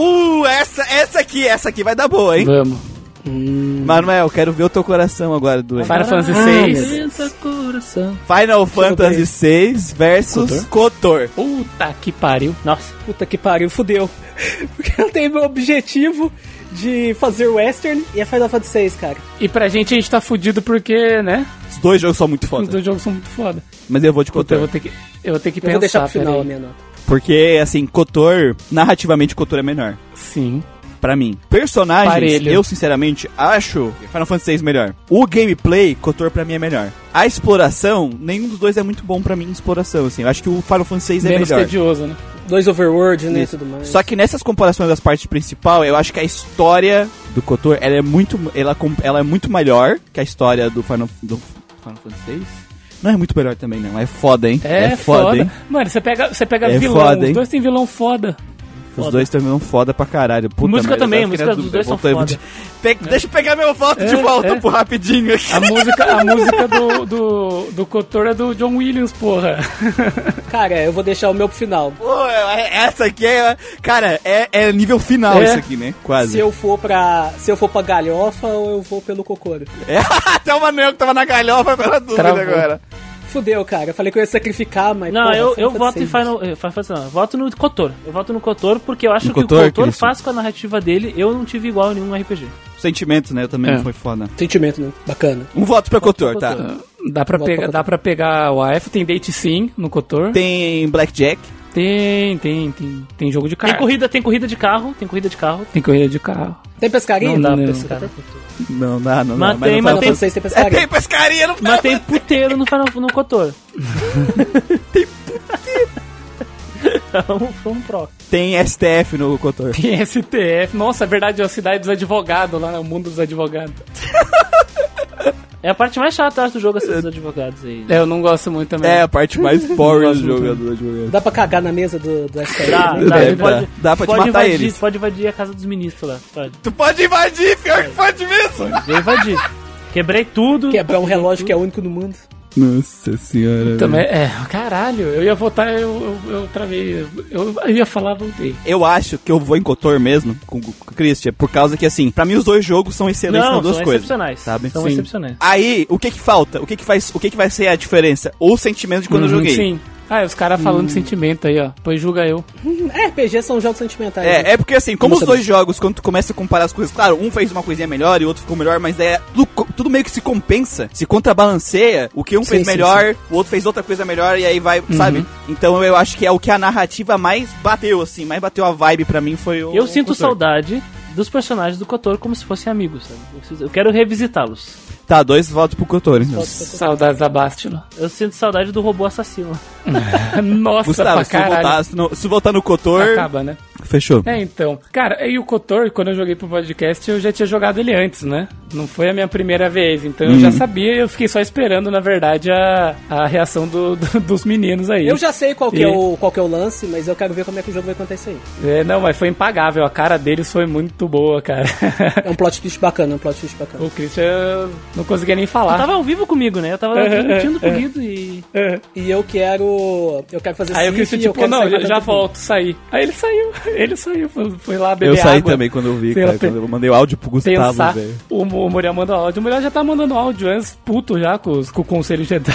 Speaker 1: Uh, essa, essa aqui, essa aqui vai dar boa, hein?
Speaker 3: Vamos.
Speaker 1: Manuel, eu quero ver o teu coração agora, do
Speaker 3: Final Fantasy VI.
Speaker 4: coração.
Speaker 1: Final Fantasy VI versus Kotor.
Speaker 3: Puta que pariu.
Speaker 4: Nossa.
Speaker 2: for. Puta que pariu, fudeu. (laughs) Porque eu tenho meu objetivo de fazer western e é Final Fantasy VI, cara.
Speaker 3: E pra gente, a gente tá fudido porque, né?
Speaker 1: Os dois jogos são muito
Speaker 3: Os
Speaker 1: foda.
Speaker 3: dois jogos são muito foda.
Speaker 1: Mas eu vou de
Speaker 3: Puta, eu vou
Speaker 1: Kotor.
Speaker 3: ter que, eu vou ter que
Speaker 2: Eu vou deixar
Speaker 3: pensar.
Speaker 2: pro final a
Speaker 3: peraí.
Speaker 2: minha nota.
Speaker 1: Porque, assim, Kotor, narrativamente, Kotor é melhor.
Speaker 3: Sim.
Speaker 1: Pra mim. Personagens,
Speaker 3: Parelho.
Speaker 1: eu sinceramente acho Final Fantasy VI melhor. O gameplay, Kotor pra mim é melhor. A exploração, nenhum dos dois é muito bom pra mim em exploração, assim. Eu acho que o Final Fantasy VI é
Speaker 3: Menos
Speaker 1: melhor.
Speaker 3: tedioso, né?
Speaker 2: Dois Overworld, né, e
Speaker 1: Isso.
Speaker 2: tudo mais.
Speaker 1: Só que nessas comparações das partes principal, eu acho que a história do Kotor, ela é muito, ela, com- ela é muito melhor que a história do Final, do Final Fantasy VI. Não é muito melhor também, não. É foda, hein?
Speaker 3: É, foda.
Speaker 1: hein?
Speaker 3: Mano, você pega, você pega
Speaker 1: É
Speaker 3: vilão.
Speaker 1: foda,
Speaker 3: os
Speaker 1: hein?
Speaker 3: dois têm vilão foda.
Speaker 1: Os dois terminam foda pra caralho. Puta
Speaker 4: Música
Speaker 1: merda,
Speaker 4: também,
Speaker 1: eu
Speaker 4: música
Speaker 1: queria
Speaker 4: dos
Speaker 1: du-
Speaker 4: dois
Speaker 1: eu
Speaker 4: são É.
Speaker 1: voltei- Pe- Deixa eu pegar meu voto de
Speaker 3: É,
Speaker 1: volta,
Speaker 3: é.
Speaker 1: pô, rapidinho aqui.
Speaker 3: A música, a música do, do, do Cotor é do John Williams, porra.
Speaker 2: Cara, eu vou deixar o meu pro final.
Speaker 1: (laughs) Pô, essa aqui é. Cara, é, é nível final
Speaker 3: É.
Speaker 1: isso aqui, né? Quase.
Speaker 2: Se eu for pra. Se eu for pra galhofa ou eu vou pelo cocoro.
Speaker 1: É, (laughs) até o Manuel que tava na galhofa pela dúvida
Speaker 3: Travou.
Speaker 1: agora.
Speaker 2: Fudeu, cara. Eu falei que eu ia sacrificar,
Speaker 1: É
Speaker 2: mas.
Speaker 4: Não,
Speaker 2: porra,
Speaker 4: eu, eu
Speaker 2: Final
Speaker 4: voto
Speaker 2: Fantasy.
Speaker 4: em Final, eh, Final Fantasy, não, eu voto no Cotor. Eu voto no Cotor porque eu acho
Speaker 1: No
Speaker 4: que
Speaker 1: Kotor,
Speaker 4: o Cotor
Speaker 1: Cristo?
Speaker 4: faz com a narrativa dele, eu não tive igual em nenhum RPG.
Speaker 1: Sentimento, né? Eu também
Speaker 3: É.
Speaker 1: não foi foda.
Speaker 2: Sentimento, né? Bacana.
Speaker 1: Um voto pra Cotor,
Speaker 4: pro
Speaker 1: tá?
Speaker 4: Kotor.
Speaker 3: Dá pra,
Speaker 2: Volta
Speaker 3: pegar,
Speaker 2: pra-
Speaker 3: dá pra pegar o AF, tem date sim no Cotor.
Speaker 1: Tem Blackjack.
Speaker 3: Tem, tem, tem. Tem jogo de
Speaker 4: Tem
Speaker 1: É.
Speaker 3: carro.
Speaker 4: corrida, tem corrida de carro, tem corrida de carro.
Speaker 3: Tem corrida de carro.
Speaker 2: Tem pescaria?
Speaker 3: Não dá pra
Speaker 4: pescar.
Speaker 1: Não, não, não. não, não
Speaker 4: Mas tem, mas
Speaker 2: Final
Speaker 1: fala-
Speaker 4: tem-
Speaker 2: Fantasy tem
Speaker 1: É,
Speaker 2: pescaria.
Speaker 1: tem pescaria no
Speaker 4: Mas tem puteiro no, Final-
Speaker 1: (laughs)
Speaker 4: no Cotor. (laughs) tem puteiro. Foi um pró.
Speaker 1: Tem STF no Cotor.
Speaker 3: Tem STF. Nossa, é verdade, é a cidade dos advogados lá, né? o mundo dos advogados.
Speaker 4: É a parte mais chata eu acho, do jogo, esses advogados aí.
Speaker 3: É, eu não gosto muito também.
Speaker 1: É a parte mais
Speaker 4: (laughs)
Speaker 1: boring do jogo. do jogo.
Speaker 2: Dá pra cagar na mesa do, do STF,
Speaker 4: Dá,
Speaker 2: né?
Speaker 1: Deve
Speaker 4: dá,
Speaker 1: dar.
Speaker 4: pode,
Speaker 1: É, Dá pra te
Speaker 4: pode
Speaker 1: matar
Speaker 4: invadir,
Speaker 1: eles.
Speaker 4: Pode invadir a casa dos ministros lá. Pode.
Speaker 1: Tu pode invadir, pior que pode mesmo.
Speaker 4: Eu invadi. Quebrei tudo.
Speaker 2: Quebrar um relógio que é único no mundo.
Speaker 1: Nossa senhora.
Speaker 3: Também, é, caralho, eu ia votar, eu, eu, eu travei. Eu, eu ia falar, voltei.
Speaker 1: Eu acho que eu vou em Cotor mesmo, com com o Christian, por causa que, assim, pra mim os dois jogos são excelentes
Speaker 4: Não,
Speaker 1: nas duas
Speaker 4: são
Speaker 1: coisas.
Speaker 4: excepcionais.
Speaker 1: Sabe?
Speaker 4: São
Speaker 1: Sim.
Speaker 4: excepcionais.
Speaker 1: Aí, o que que falta? O que que faz, o que que vai ser a diferença? Ou o sentimento de quando eu
Speaker 3: Uhum,
Speaker 1: joguei. Hum.
Speaker 3: Sim. Ah, os caras falando de sentimento aí, ó. Pois julga eu.
Speaker 2: Hum, é, RPG são jogos sentimentais. né?
Speaker 1: É, é porque assim, como
Speaker 2: Como
Speaker 1: os
Speaker 2: saber?
Speaker 1: dois jogos, quando tu começa a comparar as coisas, claro, um fez uma coisinha melhor e o outro ficou melhor, mas é tudo, co- tudo meio que se compensa, se contrabalanceia. O que um
Speaker 2: Sim,
Speaker 1: fez
Speaker 2: sim,
Speaker 1: melhor, o outro fez outra coisa melhor e aí vai, sabe? Então eu acho que é o que a narrativa mais bateu, assim, mais bateu a vibe pra mim foi o.
Speaker 4: Eu
Speaker 1: o
Speaker 4: sinto
Speaker 1: Kotor.
Speaker 4: saudade dos personagens do Kotor como se fossem amigos, sabe? Eu preciso- Eu quero revisitá-los.
Speaker 1: Tá, dois votos pro Cotor, então.
Speaker 3: Saudades da
Speaker 1: (laughs)
Speaker 3: Bastila.
Speaker 4: Eu sinto saudade do robô assassino.
Speaker 3: Nossa,
Speaker 1: Gustavo,
Speaker 3: pra
Speaker 1: se tu
Speaker 3: caralho.
Speaker 1: votar, se, não- se tu votar no Cotor,
Speaker 3: Acaba, né?
Speaker 1: fechou.
Speaker 3: É, então. Cara, e o Cotor, quando eu joguei pro podcast, eu já tinha jogado ele antes, né? Não foi a minha primeira vez, então eu
Speaker 1: Uhum.
Speaker 3: já sabia, eu fiquei só esperando, na verdade, a, a reação do- do- dos meninos aí.
Speaker 2: Eu já sei qual que, é
Speaker 3: E-
Speaker 2: o, qual que é o lance, mas eu quero ver como é que o jogo vai acontecer aí.
Speaker 3: É, não, mas foi impagável, a cara deles foi muito boa, cara. (laughs)
Speaker 2: É um plot twist bacana, é um plot twist bacana.
Speaker 3: o Christian eu não conseguia nem
Speaker 4: Eu
Speaker 3: falar.
Speaker 4: tava ao vivo comigo, né? Eu tava transmitindo com o Guido e...
Speaker 2: E eu quero. Eu quero fazer
Speaker 3: Aí o
Speaker 2: synth,
Speaker 3: Christian,
Speaker 2: assim, eu
Speaker 3: tipo,
Speaker 2: quero
Speaker 3: não,
Speaker 2: sair
Speaker 3: já,
Speaker 2: matando
Speaker 3: já
Speaker 2: todo mundo.
Speaker 3: volto, saí. Aí ele saiu, (laughs) ele saiu, foi, foi lá beber
Speaker 1: Eu saí
Speaker 3: água,
Speaker 1: também quando eu vi,
Speaker 3: Sei
Speaker 1: cara,
Speaker 3: lá,
Speaker 1: quando eu mandei o áudio pro Gustavo,
Speaker 3: Pensar,
Speaker 1: velho.
Speaker 3: o, Mu- o Muriel manda áudio. O Muriel já tá mandando áudio antes, puto já, com, os- com o Conselho Jedi.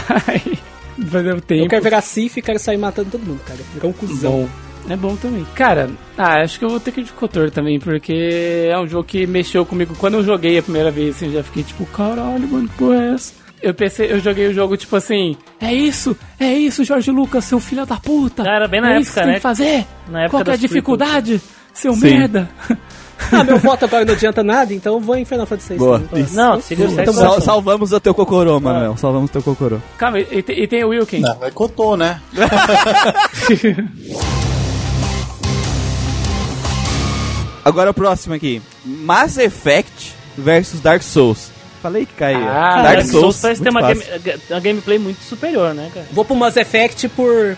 Speaker 3: (laughs) Mas eu tenho.
Speaker 2: Eu quero virar Sif e quero sair matando todo mundo, cara. Ficar um cuzão.
Speaker 1: Então,
Speaker 3: Bom. É bom também. Cara, ah, acho que eu vou ter que ir de Cotor também, porque é um jogo que mexeu comigo. Quando eu joguei a primeira vez, assim, eu já fiquei tipo, caralho, mano, que porra é essa? Eu pensei, eu joguei o jogo tipo assim, é isso, é isso, Jorge Lucas, seu filho da puta.
Speaker 4: Ah, era bem na
Speaker 3: é
Speaker 4: época,
Speaker 3: isso que tem
Speaker 4: né?
Speaker 3: que fazer.
Speaker 4: Na época
Speaker 3: Qual que é a
Speaker 4: das
Speaker 3: dificuldade, seu
Speaker 1: Sim.
Speaker 3: merda?
Speaker 2: Ah, meu voto agora não adianta nada, então eu vou em Final Fantasy né? VI.
Speaker 1: Boa.
Speaker 2: também.
Speaker 1: Isso.
Speaker 4: Não, seria o
Speaker 1: Então,
Speaker 4: sexo.
Speaker 1: sal- salvamos o teu cocorô, Manuel. Salvamos o teu cocorô.
Speaker 3: Calma, e, e tem- e tem o Wilkin.
Speaker 5: Não, é Cotô, né?
Speaker 1: Agora o próximo aqui. Mass Effect versus Dark Souls. Falei que caiu.
Speaker 3: Ah,
Speaker 4: Cara,
Speaker 1: Dark Souls,
Speaker 4: parece ter
Speaker 1: muito
Speaker 4: uma,
Speaker 1: fácil.
Speaker 4: game- uma gameplay muito superior, né, cara?
Speaker 2: Vou pro Mass Effect por.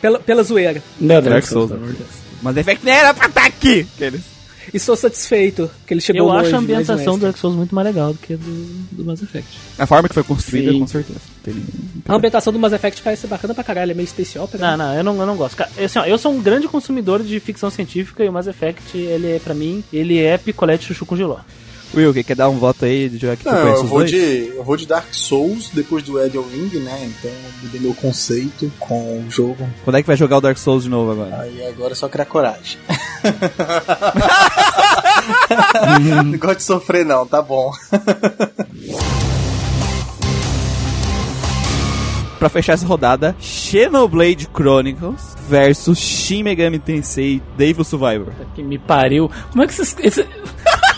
Speaker 2: Pela, pela zoeira.
Speaker 3: Não,
Speaker 1: Dark Souls, né?
Speaker 3: pelo amor de Deus.
Speaker 1: Mas Effect nem era pra estar aqui. Aqueles.
Speaker 2: E sou satisfeito, porque ele chegou
Speaker 4: Eu
Speaker 2: longe.
Speaker 4: acho a
Speaker 2: mas não é
Speaker 4: ambientação do
Speaker 2: extra.
Speaker 4: Dark Souls muito mais legal do que a do, do Mass Effect.
Speaker 1: A forma que foi construída,
Speaker 3: Sim.
Speaker 1: com certeza. Tem-
Speaker 2: A ambientação do Mass Effect parece ser bacana pra caralho, é meio especial. Pra
Speaker 4: Não, não, eu não, eu não gosto. Cara, assim, ó, eu sou um grande consumidor de ficção científica e o Mass Effect, ele é, pra mim, ele é picolé de chuchu com giló.
Speaker 1: Will, quem quer dar um voto aí de jogar que tu
Speaker 7: Não,
Speaker 1: conhece
Speaker 7: eu
Speaker 1: os
Speaker 7: vou,
Speaker 1: dois?
Speaker 7: de, eu vou de Dark Souls depois do Elden Ring, né? Então eu mudei meu conceito com o jogo.
Speaker 1: Quando é que vai jogar o Dark Souls de novo agora?
Speaker 7: Aí agora é só criar
Speaker 1: (laughs)
Speaker 7: coragem. não gosto de sofrer, não, tá bom.
Speaker 1: Pra fechar essa rodada, Xenoblade Chronicles versus Shin Megami Tensei Devil Survivor.
Speaker 3: Que me pariu. Como é que esses. esse-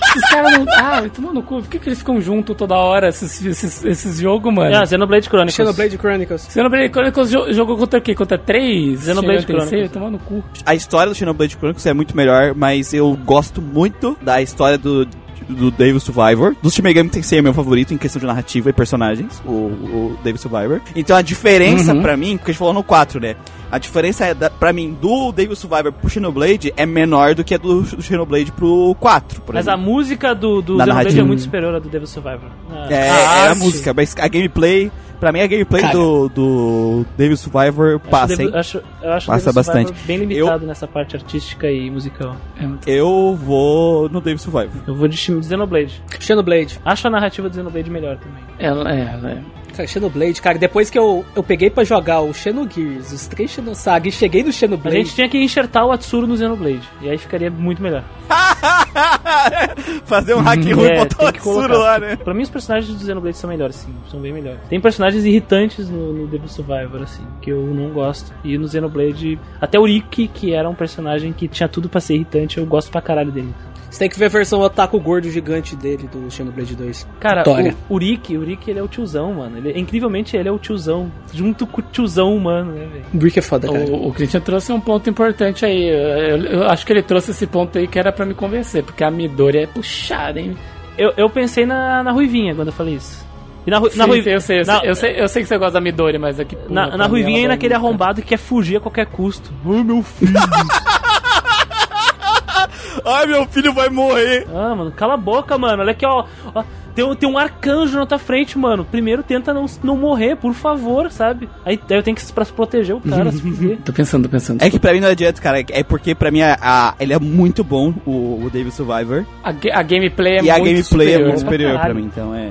Speaker 3: (laughs) esses caras não. Ah, tomando no cu. Por que, que eles ficam juntos toda hora, esses, esses, esses jogos,
Speaker 1: É.
Speaker 3: mano?
Speaker 4: Ah, Xenoblade Chronicles.
Speaker 2: Xenoblade Chronicles.
Speaker 3: Você não lembra quando jogou jogo contra o quê? Contra três?
Speaker 4: Xenoblade
Speaker 3: Chegou em terceiro?
Speaker 4: Chronicles.
Speaker 3: Tomar no cu.
Speaker 1: A história do Xenoblade Chronicles é muito melhor, mas eu gosto muito da história do do Devil Survivor. Do Shin Megami Tensei é meu favorito em questão de narrativa e personagens, o, o Devil Survivor. Então a diferença pra mim, porque a gente falou no 4, né? A diferença é da, pra mim do Devil Survivor pro Xenoblade é menor do que a do Xenoblade pro 4, por
Speaker 4: Mas a
Speaker 1: exemplo.
Speaker 4: música do, do
Speaker 1: Na
Speaker 4: Xenoblade é
Speaker 1: narrativa.
Speaker 4: muito superior à do Devil Survivor. Ah,
Speaker 1: É, é a música, mas a gameplay, pra mim a gameplay do, do Devil Survivor
Speaker 4: acho
Speaker 1: É, passa,
Speaker 4: Devil-
Speaker 1: hein?
Speaker 4: acho, eu acho o
Speaker 1: Passa
Speaker 4: Devil Survivor
Speaker 1: bastante.
Speaker 4: bem limitado nessa parte artística e musical.
Speaker 1: Eu vou no Devil Survivor. (laughs)
Speaker 4: Eu vou de Shin- Xenoblade.
Speaker 2: Xenoblade.
Speaker 4: Acho a narrativa do Xenoblade melhor também.
Speaker 3: Ela, é, ela é.
Speaker 2: Cara, Xenoblade, cara, depois que eu, eu peguei pra jogar o Xenogears, os três Xenosaga e cheguei no
Speaker 4: A
Speaker 2: Xenoblade.
Speaker 4: gente tinha que enxertar o Atsuru no Xenoblade. E aí ficaria muito melhor.
Speaker 1: Fazer um hack ruim e
Speaker 4: É,
Speaker 1: botar o
Speaker 4: tem que
Speaker 1: Atsuro
Speaker 4: colocar.
Speaker 1: lá, né?
Speaker 4: Pra mim, os personagens do Xenoblade são melhores, sim. São bem melhores. Tem personagens irritantes no, no Devil Survivor, assim, que eu não gosto. E no Xenoblade, até o Rick, que era um personagem que tinha tudo pra ser irritante, eu gosto pra caralho dele.
Speaker 2: Você tem que ver a versão otaku gordo gigante dele, do Xenoblade 2.
Speaker 4: Cara,
Speaker 2: Vitória.
Speaker 4: o, o Rick, o Rick, ele é o tiozão, mano. Ele, incrivelmente, ele é o tiozão. Junto com o tiozão humano, né, velho?
Speaker 2: O Brick é foda, cara.
Speaker 3: O, o Christian trouxe um ponto importante aí. Eu, eu- eu acho que ele trouxe esse ponto aí que era pra me convencer, porque a Midori é puxada, hein?
Speaker 4: Eu, eu pensei na, na Ruivinha quando eu falei isso. E na, Ru- na
Speaker 3: Sim,
Speaker 4: Ruivinha.
Speaker 3: sim, eu, sei, eu,
Speaker 4: na-
Speaker 3: sei, eu, sei, eu sei que você gosta da Midori, mas aqui.
Speaker 4: Na, na Ruivinha e
Speaker 3: é
Speaker 4: naquele arrombado que quer fugir a qualquer custo. Ai, meu filho.
Speaker 1: Ai, meu filho vai morrer.
Speaker 4: Ah, mano, cala a boca, mano. Olha aqui, ó. Ó, Tem, um- tem um arcanjo na tua frente, mano. Primeiro tenta não, não morrer, por favor, sabe? Aí, aí eu tenho que se- pra se proteger o cara, se
Speaker 3: (laughs)
Speaker 4: fuder.
Speaker 3: Tô pensando, tô pensando.
Speaker 1: É que pra mim não adianta, cara. É porque pra mim a, a- ele é muito bom, o, o Devil Survivor.
Speaker 3: A, ga- a gameplay é
Speaker 1: e
Speaker 3: muito
Speaker 1: a gameplay é muito
Speaker 3: superior.
Speaker 1: superior pra
Speaker 4: né? caralho.
Speaker 1: mim. Então é.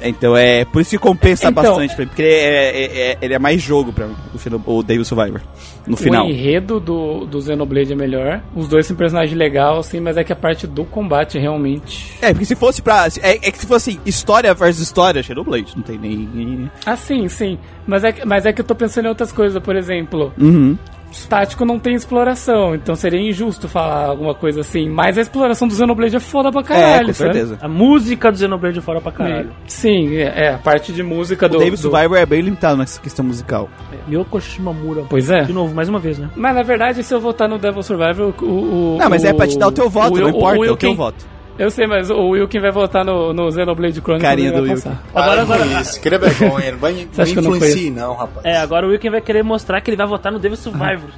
Speaker 1: Então é. Por isso que compensa
Speaker 3: Então-
Speaker 1: bastante pra mim. Porque é- é- é- ele é mais jogo pra mim, o, Shadow- o Devil Survivor. No final.
Speaker 3: O enredo do, do Xenoblade é melhor. Os dois são personagens legais, sim, mas é que a parte do combate realmente.
Speaker 1: É, porque se fosse pra. É, é que se fosse assim, história versus história, Shadowblade. Não tem nem.
Speaker 3: Ah, sim, sim. Mas é, que- mas é que eu tô pensando em outras coisas, por exemplo.
Speaker 1: Uhum.
Speaker 3: Estático não tem exploração, então seria injusto falar alguma coisa assim. Mas a exploração do Xenoblade é foda pra
Speaker 1: É,
Speaker 3: caralho,
Speaker 1: com
Speaker 3: sabe?
Speaker 1: certeza.
Speaker 4: A música do Xenoblade fora é pra caralho.
Speaker 3: Sim, é, é, a parte de música
Speaker 1: O
Speaker 3: do.
Speaker 1: Devil
Speaker 3: do-
Speaker 1: Survivor é bem limitado nessa questão musical.
Speaker 4: Myoko Shimamura.
Speaker 3: Pois é.
Speaker 4: De novo, mais uma vez, né?
Speaker 3: Mas na verdade, se eu votar no Devil Survivor, o. o
Speaker 1: Não, mas
Speaker 3: o-
Speaker 1: é pra te dar o teu voto, não
Speaker 3: Will-
Speaker 1: importa, é o
Speaker 3: Wilkin-
Speaker 1: teu voto.
Speaker 3: Eu sei, mas o Wilkin vai votar no, no Xenoblade Chronicles.
Speaker 1: Carinha
Speaker 3: ele vai
Speaker 1: do
Speaker 3: passar.
Speaker 7: Para com isso, cria vergonha,
Speaker 4: (laughs)
Speaker 7: não vai me
Speaker 3: Você acha que eu não
Speaker 7: influenciar, não, rapaz.
Speaker 4: É, agora o Wilkin vai querer mostrar que ele vai votar no Devil Survivor.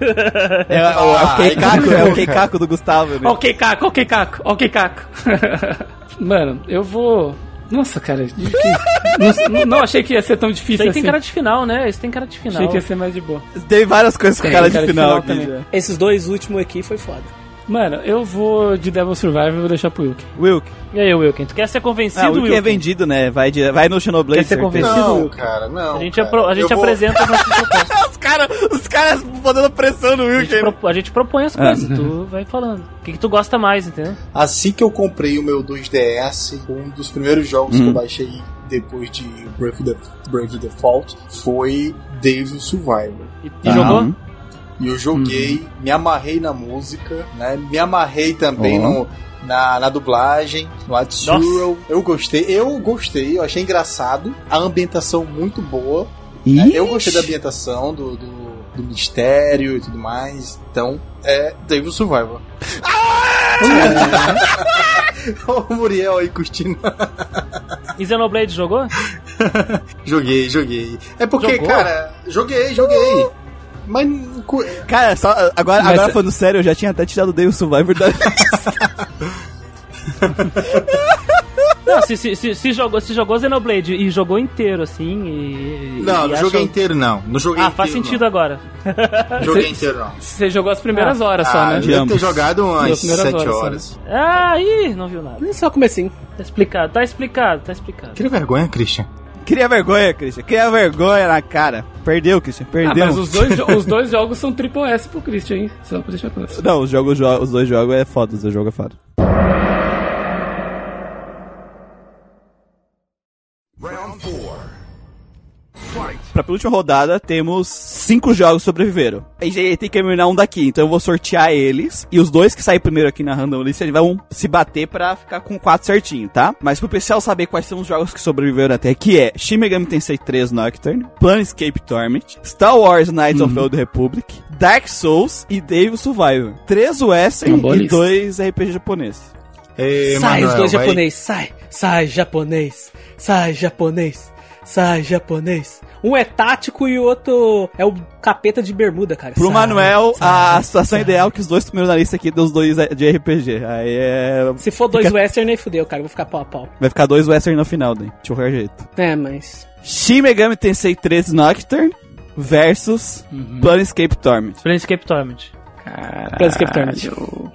Speaker 1: (laughs) É, é o- é o Keikaku, é o Keikaku do Gustavo, né?
Speaker 3: Ok, Caco, ok, Caco, ok, Caco. (laughs) Mano, eu vou. Nossa, cara. de-
Speaker 1: (laughs)
Speaker 3: que- Nossa, não, não achei que ia ser tão
Speaker 4: Isso
Speaker 3: difícil
Speaker 4: aí
Speaker 3: assim.
Speaker 4: tem cara de final, né? Isso tem cara de final.
Speaker 3: Achei que ia ser mais de boa.
Speaker 1: Tem várias coisas com
Speaker 3: Tem,
Speaker 1: cara de
Speaker 3: cara de
Speaker 1: final,
Speaker 3: final
Speaker 1: aqui.
Speaker 3: também.
Speaker 1: já.
Speaker 2: Esses dois últimos aqui
Speaker 4: Oh.
Speaker 2: foi foda.
Speaker 3: Mano, eu vou de Devil Survivor e vou deixar pro Wilk.
Speaker 1: Wilk.
Speaker 4: E aí, Wilkin, tu quer ser
Speaker 1: Ah,
Speaker 4: convencido,
Speaker 1: o Wilk é vendido, né? Vai, de, vai no Xenoblade.
Speaker 4: Quer ser
Speaker 1: certeza.
Speaker 4: convencido?
Speaker 7: Não, cara, não.
Speaker 4: A gente,
Speaker 7: cara.
Speaker 4: apro- a gente
Speaker 7: Eu vou- (laughs)
Speaker 4: apresenta as nossas propostas.
Speaker 1: os caras os caras botando pressão no
Speaker 4: A
Speaker 1: Wilk.
Speaker 4: gente,
Speaker 1: aí.
Speaker 4: propo- a gente propõe as coisas, tu vai falando. O que, que tu gosta mais, entendeu?
Speaker 7: Assim que eu comprei o meu 2DS, um dos primeiros jogos
Speaker 1: Hum.
Speaker 7: que eu baixei depois de Brave, the, Brave Default foi Devil Survivor.
Speaker 4: E, e
Speaker 1: Ah,
Speaker 4: jogou?
Speaker 1: hum.
Speaker 7: E eu joguei,
Speaker 4: Uhum.
Speaker 7: me amarrei na música, né? Me amarrei também
Speaker 1: Ó.
Speaker 7: no, na, na dublagem, no Atsuro. Eu gostei, eu gostei, eu achei engraçado. A ambientação muito boa. né, Eu gostei da ambientação, do, do, do mistério e tudo mais. Então, é Devil Survivor.
Speaker 4: Ah!
Speaker 7: (laughs) Olha o Muriel aí curtindo.
Speaker 4: E Xenoblade jogou?
Speaker 7: Joguei, joguei. É porque,
Speaker 4: Jogou? Uh!
Speaker 7: cara, joguei, joguei. Mas. não cu-
Speaker 1: Cara, só, agora,
Speaker 3: Mas
Speaker 1: agora
Speaker 3: é-
Speaker 1: falando sério, eu já tinha até tirado o Day Survivor da.
Speaker 4: Não, se, se, se, se jogou, se jogou Xenoblade e jogou inteiro, assim,
Speaker 7: Não,
Speaker 4: e... e
Speaker 7: não
Speaker 4: achou-
Speaker 7: joguei inteiro, não. Não joguei
Speaker 4: Ah,
Speaker 7: inteiro.
Speaker 4: faz sentido agora.
Speaker 7: Não. Joguei inteiro, não.
Speaker 3: Você jogou as primeiras
Speaker 4: É
Speaker 3: horas só,
Speaker 7: Ah,
Speaker 3: né?
Speaker 1: de
Speaker 7: deve ter
Speaker 1: ambos.
Speaker 7: jogado umas
Speaker 3: Nas primeiras
Speaker 7: 7
Speaker 3: horas,
Speaker 7: horas.
Speaker 4: Ah, ih, não viu nada.
Speaker 2: É só comecinho.
Speaker 4: Tá explicado, tá explicado, tá explicado.
Speaker 7: Que vergonha, Christian.
Speaker 1: Cria vergonha, Christian. Cria vergonha na cara. Perdeu, Christian.
Speaker 3: Ah,
Speaker 1: Perdeu.
Speaker 3: mas os dois, jo- os dois jogos são triple S pro Christian, hein? Só pra deixar claro.
Speaker 1: Não, os, jogos, jo- os dois jogos é foda, os dois jogos é foda. Pra penúltima rodada, temos cinco jogos que sobreviveram. A gente tem que eliminar um daqui, então eu vou sortear eles. E os dois que saem primeiro aqui na random list, eles vão se bater pra ficar com quatro certinho, tá? Mas pro pessoal saber quais são os jogos que sobreviveram até aqui é Shin Megami Tensei 3 Nocturne, Planescape Torment, Star Wars Knights of the
Speaker 3: Hum.
Speaker 1: Old Republic, Dark Souls e Devil Survivor. Três Western
Speaker 3: Uma boa
Speaker 1: e
Speaker 3: lista.
Speaker 1: dois RPG japonês.
Speaker 7: Ei,
Speaker 2: sai os
Speaker 7: Manuel,
Speaker 2: dois
Speaker 7: vai-
Speaker 2: japonês, sai, sai japonês, sai japonês, sai japonês. Um é tático e o outro é o capeta de bermuda, cara.
Speaker 1: Pro
Speaker 2: Sai,
Speaker 1: Manuel,
Speaker 2: sai,
Speaker 1: a situação
Speaker 2: sai.
Speaker 1: ideal é que os dois primeiros na lista aqui dão os dois é de RPG. Aí é.
Speaker 2: Se for dois
Speaker 1: Fica-
Speaker 2: western, nem fudeu, cara. Eu vou ficar pau a pau.
Speaker 1: Vai ficar dois Western no final, daí. Deixa eu ver o jeito.
Speaker 2: É, mas.
Speaker 1: Shin Megami Tensei 3 Nocturne versus Planescape Torment.
Speaker 4: Planescape Torment. É
Speaker 2: Planescape Torment.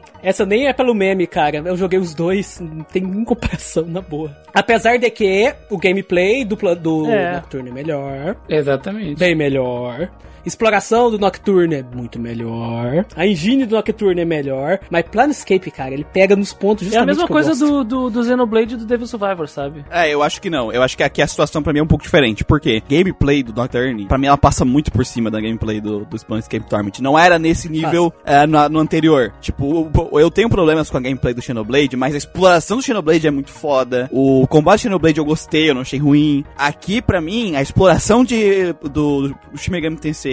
Speaker 2: é Essa nem é pelo meme, cara. Eu joguei os dois, não tem nem comparação (laughs) na boa. Apesar de que o gameplay do, pla- do
Speaker 4: É.
Speaker 2: Nocturne é melhor.
Speaker 3: Exatamente.
Speaker 2: bem melhor. Exploração do Nocturne é muito melhor. A engine do Nocturne é melhor. Mas Planescape, cara, ele pega nos pontos
Speaker 4: É a
Speaker 2: justamente
Speaker 4: mesma
Speaker 2: que eu
Speaker 4: coisa
Speaker 2: gosto.
Speaker 4: do, do, do Xenoblade e do Devil Survivor, sabe?
Speaker 1: É, eu acho que não. Eu acho que aqui a situação pra mim é um pouco diferente. Porque gameplay do Nocturne, pra mim, ela passa muito por cima da gameplay do, do Planescape Torment. Não era nesse nível é, na- no, anterior. Tipo, o- o- eu tenho problemas com a gameplay do Xenoblade, mas a exploração do Xenoblade é muito foda. O combate do Xenoblade eu gostei, eu não achei ruim. Aqui, pra mim, a exploração de, do, do Shin Megami Tensei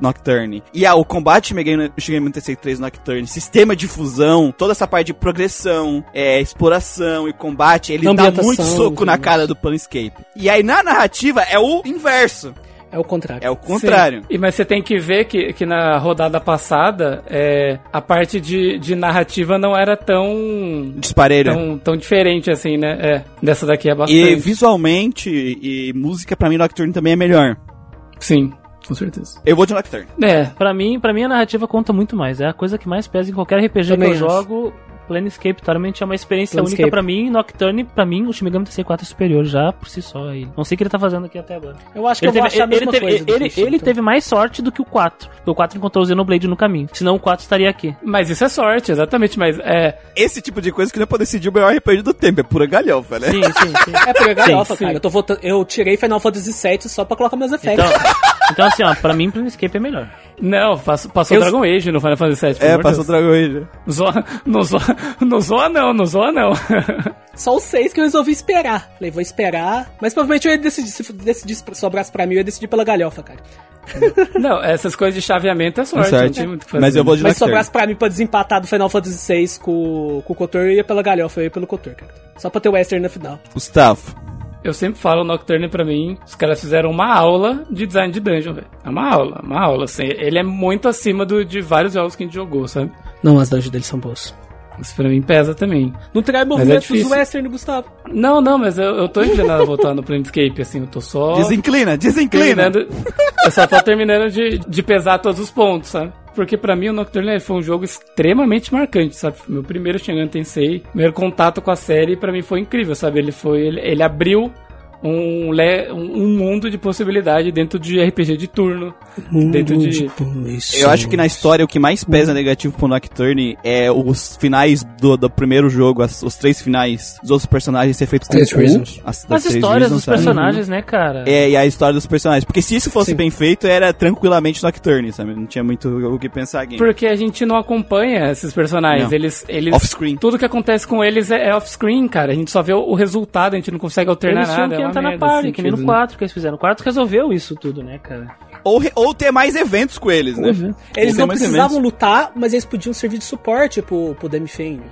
Speaker 1: Nocturne e a, o combate Shin Megami, Shin Megami Tensei 3 Nocturne, sistema de fusão, toda essa parte de progressão, é, exploração e combate, ele dá
Speaker 2: Ambientação,
Speaker 1: muito soco na
Speaker 2: tudo.
Speaker 1: cara do Planescape. E aí na narrativa é o inverso,
Speaker 2: É o contrário.
Speaker 1: é o contrário.
Speaker 3: E, mas você tem que ver que, que na rodada passada, é, a parte de, de narrativa não era tão,
Speaker 1: Disparelho.
Speaker 3: tão, tão diferente assim, né? É, dessa daqui é Então, bastante.
Speaker 1: É. e visualmente e música pra mim Nocturne também é melhor.
Speaker 3: Sim, com certeza.
Speaker 1: Eu vou de Nocturne.
Speaker 3: É,
Speaker 4: Pra mim, pra mim a narrativa conta muito mais. É a coisa que mais pesa em qualquer RPG
Speaker 2: Também
Speaker 4: que eu
Speaker 2: acho.
Speaker 4: jogo. Planescape Torment é uma experiência
Speaker 2: Planescape.
Speaker 4: única pra mim. Nocturne, pra mim, o Shimigami TC4 é superior já por si só. Ele. Não sei o que ele tá fazendo aqui até agora.
Speaker 2: Eu acho que
Speaker 4: Ele
Speaker 2: eu vou
Speaker 4: teve,
Speaker 2: achar a
Speaker 4: ele,
Speaker 2: mesma
Speaker 4: teve,
Speaker 2: coisa. do
Speaker 4: ele,
Speaker 2: Christian,
Speaker 4: ele
Speaker 2: então.
Speaker 4: teve mais sorte do que o 4. Porque o 4 encontrou o Xenoblade no caminho. Senão o 4 estaria aqui.
Speaker 3: mas isso é sorte, exatamente. Mas é,
Speaker 1: Esse tipo de coisa que não é pra decidir o melhor RPG do tempo, é pura galhofa, né?
Speaker 4: Sim, sim, (laughs) sim.
Speaker 2: É por galhofa,
Speaker 3: Sim, sim.
Speaker 2: cara. Eu, tô votando, eu tirei Final Fantasy VII só pra colocar meus efeitos.
Speaker 4: Então, então assim, ó, pra mim Planescape é melhor.
Speaker 3: não, passou, passou
Speaker 2: Eu-
Speaker 3: Dragon Age no Final Fantasy VII. pelo
Speaker 1: (laughs) É,
Speaker 3: amor de
Speaker 1: passou o
Speaker 3: Deus.
Speaker 1: Dragon Age.
Speaker 3: Zoa- não, zoa, (laughs) não zoa não, não zoa não. (laughs)
Speaker 2: Só os seis que eu resolvi esperar. Falei, vou esperar. Mas provavelmente eu ia decidir. Se decidisse sobrasse pra mim, eu ia decidir pela galhofa, cara.
Speaker 3: não, essas coisas de chaveamento é sorte, não tem muito o que fazer.
Speaker 1: Mas eu vou de
Speaker 2: Mas se
Speaker 1: Nocturne.
Speaker 2: sobrasse pra mim pra desempatar do Final Fantasy VI com, com o Cotor, eu ia pela galhofa, eu ia pelo Cotor, cara. Só pra ter o Western na final.
Speaker 1: Gustavo.
Speaker 3: Eu sempre falo, o Nocturne pra mim, os caras fizeram uma aula de design de dungeon, velho. É uma aula, uma aula, assim. Ele é muito acima do, de vários jogos que a gente jogou, sabe?
Speaker 2: Não, as dungeons deles são boas.
Speaker 3: Isso pra mim pesa também.
Speaker 2: Não trai
Speaker 1: é
Speaker 2: movimentos
Speaker 3: difícil.
Speaker 2: Western, Gustavo.
Speaker 3: Não, não, mas eu, eu tô inclinado a voltar no Planescape, assim, eu tô só...
Speaker 1: Desinclina, desinclina.
Speaker 3: terminando, eu só tô terminando de, de pesar todos os pontos, sabe? Porque pra mim o Nocturne ele foi um jogo extremamente marcante, sabe? Foi Meu primeiro Shingan Tensei, primeiro contato com a série, pra mim foi incrível, sabe? Ele foi, ele, ele abriu um, le, um um mundo de possibilidade dentro de RPG de turno, dentro de
Speaker 1: Eu acho que na história o que mais pesa negativo pro Nocturne é os finais do, do primeiro jogo, as- os três finais dos outros personagens ser feito com
Speaker 2: Três
Speaker 1: o cu.
Speaker 2: reasons.
Speaker 1: As, das
Speaker 4: As
Speaker 1: três
Speaker 4: histórias
Speaker 1: reasons,
Speaker 4: dos
Speaker 1: sabe?
Speaker 4: personagens, né, cara?
Speaker 1: É, e a história dos personagens. Porque se isso fosse
Speaker 2: Sim.
Speaker 1: bem feito, era tranquilamente Nocturne, sabe? Não tinha muito o que pensar aqui.
Speaker 3: Porque a gente não acompanha esses personagens.
Speaker 1: Não.
Speaker 3: Eles. eles
Speaker 1: Off-screen.
Speaker 3: Tudo que acontece com eles é, é off-screen, cara. A gente só vê o, o resultado, a gente não consegue alternar
Speaker 4: Eles tinham
Speaker 3: nada.
Speaker 4: que
Speaker 3: é uma
Speaker 4: entrar na
Speaker 3: merda,
Speaker 4: party,
Speaker 3: assim,
Speaker 4: que nem no
Speaker 3: fez-
Speaker 4: 4 que eles fizeram. O 4 resolveu isso tudo, né, cara?
Speaker 1: Ou, re- ou ter mais eventos com eles, né?
Speaker 4: Uhum.
Speaker 2: Eles
Speaker 1: Ou ter
Speaker 2: não
Speaker 1: mais
Speaker 2: precisavam
Speaker 1: eventos.
Speaker 2: lutar, mas eles podiam servir de suporte pro, pro Demi Fane.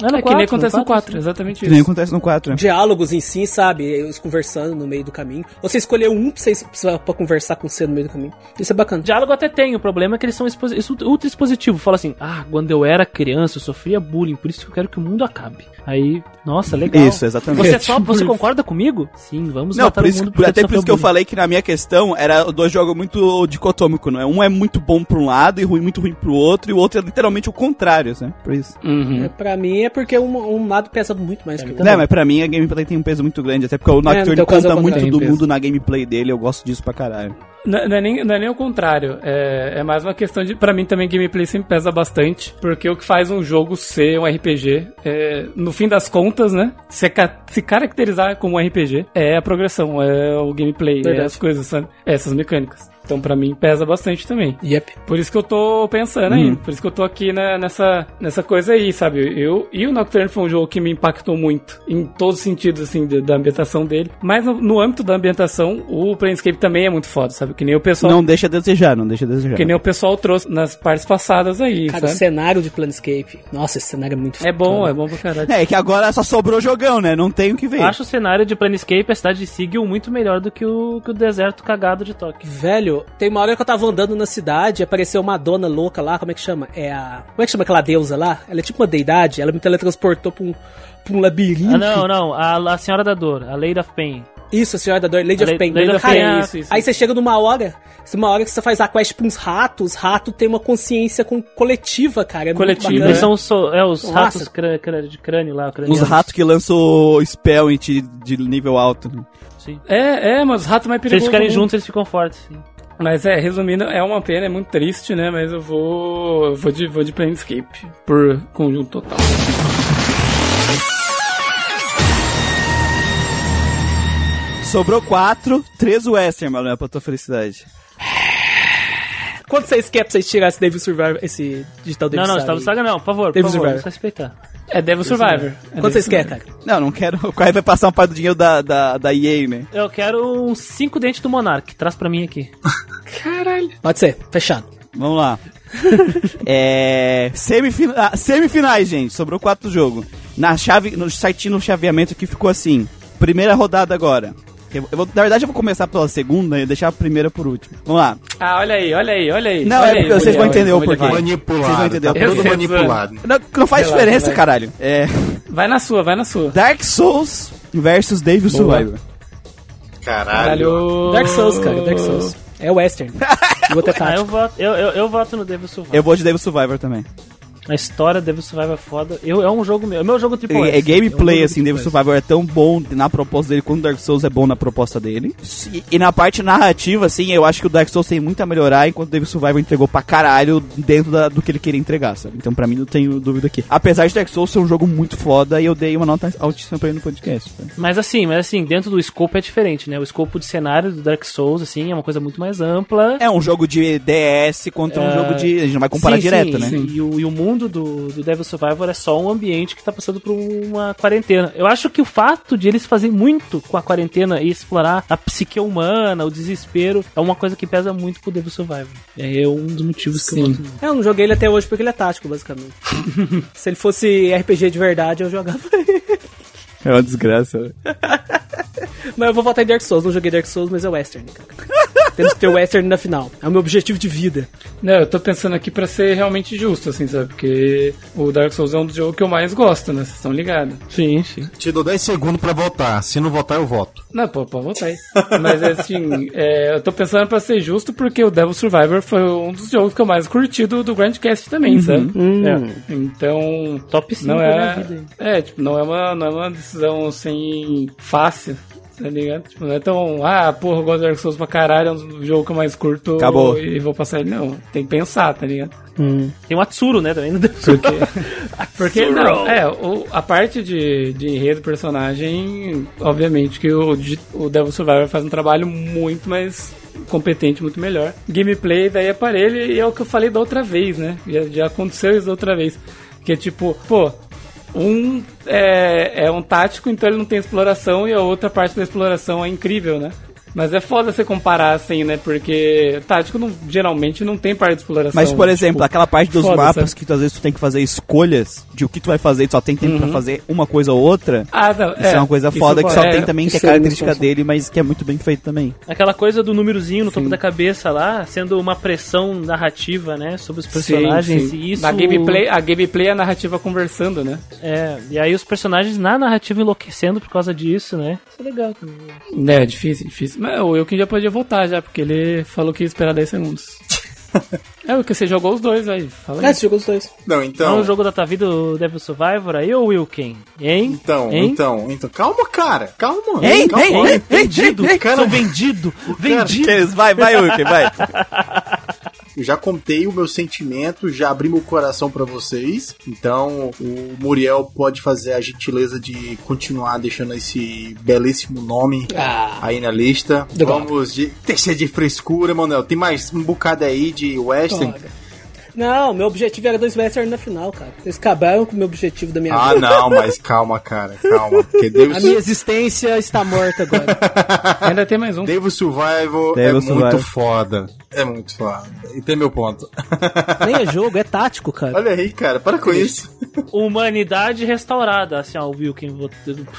Speaker 4: Não, no
Speaker 3: é que nem
Speaker 4: quatro,
Speaker 3: acontece no
Speaker 4: quatro,
Speaker 3: 4, exatamente
Speaker 1: Que nem
Speaker 3: isso.
Speaker 1: acontece no 4, né?
Speaker 2: Diálogos em si, sabe? Eles conversando no meio do caminho. Você escolheu um pra, vocês, pra- pra conversar com você no meio do caminho. Isso é bacana.
Speaker 4: Diálogo até tem, o problema é que eles são exposi- isso- ultra expositivos. Fala assim, ah, quando eu era criança eu sofria bullying, por isso que eu quero que o mundo acabe. Aí, nossa,
Speaker 1: (laughs)
Speaker 4: legal.
Speaker 1: Isso, exatamente.
Speaker 4: Você, só, você concorda comigo? Sim, vamos
Speaker 1: É tipo Não,
Speaker 4: matar
Speaker 1: por isso,
Speaker 4: o mundo
Speaker 1: por- até
Speaker 4: tu
Speaker 1: por isso
Speaker 4: sofreu
Speaker 1: que eu
Speaker 4: bullying.
Speaker 1: falei que na minha questão era dois jogos muito dicotômicos, não é? Um é muito bom pra um lado e ruim, muito ruim pro outro, e o outro é literalmente o contrário, né? Por isso.
Speaker 3: Uhum.
Speaker 2: É, pra mim é porque um, um lado pesa muito mais que o outro.
Speaker 1: Não, mas pra mim a gameplay tem um peso muito grande, até porque o
Speaker 2: no
Speaker 1: Nocturne
Speaker 2: teu caso Então tá. é
Speaker 1: conta
Speaker 2: o
Speaker 1: muito
Speaker 3: contrário,
Speaker 1: do
Speaker 3: tem peso.
Speaker 1: mundo na gameplay dele, eu gosto disso pra caralho.
Speaker 3: Não, não é nem, não é nem o contrário. É, é mais uma questão de. Pra mim também, gameplay sempre pesa bastante. Porque o que faz um jogo ser um RPG, é, no fim das contas, né? Se, ca- se caracterizar como um RPG é a progressão, é o gameplay, é
Speaker 2: Verdade.
Speaker 3: as coisas, sabe? Essas mecânicas. Então, pra mim, pesa bastante também. Tá
Speaker 2: Yep.
Speaker 3: Por isso que eu tô pensando aí, por isso que eu tô aqui na- nessa, nessa coisa aí, sabe? Eu, e o Nocturne foi um jogo que me impactou muito, em todos os sentidos, assim, de- da ambientação dele. Mas no, no âmbito da ambientação, o Planescape também é muito foda, sabe? Que nem o pessoal,
Speaker 1: Não deixa a desejar, não deixa a desejar.
Speaker 3: que nem o pessoal trouxe nas partes passadas aí,
Speaker 2: Cara, o
Speaker 3: sabe?
Speaker 2: cenário de Planescape. Nossa, esse cenário é muito
Speaker 3: É bom,
Speaker 2: foda.
Speaker 3: é bom pra caralho.
Speaker 1: É, que agora só sobrou jogão, né? Não tem o que ver.
Speaker 4: Eu Acho o cenário de Planescape, a cidade de Sigil, muito melhor do que o, que o deserto cagado de Tóquio.
Speaker 2: Velho, tem uma hora que eu tava andando na cidade e apareceu uma dona louca lá, como é que chama? É a. Como é que chama aquela deusa lá? Ela é tipo uma deidade, ela me teletransportou pra um, pra um labirinto.
Speaker 4: Ah, não, não, a, a Senhora da Dor, a Lady of Pain.
Speaker 1: É
Speaker 2: Isso, a senhora da dor, Lady of
Speaker 4: Le-
Speaker 2: Pain.
Speaker 4: Lady
Speaker 2: Lady
Speaker 4: of Pain, isso, isso.
Speaker 2: Aí você chega numa hora, numa hora que você faz a quest pra uns ratos, os ratos tem uma consciência com, coletiva, cara. É
Speaker 3: Coletiva,
Speaker 2: muito bacana.
Speaker 4: Eles são os, so- é, os
Speaker 2: Nossa.
Speaker 4: ratos crân- crân- de crânio lá,
Speaker 1: Os
Speaker 4: crânianos.
Speaker 1: ratos que lançam spell em ti de nível alto. né?
Speaker 4: Sim.
Speaker 3: É, é, mas os ratos mais
Speaker 4: Se eles
Speaker 3: perigosos.
Speaker 4: ficarem
Speaker 3: do mundo.
Speaker 4: juntos, eles ficam fortes. Sim.
Speaker 3: Mas é, resumindo, é uma pena, é muito triste, né? Mas eu vou. eu vou de, vou de Planescape por conjunto total.
Speaker 1: Sobrou quatro, três Western, mano, pra tua felicidade.
Speaker 2: Quanto vocês querem pra vocês tirar esse Devil Survivor, esse Digital Devil
Speaker 4: Não, tá não, Estava Saga não, por favor, por
Speaker 2: Devil
Speaker 4: favor,
Speaker 2: Survivor.
Speaker 4: vamos respeitar.
Speaker 3: É Devil Survivor. É
Speaker 2: Quanto
Speaker 3: Devil
Speaker 2: vocês querem, cara?
Speaker 1: Não, não quero. (laughs) O Kai vai passar um par do dinheiro da, da, da EA, né?
Speaker 4: Eu quero uns cinco dentes do Monark, traz pra mim aqui. Ah,
Speaker 2: Pode ser, fechado.
Speaker 1: Vamos lá. é, semifina- ah, semifinais, gente. Sobrou quatro jogos. Na chave, no site no chaveamento que ficou assim. Primeira rodada agora. Eu- eu vou- na verdade, eu vou começar pela segunda e deixar a primeira por último. Vamos lá.
Speaker 3: Ah, olha aí, olha aí, olha aí.
Speaker 1: Não,
Speaker 3: olha
Speaker 1: é
Speaker 3: aí,
Speaker 1: porque vocês
Speaker 3: Muriel,
Speaker 1: vão entender
Speaker 3: como
Speaker 1: o
Speaker 3: ele
Speaker 1: porquê.
Speaker 3: vai.
Speaker 1: Vocês vão
Speaker 5: Manipulado,
Speaker 1: entender.
Speaker 5: tá todo
Speaker 3: Eu sei,
Speaker 5: manipulado.
Speaker 1: Não, não faz diferença, caralho. É,
Speaker 3: Vai na sua, vai na sua.
Speaker 1: Dark Souls versus Devil Survivor.
Speaker 5: Caralho.
Speaker 3: Caralho.
Speaker 2: Dark Souls, cara, Dark Souls. É
Speaker 5: (laughs)
Speaker 2: Western. Eu vou ter
Speaker 4: Ah, eu
Speaker 2: tático.
Speaker 4: voto, eu, eu, eu voto no Devil Survivor.
Speaker 1: Eu vou de Devil Survivor também.
Speaker 4: A história do Devil Survivor é foda. Eu, é um jogo meu, é meu jogo triple
Speaker 1: É, é
Speaker 4: S.
Speaker 1: gameplay,
Speaker 4: É um jogo
Speaker 1: assim, Devil
Speaker 4: triple S.
Speaker 1: Survivor é tão bom na proposta dele quanto Dark Souls é bom na proposta dele. E, e na parte narrativa, assim, eu acho que o Dark Souls tem muito a melhorar, enquanto Devil Survivor entregou pra caralho dentro da- do que ele queria entregar, sabe? Então pra mim não tenho dúvida aqui. Apesar de Dark Souls ser um jogo muito foda, e eu dei uma nota altíssima pra ele no podcast. tá?
Speaker 4: Mas assim, mas assim, dentro do escopo é diferente, né? O escopo de cenário do Dark Souls, assim, é uma coisa muito mais ampla.
Speaker 1: É um jogo de DS contra um jogo de... A gente não vai comparar
Speaker 4: Sim,
Speaker 1: direto,
Speaker 4: sim,
Speaker 1: né?
Speaker 4: sim. E, o, e o mundo do, do Devil Survivor é só um ambiente que tá passando por uma quarentena. Eu acho que o fato de eles fazerem muito com a quarentena e explorar a psique humana, o desespero, é uma coisa que pesa muito pro Devil Survivor. É um dos motivos que eu
Speaker 3: Sim.
Speaker 4: gosto. muito.
Speaker 2: É, Eu não joguei ele até hoje porque ele é tático, (laughs) basicamente. Se ele fosse RPG de verdade, eu jogava. (laughs)
Speaker 1: É uma desgraça. né?
Speaker 2: mas eu vou votar em Dark Souls. Não joguei Dark Souls, mas é Western, (laughs) cara. Temos que ter o Western na final. É o meu objetivo de vida.
Speaker 3: Não, Né, eu tô pensando aqui pra ser realmente justo, assim, sabe? Porque o Dark Souls é um dos jogos que eu mais gosto, né? Vocês estão ligados.
Speaker 4: Sim, sim.
Speaker 5: Te dou 10 segundos pra votar. Se não votar, eu voto.
Speaker 3: Não, pô, pode voltar aí. Mas assim, é, eu tô pensando pra ser justo porque o Devil Survivor foi um dos jogos que eu mais curti do, do Grandcast também, sabe?
Speaker 4: Uhum.
Speaker 3: É. Então,
Speaker 4: Top 5
Speaker 3: não
Speaker 4: da
Speaker 3: é,
Speaker 4: vida. hein?
Speaker 3: é, tipo, não é uma, não é uma decisão assim fácil. Tá ligado? Tipo, não é tão, ah, porra, eu gosto de Dark Souls pra caralho, é um jogo que eu mais curto
Speaker 1: Acabou.
Speaker 3: e vou passar ele. Não, tem que pensar, tá ligado?
Speaker 4: Tem o Atsuro, né, também no Devil Survivor.
Speaker 3: Porque, porque não, é, o- a parte de, de enredo personagem, obviamente que o, de- o Devil Survivor faz um trabalho muito mais competente, muito melhor. Gameplay daí é parelho e é o que eu falei da outra vez, né? Já, já aconteceu isso da outra vez. Que é tipo, pô, um é, é um tático, então ele não tem exploração, e a outra parte da exploração é incrível, né? Mas é foda você comparar assim, né? Porque tático não, geralmente não tem parte de exploração.
Speaker 1: Mas, por
Speaker 3: tipo,
Speaker 1: exemplo, aquela parte dos
Speaker 3: foda,
Speaker 1: mapas
Speaker 3: sabe?
Speaker 1: que tu, às vezes tu tem que fazer escolhas de o que tu vai fazer e só tem tempo pra fazer uma coisa ou outra.
Speaker 3: Ah, não,
Speaker 1: Isso é, uma coisa foda que só
Speaker 3: é,
Speaker 1: tem também, que é
Speaker 2: isso é
Speaker 1: característica
Speaker 2: muito bom.
Speaker 1: dele, mas que é muito bem feito também.
Speaker 4: Aquela coisa do númerozinho no topo da cabeça lá, sendo uma pressão narrativa, né? Sobre os personagens.
Speaker 3: sim.
Speaker 4: E isso.
Speaker 3: Na gameplay, a gameplay é a narrativa conversando, né?
Speaker 4: É, e aí os personagens na narrativa enlouquecendo por causa disso, né? Isso é legal também.
Speaker 3: É, difícil, difícil. Mas o Wilkin já podia voltar já, porque ele falou que ia esperar 10 (laughs) segundos. é, o que você jogou os dois, velho. Fala
Speaker 2: É,
Speaker 3: aí.
Speaker 2: você jogou os dois.
Speaker 5: Não,
Speaker 4: Então,
Speaker 5: então.
Speaker 4: o jogo da tua vida, o Devil Survivor aí, ou Wilken? Hein?
Speaker 5: Então,
Speaker 4: hein?
Speaker 5: então, então. Calma, cara. Calma.
Speaker 1: Ei,
Speaker 5: calma.
Speaker 1: ei, ei, ei,
Speaker 4: Vendido,
Speaker 1: ei, ei,
Speaker 4: sou vendido, vendido.
Speaker 1: Aqueles- Vai, vai, Wilker, vai.
Speaker 5: Eu já contei o meu sentimento, já abri meu coração pra vocês. Então, o Muriel pode fazer a gentileza de continuar deixando esse belíssimo nome
Speaker 2: Ah,
Speaker 5: aí na lista.
Speaker 2: Droga.
Speaker 5: Vamos de deixa de frescura, Manuel. Tem mais um bocado aí de western?
Speaker 2: droga. Não, meu objetivo era dois Western na final, cara. Eles acabaram com o meu objetivo da minha
Speaker 5: Ah,
Speaker 2: vida.
Speaker 5: não, mas calma, cara, calma. Porque Devil,
Speaker 2: A minha existência está morta agora.
Speaker 3: Ainda tem mais um.
Speaker 5: Devil Survival é
Speaker 1: Devil Survival.
Speaker 5: muito foda. É muito foda. E tem meu ponto.
Speaker 2: (laughs) Nem é jogo, é tático, cara.
Speaker 5: Olha aí, cara, para com isso.
Speaker 4: Humanidade restaurada, assim, ó, o Wilken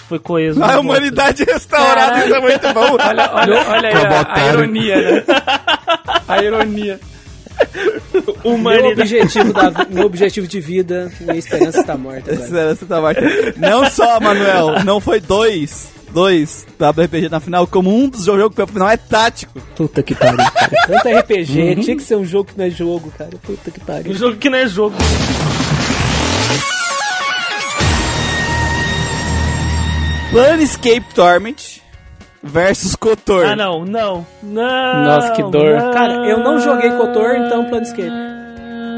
Speaker 4: foi coeso.
Speaker 1: A Ah, é humanidade restaurada, isso é muito bom.
Speaker 3: Olha, olha, olha aí a, a ironia, né? A ironia.
Speaker 2: Meu
Speaker 4: Humanidade.
Speaker 2: objetivo, da, meu objetivo de vida, minha esperança está
Speaker 5: (laughs)
Speaker 2: morta agora.
Speaker 1: Será que (laughs) você tá marcando? Não só, Manuel, não foi dois. Dois WRPG na final, como um dos jogos que foi pra final é tático.
Speaker 2: Puta que pariu, cara. Tanto RPG,
Speaker 3: Uhum.
Speaker 2: tinha que ser um jogo que não é jogo, cara. Puta que
Speaker 4: Um
Speaker 2: pariu.
Speaker 4: jogo que não é jogo.
Speaker 1: Planescape Torment versus Cotor.
Speaker 4: Ah, não, não, não.
Speaker 3: Nossa, que dor.
Speaker 4: não. é
Speaker 2: Cara, eu não joguei Cotor, então Planescape.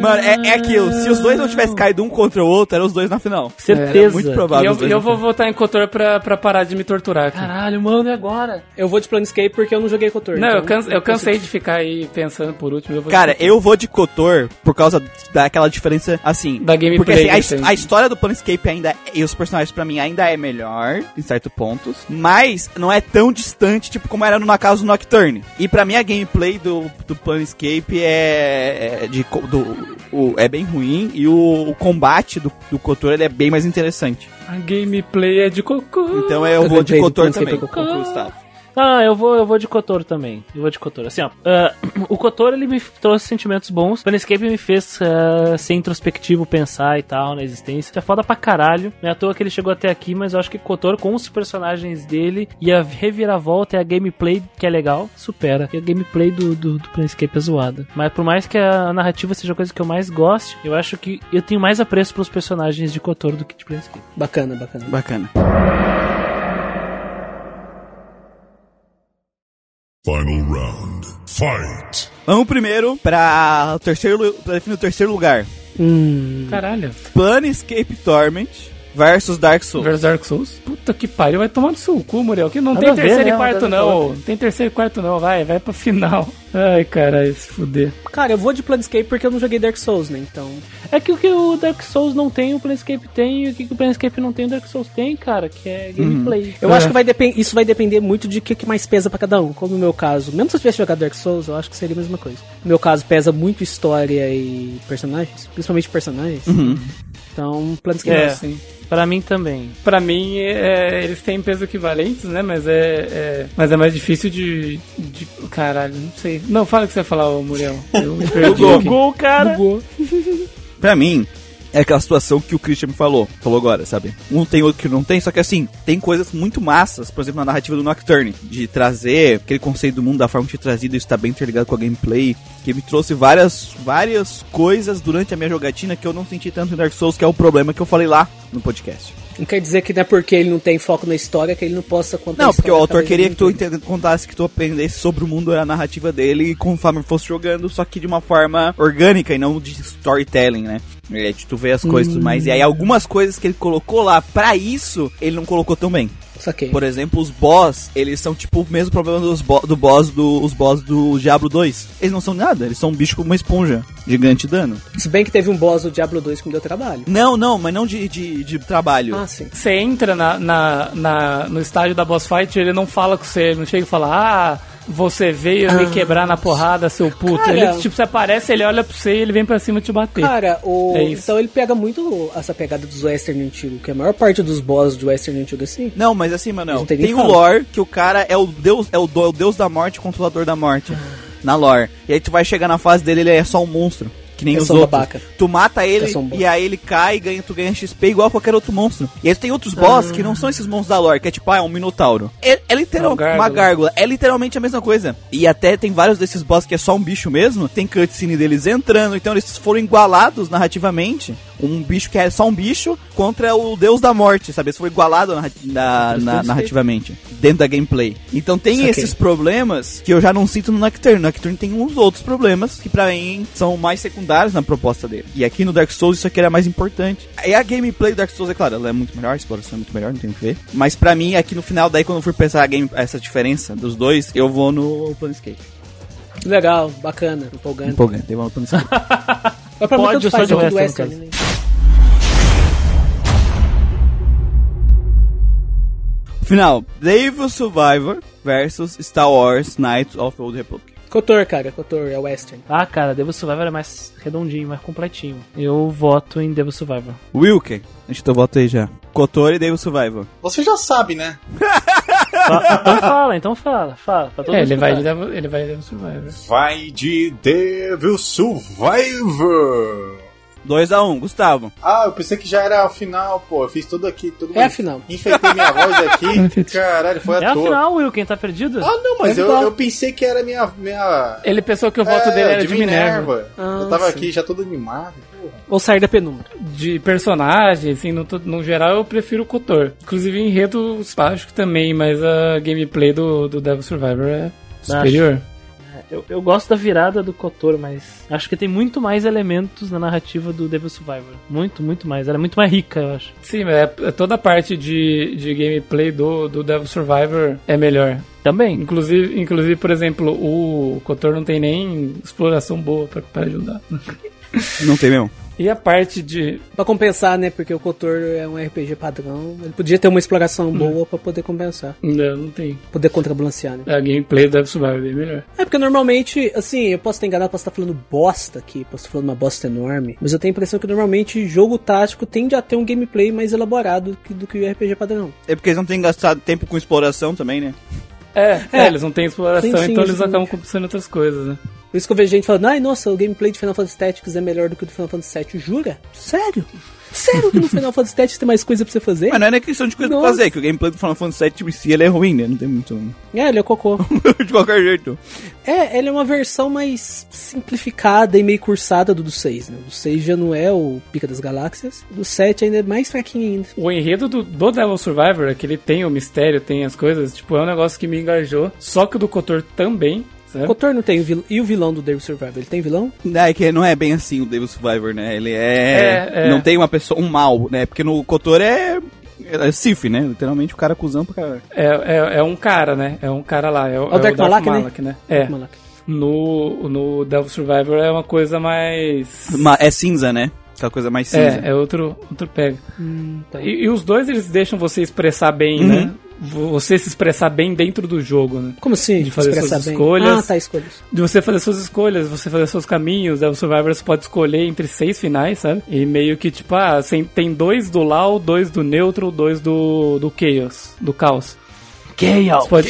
Speaker 1: Mano, é, é aquilo. Se os dois não tivessem caído um contra o outro, eram os dois na final.
Speaker 4: Certeza.
Speaker 1: Muito
Speaker 3: E
Speaker 1: provável. os
Speaker 3: eu,
Speaker 1: dois
Speaker 3: eu
Speaker 1: na
Speaker 3: vou votar em Cotor pra, pra parar de me torturar aqui.
Speaker 4: Caralho, mano, e agora?
Speaker 2: Eu vou de Planescape porque eu não joguei Cotor.
Speaker 3: Não,
Speaker 2: então
Speaker 3: eu, canse- eu cansei de ficar aí pensando por último. Eu vou
Speaker 1: Cara, eu vou de Cotor por causa daquela diferença, assim.
Speaker 3: Da gameplay,
Speaker 1: Porque assim, a
Speaker 3: né,
Speaker 1: his-
Speaker 3: tem.
Speaker 1: a, história do Planescape ainda. é, E os personagens, pra mim, ainda é melhor, em certo pontos. Mas não é tão distante, tipo, como era no na casa do Nocturne. E pra mim, a gameplay do, do Planescape é. é de, co- do, o- é bem ruim. E o, o combate do, do Cotor ele é bem mais interessante.
Speaker 3: A gameplay é de cocô.
Speaker 1: Então eu
Speaker 2: Eu
Speaker 1: vou de
Speaker 2: lembrei do
Speaker 1: Cotor também.
Speaker 2: Planescape
Speaker 1: com o Gustavo.
Speaker 4: Ah, eu vou, eu vou de Cotor também. Eu vou de Cotor. Assim, ó. ah, (clears throat) o Cotor, ele me trouxe sentimentos bons. O Planescape me fez ah, ser introspectivo, pensar e tal na existência. É foda pra caralho. Não é à toa que ele chegou até aqui, mas eu acho que Cotor, com os personagens dele e a reviravolta e a gameplay que é legal, supera. E a gameplay do, do, do Planescape é zoada. Mas por mais que a narrativa seja a coisa que eu mais goste, eu acho que eu tenho mais apreço pelos personagens de Cotor do que de Planescape.
Speaker 2: Bacana, bacana.
Speaker 1: Bacana.
Speaker 6: Final round. Fight.
Speaker 1: Vamos primeiro para o terceiro, lu- pra definir o terceiro lugar.
Speaker 3: Caralho.
Speaker 1: Planescape Torment versus Dark Souls.
Speaker 3: Versus Dark Souls? Puta que pariu, vai tomar no seu cu, Muriel. Que não
Speaker 4: Nada
Speaker 3: tem
Speaker 4: a ver, né?
Speaker 3: terceiro e quarto,
Speaker 4: Nada a ver com a
Speaker 3: não. Não tem terceiro e quarto, não. Vai, vai
Speaker 4: (laughs)
Speaker 3: pra final. Ai, caralho, se fuder.
Speaker 2: Cara, eu vou de Planescape porque eu não joguei Dark Souls, né? Então.
Speaker 4: É que o que o Dark Souls não tem, o Planescape tem, e o que que o Planescape não tem, o Dark Souls tem, cara, que é gameplay.
Speaker 2: Eu
Speaker 3: É.
Speaker 2: acho que vai depen- isso vai depender muito de o que, que mais pesa pra cada um. Como no meu caso, mesmo se eu tivesse jogado Dark Souls, eu acho que seria a mesma coisa. No meu caso, pesa muito história e personagens, principalmente personagens.
Speaker 3: Uhum.
Speaker 2: Então, Planescape.
Speaker 4: É.
Speaker 2: Nossa, hein?
Speaker 4: Pra mim também.
Speaker 3: Pra mim, é, eles têm peso equivalentes, né? Mas é, é- mas é mais difícil de, de- Caralho, não sei. Não, fala o que você ia falar, ô, Muriel.
Speaker 4: (laughs)
Speaker 3: Eu me perdi
Speaker 1: Bugou.
Speaker 3: aqui.
Speaker 4: Gol, cara!
Speaker 3: Bugou.
Speaker 1: Pra mim, é aquela situação que o Christian me falou. Falou agora, sabe? Um tem, outro que não tem. Só que assim, tem coisas muito massas. Por exemplo, na narrativa do Nocturne. De trazer aquele conceito do mundo da forma que tinha trazido. Isso tá bem interligado com a gameplay. Que me trouxe várias, várias coisas durante a minha jogatina que eu não senti tanto em Dark Souls. Que é o problema que eu falei lá no podcast.
Speaker 2: Não quer dizer que não é porque ele não tem foco na história que ele não possa contar a
Speaker 1: Não, porque o
Speaker 2: história
Speaker 1: autor
Speaker 2: através
Speaker 1: queria
Speaker 2: do
Speaker 1: que tu
Speaker 2: gameplay.
Speaker 1: entende- contasse que tu aprendesse sobre o mundo e a narrativa dele e conforme fosse jogando, só que de uma forma orgânica e não de storytelling, né? É, de tu ver as coisas e tudo mais. E aí algumas coisas que ele colocou lá pra isso, ele não colocou tão bem.
Speaker 2: Saquei.
Speaker 1: Por exemplo, os boss, eles são tipo o mesmo problema dos bo- do boss do, os boss do Diablo 2. Eles não são nada, eles são um bicho com uma esponja gigante de dano.
Speaker 2: Se bem que teve um boss do Diablo 2 que me deu trabalho.
Speaker 1: Não, não, mas não de, de, de trabalho.
Speaker 2: Ah, sim.
Speaker 3: Você entra na, na- na- no estádio da boss fight, ele não fala com você, ele não chega e fala, ah, você veio me quebrar na porrada, seu puto.
Speaker 2: Ah. Cara.
Speaker 3: Ele, tipo, você aparece, ele olha pra você e ele vem pra cima te bater.
Speaker 2: Cara, o...
Speaker 3: É isso.
Speaker 2: então ele pega muito essa pegada dos Western antigo, que a maior parte dos bosses do Western antigo é assim.
Speaker 1: Não, mas assim, Manuel,
Speaker 2: Não tem
Speaker 1: tem,
Speaker 2: nem
Speaker 1: o
Speaker 2: fala.
Speaker 1: lore que o cara é o deus, é o, do- é o deus da morte, controlador da morte.
Speaker 2: Ah.
Speaker 1: Na lore. E aí tu vai chegar na fase dele, ele é só um monstro. Que nem
Speaker 2: É
Speaker 1: os
Speaker 2: só um
Speaker 1: outros.
Speaker 2: babaca.
Speaker 1: Tu mata ele
Speaker 2: É só um babaca.
Speaker 1: e aí ele cai e ganha, tu ganha XP igual a qualquer outro monstro. E aí tu tem outros boss
Speaker 2: Ah.
Speaker 1: que não são esses monstros da lore, que é tipo, ah, é um minotauro. É, é literal,
Speaker 3: É um gárgula.
Speaker 1: uma gárgula. É literalmente a mesma coisa. E até tem vários desses boss que é só um bicho mesmo. Tem cutscene deles entrando, então eles foram igualados narrativamente. Um bicho que é só um bicho contra o deus da morte, sabe? Eles foram igualados narra- na- na- narrativamente, dentro da gameplay. Então tem
Speaker 2: Saquei.
Speaker 1: esses problemas que eu já não sinto no Nocturne. No Nocturne tem uns outros problemas que pra mim são mais secundários na proposta dele. E aqui no Dark Souls isso aqui era mais importante. E a gameplay do Dark Souls, é claro, ela é muito melhor, a exploração é muito melhor, não tem o que ver. Mas pra mim, aqui no final, daí quando eu for pensar a game, essa diferença dos dois, eu vou no Planescape.
Speaker 2: Legal, bacana, empolgante.
Speaker 1: Empolgante, eu vou no Planescape.
Speaker 2: Mas pra
Speaker 4: Pode,
Speaker 2: mim tanto
Speaker 4: eu sou
Speaker 2: faz,
Speaker 4: de
Speaker 2: é tudo
Speaker 4: Western,
Speaker 2: Western, né?
Speaker 1: (laughs) final, Devil Survivor versus Star Wars Knights of Old Republic.
Speaker 2: Cotor, cara, Cotor é Western.
Speaker 4: Ah, cara, Devil Survivor é mais redondinho, mais completinho. Eu voto em Devil Survivor.
Speaker 1: Wilken, deixa eu teu voto aí já. Kotori e Devil Survivor.
Speaker 7: Você já sabe, né?
Speaker 4: Fa- então fala, então fala, fala. Pra todo
Speaker 3: É,
Speaker 4: mundo tá
Speaker 3: ele vai,
Speaker 4: escutar.
Speaker 3: ele vai ele vai-
Speaker 6: Vai de Devil Survivor.
Speaker 1: 2x1, Gustavo.
Speaker 7: Ah, eu pensei que já era a final, pô. Eu fiz tudo aqui, tudo
Speaker 2: É a final.
Speaker 7: Enfeitei minha voz
Speaker 1: (laughs) É
Speaker 7: aqui. Caralho, foi
Speaker 4: É
Speaker 7: à
Speaker 4: a
Speaker 7: toa.
Speaker 4: final, Will, quem tá perdido?
Speaker 7: Ah, não, mas
Speaker 2: É
Speaker 7: eu,
Speaker 2: final.
Speaker 7: eu pensei que era minha. minha... é,
Speaker 3: Ele pensou que o
Speaker 5: É,
Speaker 3: voto dele era de, Minerva.
Speaker 2: Ah,
Speaker 7: eu tava
Speaker 2: sim.
Speaker 7: aqui já todo animado. Porra.
Speaker 2: Ou sair da penumbra.
Speaker 3: De personagem, assim, no, to- no geral eu prefiro o Cotor. Inclusive enredo espástico também, mas a gameplay do, do Devil Survivor é superior.
Speaker 4: Eu, eu gosto da virada do Kotor, mas acho que tem muito mais elementos na narrativa do Devil Survivor. Muito, muito mais. Ela é muito mais rica, eu acho.
Speaker 3: Sim, mas é- é toda a parte de, de gameplay do, do Devil Survivor é melhor.
Speaker 4: Também.
Speaker 3: Inclusive, inclusive, por exemplo, o Cotor não tem nem exploração boa pra, pra ajudar.
Speaker 1: Não tem mesmo.
Speaker 3: E a parte de.
Speaker 2: Pra compensar, né? Porque o Cotor é um RPG padrão. Ele podia ter uma exploração boa pra poder compensar.
Speaker 3: Não, não tem.
Speaker 2: Poder contrabalancear, né?
Speaker 3: A gameplay do Devil Survivor é bem melhor.
Speaker 2: É porque normalmente, assim, eu posso ter enganado, posso estar falando bosta aqui, posso estar falando uma bosta enorme, mas eu tenho a impressão que normalmente jogo tático tende a ter um gameplay mais elaborado que- do que o RPG padrão.
Speaker 1: É porque eles não têm gastado tempo com exploração também, né?
Speaker 3: É,
Speaker 2: é,
Speaker 3: eles não têm exploração,
Speaker 2: sim, sim,
Speaker 3: então eles
Speaker 2: sim.
Speaker 3: acabam compensando outras coisas, né?
Speaker 2: Por isso que eu vejo gente falando, ai nossa, o gameplay de Final Fantasy Tactics é melhor do que o do Final Fantasy VII. Jura? Sério? Sério que no Final Fantasy Tactics tem mais coisa pra você fazer?
Speaker 1: Mas não é nem questão de coisa pra
Speaker 2: Nossa.
Speaker 1: fazer, que o gameplay do Final Fantasy VII em si ele é ruim, né? Não tem muito. (laughs)
Speaker 2: É, ele é cocô.
Speaker 1: de qualquer jeito.
Speaker 2: É, ele é uma versão mais simplificada e meio cursada do do 6, né? O do 6 já não é o Pica das Galáxias. O do 7 ainda é mais fraquinho ainda.
Speaker 3: O enredo do, do Devil Survivor é que ele tem o mistério, tem as coisas, tipo, é um negócio que me engajou. Só que o do Cotor também,
Speaker 2: O
Speaker 3: sabe?
Speaker 2: Cotor não tem o vilão. E o vilão do Devil Survivor? Ele tem vilão?
Speaker 1: É que não é bem assim o Devil Survivor, né? Ele é.
Speaker 3: É, é.
Speaker 1: Não tem uma pessoa, um mal, né? Porque no Kotor é. É Sif, né? Literalmente o cara é cuzão pra caralho.
Speaker 3: É, é, é um cara, né? É um cara lá. É, o-
Speaker 2: É o
Speaker 3: é
Speaker 2: Dark
Speaker 3: o Dark
Speaker 2: Malak,
Speaker 3: Malak,
Speaker 2: né?
Speaker 3: né? É.
Speaker 2: Malaca.
Speaker 3: No, no Devil Survivor é uma coisa mais.
Speaker 1: Ma- É cinza, né? Aquela coisa mais cinza.
Speaker 3: É, é outro, outro pega.
Speaker 2: tá.
Speaker 3: E, e os dois eles deixam você expressar bem, né? Você se expressar bem dentro do jogo, né?
Speaker 2: Como assim?
Speaker 3: De fazer
Speaker 2: Expressar
Speaker 3: suas escolhas.
Speaker 2: Ah, tá, escolhas.
Speaker 3: De você fazer suas escolhas, você fazer seus caminhos. Devil Survivor você pode escolher entre seis finais, sabe? E meio que tipo, ah, sem- tem dois do Lau, dois do Neutro, dois do, do Chaos, do Caos.
Speaker 4: Chaos.
Speaker 3: Você pode,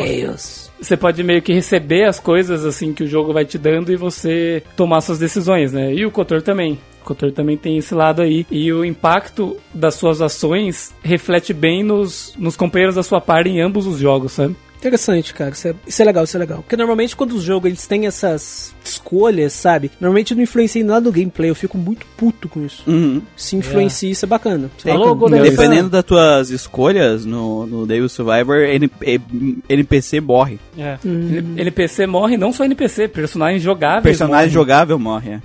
Speaker 2: Chaos.
Speaker 3: você pode meio que receber as coisas assim que o jogo vai te dando e você tomar suas decisões, né? E o Cotor também. O Cotor também tem esse lado aí. E o impacto das suas ações reflete bem nos, nos companheiros da sua par em ambos os jogos, sabe?
Speaker 2: Interessante, cara. Isso é, isso é legal, isso é legal. Porque normalmente quando os jogos eles têm essas escolhas, sabe? Normalmente não influencia em nada o gameplay. Eu fico muito puto com isso.
Speaker 1: Uhum.
Speaker 2: Se influencia, isso é bacana.
Speaker 1: Tem-
Speaker 4: Alô,
Speaker 3: É
Speaker 4: Golden
Speaker 1: Dependendo das tuas escolhas no, no Devil Survivor, N- eh, NPC morre.
Speaker 3: N- NPC morre, não só NPC, personagens jogáveis.
Speaker 1: Personagem
Speaker 3: morrem.
Speaker 1: jogável morre. é.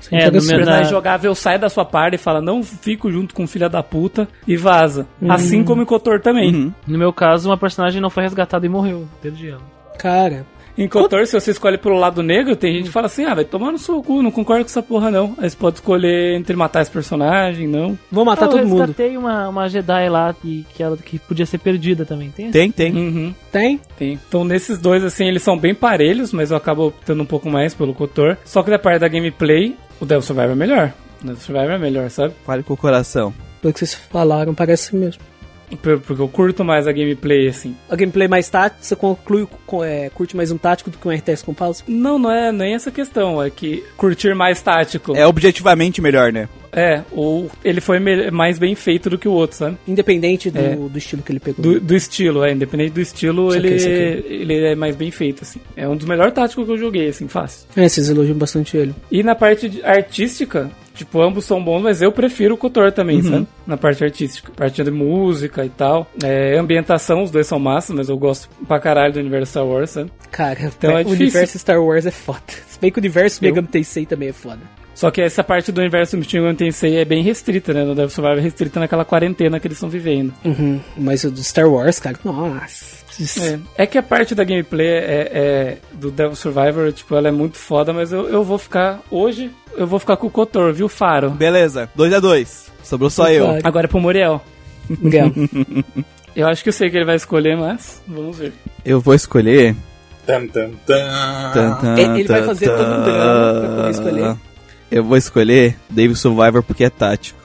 Speaker 3: Você
Speaker 4: É,
Speaker 3: pega
Speaker 4: no
Speaker 3: esse
Speaker 4: meu-
Speaker 3: personagem
Speaker 4: na-
Speaker 3: jogável, sai da sua parte e fala, não fico junto com filha da puta e vaza. Assim como o Cotor também.
Speaker 1: Uhum.
Speaker 4: No meu caso, uma personagem não foi resgatada e morreu. Perdi ela.
Speaker 2: Cara,
Speaker 3: Em Cotor, se você escolhe pelo lado negro, tem gente que fala assim, ah, vai tomar no seu cu, não concordo com essa porra não. Aí você pode escolher entre matar esse personagem, não.
Speaker 2: vou matar
Speaker 4: eu
Speaker 2: Ah, tá todo mundo.
Speaker 4: resgatei uma, uma Jedi lá que, que, ela, que podia ser perdida também. Tem?
Speaker 1: Tem, tem.
Speaker 3: Uhum.
Speaker 2: Tem?
Speaker 3: Tem. Então, nesses dois, assim, eles são bem parelhos, mas eu acabo optando um pouco mais pelo Cotor. Só que da parte da gameplay, o Devil Survivor é melhor. O Devil Survivor é melhor, sabe?
Speaker 1: Fale com o coração.
Speaker 2: Pelo que vocês falaram, parece mesmo.
Speaker 3: Por- Porque eu curto mais a gameplay, assim.
Speaker 2: A gameplay mais tática, você conclui, com- é, curte mais um tático do que um RTS com pausa?
Speaker 3: Não, não é nem essa questão. É que curtir mais tático.
Speaker 1: É objetivamente melhor, né?
Speaker 3: É, ou ele foi me- mais bem feito do que o outro, sabe?
Speaker 2: Independente do,
Speaker 3: É.
Speaker 2: do estilo que ele pegou.
Speaker 3: Do, do estilo, é. Independente do estilo,
Speaker 2: Saquei,
Speaker 3: ele,
Speaker 2: saquei.
Speaker 3: ele é mais bem feito, assim. É um dos melhores táticos que eu joguei, assim, fácil.
Speaker 2: É, vocês elogiam bastante ele.
Speaker 3: E na parte de- artística, tipo, ambos são bons, mas eu prefiro o Cotor também, sabe? Na parte artística. Parte de música e tal. É, ambientação, os dois são massa, mas eu gosto pra caralho do universo Star Wars, sabe?
Speaker 2: Cara,
Speaker 3: Então é
Speaker 2: o
Speaker 3: difícil.
Speaker 2: universo Star Wars é foda. (laughs) Se bem que o universo Megami Tensei também é foda.
Speaker 3: Só que essa parte do universo Machine Gun Tensei é bem restrita, né? Não deve sobrar restrita naquela quarentena que eles estão vivendo.
Speaker 2: Uhum. Mas o do Star Wars, cara, nossa. (laughs)
Speaker 3: É. É que a parte da gameplay é, é- do Devil Survivor, tipo, ela é muito foda, mas eu, eu vou ficar. Hoje eu vou ficar com o Cotor, viu, Faro?
Speaker 1: Beleza, 2 a 2 Sobrou só eu.
Speaker 2: Claro.
Speaker 3: Agora é pro Muriel.
Speaker 2: Miguel,
Speaker 3: Eu acho que eu sei que ele vai escolher, mas vamos ver.
Speaker 1: Eu vou escolher.
Speaker 6: Tam, tam, tam.
Speaker 1: Tan, tan,
Speaker 2: é, ele vai
Speaker 1: tan,
Speaker 2: fazer todo um
Speaker 1: tan.
Speaker 2: drama pra poder escolher.
Speaker 1: Eu vou escolher David Survivor porque é tático.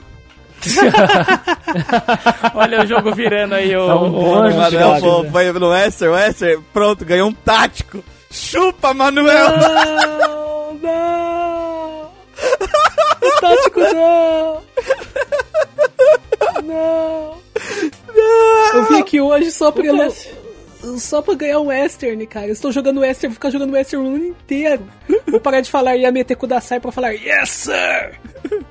Speaker 3: Olha o jogo virando aí,
Speaker 4: (laughs)
Speaker 3: ô.
Speaker 4: Tá um
Speaker 3: ô,
Speaker 4: bom,
Speaker 3: ô,
Speaker 4: gente.
Speaker 3: Manoel.
Speaker 1: Manoel vou- vai no Wester, Wester, pronto, ganhou um tático. Chupa, Manuel!
Speaker 2: Ah. Não, não! O tático não! Não! Eu vim aqui hoje só pra, só pra ganhar o Western, cara. Eu estou jogando Western, vou ficar jogando Western o ano inteiro. Vou parar de falar Yamete Kudasai pra falar Yes, sir!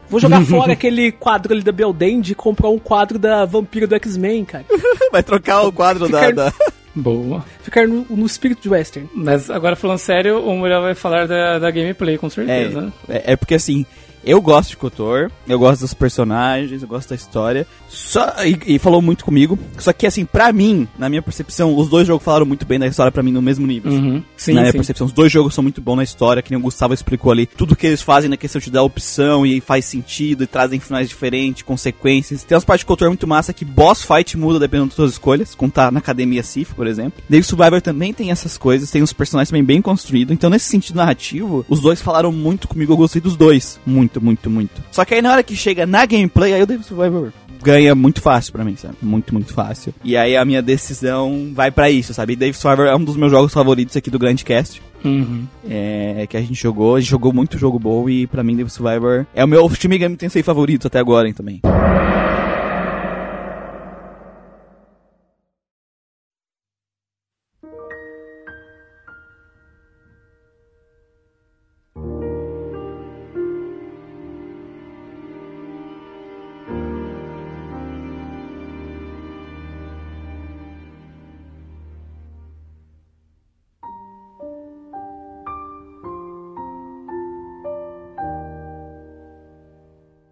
Speaker 2: Vou jogar fora aquele quadro ali da Beldend e comprar um quadro da Vampiro do X-Men, cara.
Speaker 1: (laughs) Vai trocar o quadro da,
Speaker 2: Ficar-
Speaker 1: da-
Speaker 3: Boa.
Speaker 2: Ficar no, no espírito de Western.
Speaker 3: Mas agora falando sério, o Muriel vai falar da, da gameplay, com
Speaker 1: É,
Speaker 3: certeza. né?
Speaker 1: é, é porque assim, eu gosto de Kotor, eu gosto dos personagens, eu gosto da história. Só, e, e falou muito comigo. Só que assim, pra mim, na minha percepção, os dois jogos falaram muito bem da história pra mim no mesmo nível.
Speaker 3: Uhum. Sim,
Speaker 1: na minha
Speaker 3: sim.
Speaker 1: percepção, os dois jogos são muito bons na história, que nem o Gustavo explicou ali. Tudo que eles fazem na questão de dar opção e faz sentido e trazem finais diferentes, consequências. Tem umas partes de Kotor muito massa que boss fight muda dependendo das suas escolhas, como tá na Academia Sif, por exemplo. David Survivor também tem essas coisas, tem os personagens também bem construídos. Então, nesse sentido narrativo, os dois falaram muito comigo, eu gostei dos dois. Muito, muito, muito. Só que aí na hora que chega na gameplay, aí o David Survivor ganha muito fácil pra mim, sabe? Muito, muito fácil. E aí a minha decisão vai pra isso, sabe? E Dave Survivor é um dos meus jogos favoritos aqui do Grand Cast.
Speaker 3: Uhum.
Speaker 1: É, que a gente jogou, a gente jogou muito jogo bom e pra mim Dave Survivor é o meu (laughs) time game Tensei favorito até agora hein, também.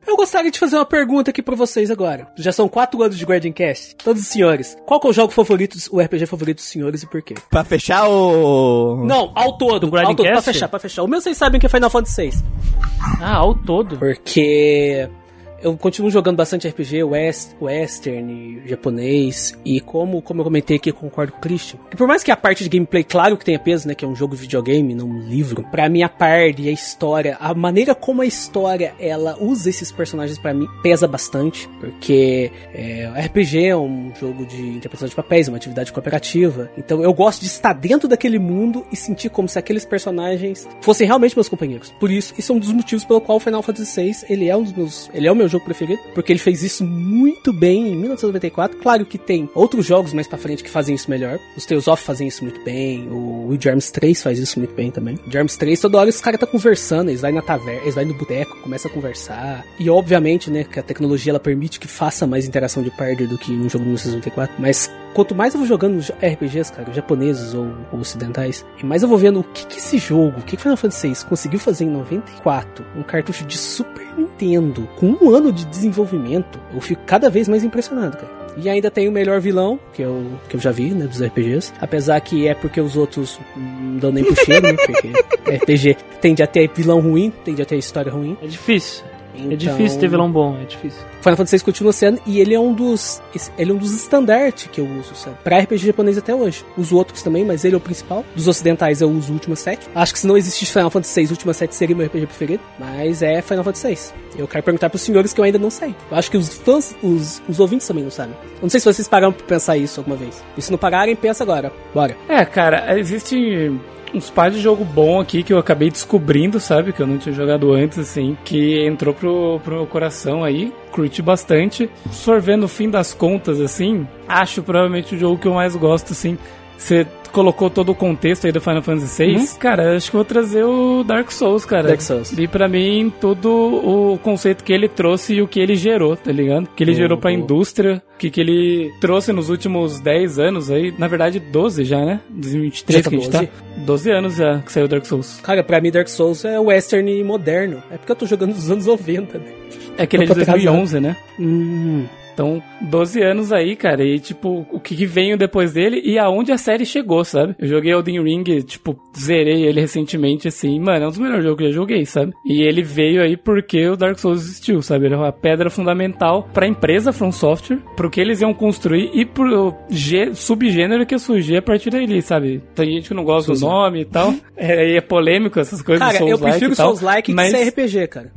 Speaker 2: Eu gostaria de fazer uma pergunta aqui pra vocês agora. Já são quatro anos de Guardian Cast. Todos os senhores, qual que é o jogo favorito, o RPG favorito dos senhores e por quê?
Speaker 1: Pra fechar o...
Speaker 2: Não, ao todo,
Speaker 4: Guardian
Speaker 2: ao todo, pra
Speaker 4: Cast?
Speaker 2: fechar, pra fechar. O meu vocês sabem que é Final Fantasy VI.
Speaker 4: Ah, ao todo.
Speaker 2: Porque eu continuo jogando bastante RPG, west, western, e japonês, e como, como eu comentei aqui, eu concordo com o Christian. E por mais que a parte de gameplay, claro que tenha peso, né, que é um jogo de videogame, não um livro, pra mim a parte e a história, a maneira como a história, ela usa esses personagens pra mim, pesa bastante, porque é, RPG é um jogo de interpretação de papéis, uma atividade cooperativa, então eu gosto de estar dentro daquele mundo e sentir como se aqueles personagens fossem realmente meus companheiros. Por isso, isso é um dos motivos pelo qual o Final Fantasy VI, ele é um dos meus, ele é o meu jogo preferido, porque ele fez isso muito bem em 1994. Claro que tem outros jogos mais pra frente que fazem isso melhor. Os Tales of fazem isso muito bem, o Will Germs 3 faz isso muito bem também. Germs 3, toda hora os caras tá conversando, eles vai na taverna, eles vai no boteco, começa a conversar. E obviamente, né, que a tecnologia ela permite que faça mais interação de party do que um jogo de 1964, mas quanto mais eu vou jogando os RPGs, cara, japoneses ou, ou ocidentais, e mais eu vou vendo o que que esse jogo, o que que Final Fantasy VI conseguiu fazer em 94, um cartucho de Super Nintendo, com um ano de desenvolvimento, eu fico cada vez mais impressionado, cara. E ainda tem o melhor vilão, que eu, que eu já vi, né, dos RPGs. Apesar que é porque os outros não dão nem pro cheiro, né?
Speaker 4: (laughs)
Speaker 2: Porque RPG tende a ter vilão ruim, tende a ter história ruim.
Speaker 4: É difícil.
Speaker 2: Então,
Speaker 4: É difícil ter vilão bom, é difícil.
Speaker 2: Final Fantasy VI continua sendo, e ele é um dos esse- ele é um dos estandartes que eu uso, sabe? Pra RPG japonês até hoje. Uso outros também, mas ele é o principal. Dos ocidentais eu uso Última 7. Acho que se não existisse Final Fantasy VI, Última 7 seria meu RPG preferido, mas é Final Fantasy VI. Eu quero perguntar pros senhores que eu ainda não sei. Eu acho que os fãs, os, os ouvintes também não sabem. Eu não sei se vocês pararam pra pensar isso alguma vez. E se não pararem, pensa agora. Bora.
Speaker 3: É, cara, existe uns par de jogo bom aqui que eu acabei descobrindo, sabe? Que eu não tinha jogado antes, assim, que entrou pro, pro meu coração aí, curti bastante. Sorvendo no fim das contas, assim, acho provavelmente o jogo que eu mais gosto, assim. Você colocou todo o contexto aí do Final Fantasy VI. Cara, acho que eu vou trazer o Dark Souls, cara.
Speaker 2: Dark Souls.
Speaker 3: E pra mim, todo o conceito que ele trouxe e o que ele gerou, tá ligado? Que ele gerou pra indústria, o que, que ele trouxe nos últimos 10 anos aí, na verdade 12 já, né? 2023
Speaker 2: Já tá
Speaker 3: que a gente
Speaker 2: 12?
Speaker 3: tá. 12 anos já que saiu Dark Souls.
Speaker 2: Cara, pra mim Dark Souls é western e moderno. É porque eu tô jogando dos anos 90, né?
Speaker 3: É aquele
Speaker 2: Eu
Speaker 3: de
Speaker 2: tô até
Speaker 3: 2011, né?
Speaker 2: Hum.
Speaker 3: Então, 12 anos aí, cara, e tipo, o que que veio depois dele e aonde a série chegou, sabe? Eu joguei Elden Ring, tipo, zerei ele recentemente, assim, mano, é um dos melhores jogos que eu já joguei, sabe? E ele veio aí porque o Dark Souls existiu, sabe? Ele é uma pedra fundamental pra empresa From Software, pro que eles iam construir e pro gê- subgênero que ia surgir a partir dali, sabe? Tem gente que não gosta do nome e
Speaker 2: (laughs)
Speaker 3: tal, é, e é polêmico essas coisas,
Speaker 2: Cara, eu
Speaker 3: Souls-like
Speaker 2: prefiro
Speaker 3: e tal,
Speaker 2: Souls Like que
Speaker 3: mas-
Speaker 2: CRPG, cara.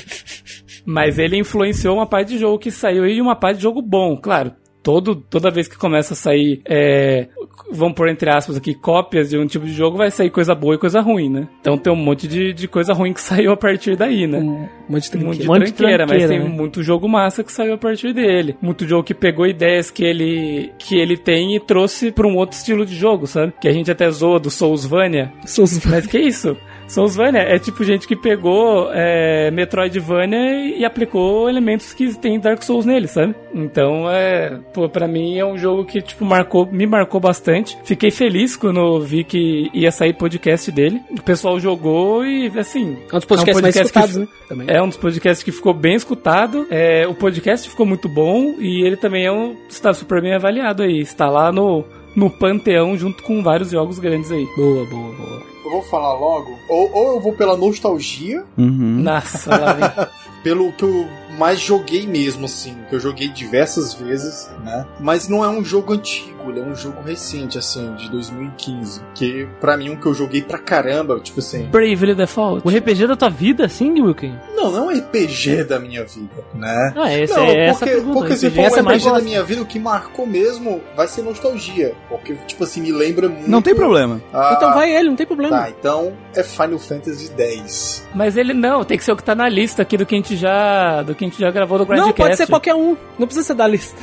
Speaker 3: (laughs) Mas ele influenciou uma parte de jogo que saiu e uma parte de jogo bom, claro. Todo, toda vez que começa a sair, é, vamos pôr entre aspas aqui, cópias de um tipo de jogo, vai sair coisa boa e coisa ruim, né? Então tem um monte de, de coisa ruim que (laughs) saiu a partir daí, né?
Speaker 2: Um monte de
Speaker 3: Tem muito de
Speaker 4: Um Hum, monte de
Speaker 3: tranqueira, mas tem
Speaker 4: tranqueira, né?
Speaker 3: muito jogo massa que saiu a partir dele. Muito jogo que pegou ideias que ele, que ele tem e trouxe pra um outro estilo de jogo, sabe? Que a gente até zoa do Soulsvania,
Speaker 2: Souls
Speaker 3: (laughs) mas que isso? Soulsvania é tipo gente que pegou é, Metroidvania e aplicou elementos que tem Dark Souls nele, sabe? Então, é, pô, pra mim é um jogo que, tipo, marcou, me marcou bastante. Fiquei feliz quando eu vi que ia sair podcast dele. O pessoal jogou e, assim,
Speaker 2: É um dos podcasts
Speaker 3: É um podcast
Speaker 2: mais
Speaker 3: que-
Speaker 2: escutados, né? Também.
Speaker 3: é um dos podcasts que ficou bem escutado. É, o podcast ficou muito bom e ele também é um, está super bem avaliado aí. Está lá no, no panteão junto com vários jogos grandes aí.
Speaker 2: Boa, boa, boa.
Speaker 5: Eu vou falar logo. Ou, ou eu vou pela nostalgia,
Speaker 1: Uhum.
Speaker 3: Nossa, lá vem.
Speaker 5: pelo que eu mais joguei mesmo, assim. Que eu joguei diversas vezes, né? Mas não é um jogo antigo, ele é um jogo recente, assim, de 2015. Que pra mim, um que eu joguei pra caramba, tipo assim.
Speaker 3: Bravely Default.
Speaker 4: O RPG da tua vida, sim, Wilkin?
Speaker 5: Não, não é um RPG da minha vida, né?
Speaker 4: Ah, essa,
Speaker 5: não,
Speaker 4: é essa a
Speaker 5: porque,
Speaker 4: pergunta.
Speaker 5: porque se
Speaker 4: RPG,
Speaker 5: for
Speaker 4: essa é
Speaker 5: um
Speaker 4: mais
Speaker 5: RPG da
Speaker 4: gosta.
Speaker 5: minha vida, o que marcou mesmo vai ser nostalgia. Porque, tipo assim, me lembra muito.
Speaker 1: Não tem problema.
Speaker 5: a-
Speaker 2: Então vai ele, não tem problema.
Speaker 5: Tá, então é Final Fantasy X.
Speaker 3: Mas ele não, tem que ser o que tá na lista aqui do que a gente já, do que a gente já gravou do Grindcast.
Speaker 2: não, pode ser qualquer um. Não precisa ser da lista. (laughs)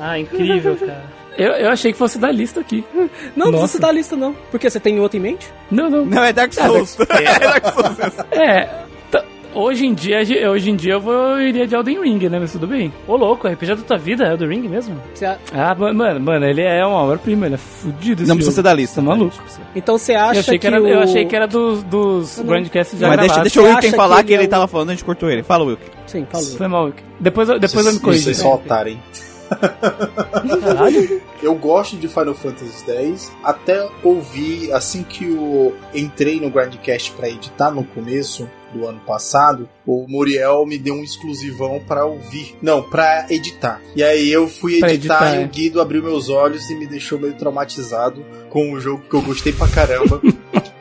Speaker 4: Ah, incrível, cara.
Speaker 3: Eu, eu achei que fosse da lista aqui.
Speaker 2: Não, não precisa
Speaker 3: Nossa.
Speaker 2: ser da lista, não. Porque você tem outro em mente?
Speaker 3: Não, não.
Speaker 1: Não, (laughs) é Dark Souls. É Dark Souls.
Speaker 3: É, tá- hoje em dia, hoje em dia eu, vou, eu iria de Elden Ring, né? Mas tudo bem.
Speaker 4: Ô, louco, o RPG da tua vida é o do Ring mesmo?
Speaker 2: Você a-
Speaker 3: Ah, ma- mano, mano, ele é uma obra-prima, ele é fudido esse
Speaker 1: Não precisa ser
Speaker 3: jogo.
Speaker 1: da lista.
Speaker 3: Tá maluco.
Speaker 2: Então você acha
Speaker 3: Eu achei que, era,
Speaker 2: o...
Speaker 3: eu achei que era dos, dos Grandcasts já
Speaker 1: Mas deixa,
Speaker 3: gravados.
Speaker 1: deixa o
Speaker 2: Você
Speaker 1: Wilken
Speaker 2: acha
Speaker 1: falar
Speaker 2: que
Speaker 1: que,
Speaker 2: ele
Speaker 1: ele
Speaker 2: é um-
Speaker 1: tava falando, a gente cortou ele. Fala, Wilken.
Speaker 2: Sim, falou.
Speaker 3: Foi mal. Depois, eu- depois eu me corrijo.
Speaker 5: Vocês são otários, hein?
Speaker 4: Caralho.
Speaker 5: Eu gosto de Final Fantasy X, até ouvi assim que eu entrei no Grindcast pra editar no começo do ano passado, o Muriel me deu um exclusivão pra ouvir. Não, pra editar. E aí eu fui
Speaker 3: Pra
Speaker 5: editar,
Speaker 3: editar,
Speaker 5: e
Speaker 3: é.
Speaker 5: o Guido abriu meus olhos e me deixou meio traumatizado com um jogo que eu gostei pra caramba,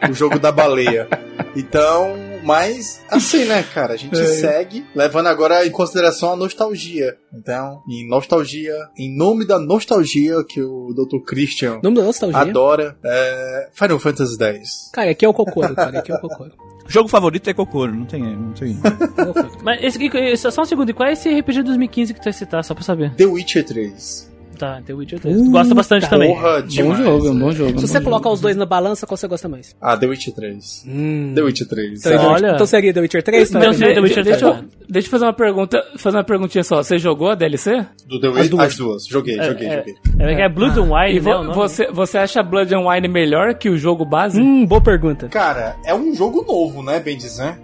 Speaker 5: o jogo da baleia. Então, mas assim, né, cara, a gente
Speaker 3: É.
Speaker 5: segue levando agora em consideração a nostalgia. Então, em nostalgia, em nome da nostalgia que o Dr. Christian
Speaker 2: Nome da nostalgia.
Speaker 5: adora, é Final Fantasy X.
Speaker 2: Cara, aqui é o Cocoro, cara. Aqui é o
Speaker 3: (laughs)
Speaker 2: Cocoro.
Speaker 1: Jogo favorito é Kokoro, não tem. Não tem.
Speaker 2: Cocoro.
Speaker 4: é Mas esse, aqui- só- só um segundo, e qual é esse RPG de 2015 que tu ia citar, só pra eu saber?
Speaker 5: The Witcher 3.
Speaker 4: Tá, The Witcher 3. Tu gosta bastante também.
Speaker 5: Porra,
Speaker 3: Bom
Speaker 5: demais.
Speaker 3: jogo, é um bom jogo. é um
Speaker 2: Se
Speaker 3: bom
Speaker 2: você
Speaker 3: jogo.
Speaker 2: colocar os dois na balança, qual você gosta mais?
Speaker 5: Ah, The Witch 3.
Speaker 3: Hum.
Speaker 5: The Witch 3.
Speaker 2: Então, é The
Speaker 4: Olha.
Speaker 2: Witcher- então seria The Witcher 3?
Speaker 4: Meu
Speaker 2: talvez?
Speaker 4: Deus, The Witcher
Speaker 3: deixa,
Speaker 4: tá
Speaker 3: eu, deixa eu fazer uma pergunta, fazer uma perguntinha só. Você jogou a DLC?
Speaker 5: Do The Witch, as, duas. Joguei, joguei, joguei.
Speaker 4: É, é, é Blood and Wine,
Speaker 3: E vo-
Speaker 4: né, o nome?
Speaker 3: você, você acha Blood and Wine melhor que o jogo base?
Speaker 2: Hum, boa pergunta.
Speaker 5: Cara, é um jogo novo, né, bem dizer?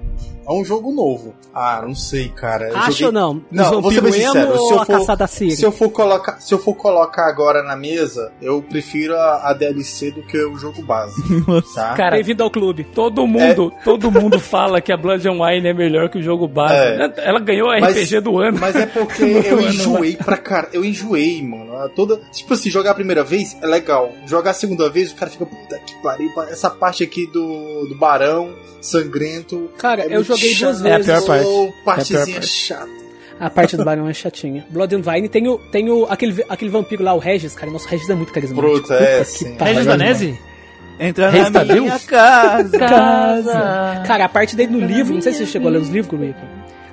Speaker 5: É um jogo novo. Ah, não sei, cara. Eu
Speaker 2: Acho
Speaker 5: joguei-
Speaker 2: ou não? Dos
Speaker 5: Não, vou ser bem
Speaker 2: vampiro
Speaker 5: sincero.
Speaker 2: emo
Speaker 5: Se
Speaker 2: ou
Speaker 5: eu,
Speaker 2: a
Speaker 5: for,
Speaker 2: caçada síria?
Speaker 5: se, eu for colocar, se eu for colocar agora na mesa, eu prefiro a, a DLC do que o jogo
Speaker 3: (laughs)
Speaker 5: base. tá?
Speaker 3: Cara,
Speaker 2: Bem-vindo ao clube.
Speaker 3: todo mundo, todo mundo fala que a Blood and Wine é melhor que o jogo base.
Speaker 5: É.
Speaker 3: Ela ganhou a
Speaker 5: Mas-
Speaker 3: RPG do ano.
Speaker 5: Mas é
Speaker 3: (laughs)
Speaker 5: porque eu enjoei pra cara. Eu enjoei, mano. A Toda, tipo assim, jogar a primeira vez é legal. Jogar a segunda vez, o cara fica, puta que pariu. Essa parte aqui do, do Barão Sangrento.
Speaker 2: Cara,
Speaker 5: é
Speaker 2: eu
Speaker 5: muito
Speaker 2: joguei duas
Speaker 5: chato.
Speaker 2: vezes.
Speaker 3: É a pior parte.
Speaker 5: Ou
Speaker 3: É a
Speaker 5: Partezinha
Speaker 3: pior parte.
Speaker 5: chata.
Speaker 2: A parte do barão é chatinha. Blood and Vine tem, o, tem o, aquele, aquele vampiro lá, o Regis, cara. Nosso Regis é muito carismático.
Speaker 5: Bruta, é,
Speaker 2: que
Speaker 5: sim.
Speaker 2: pariu.
Speaker 4: Regis Danese?
Speaker 1: (laughs) Entra
Speaker 3: Reis
Speaker 1: na
Speaker 3: Tadeu?
Speaker 1: minha (laughs) casa.
Speaker 4: Casa.
Speaker 2: Cara, a parte dele no livro, não sei se você chegou a ler os livros, Will.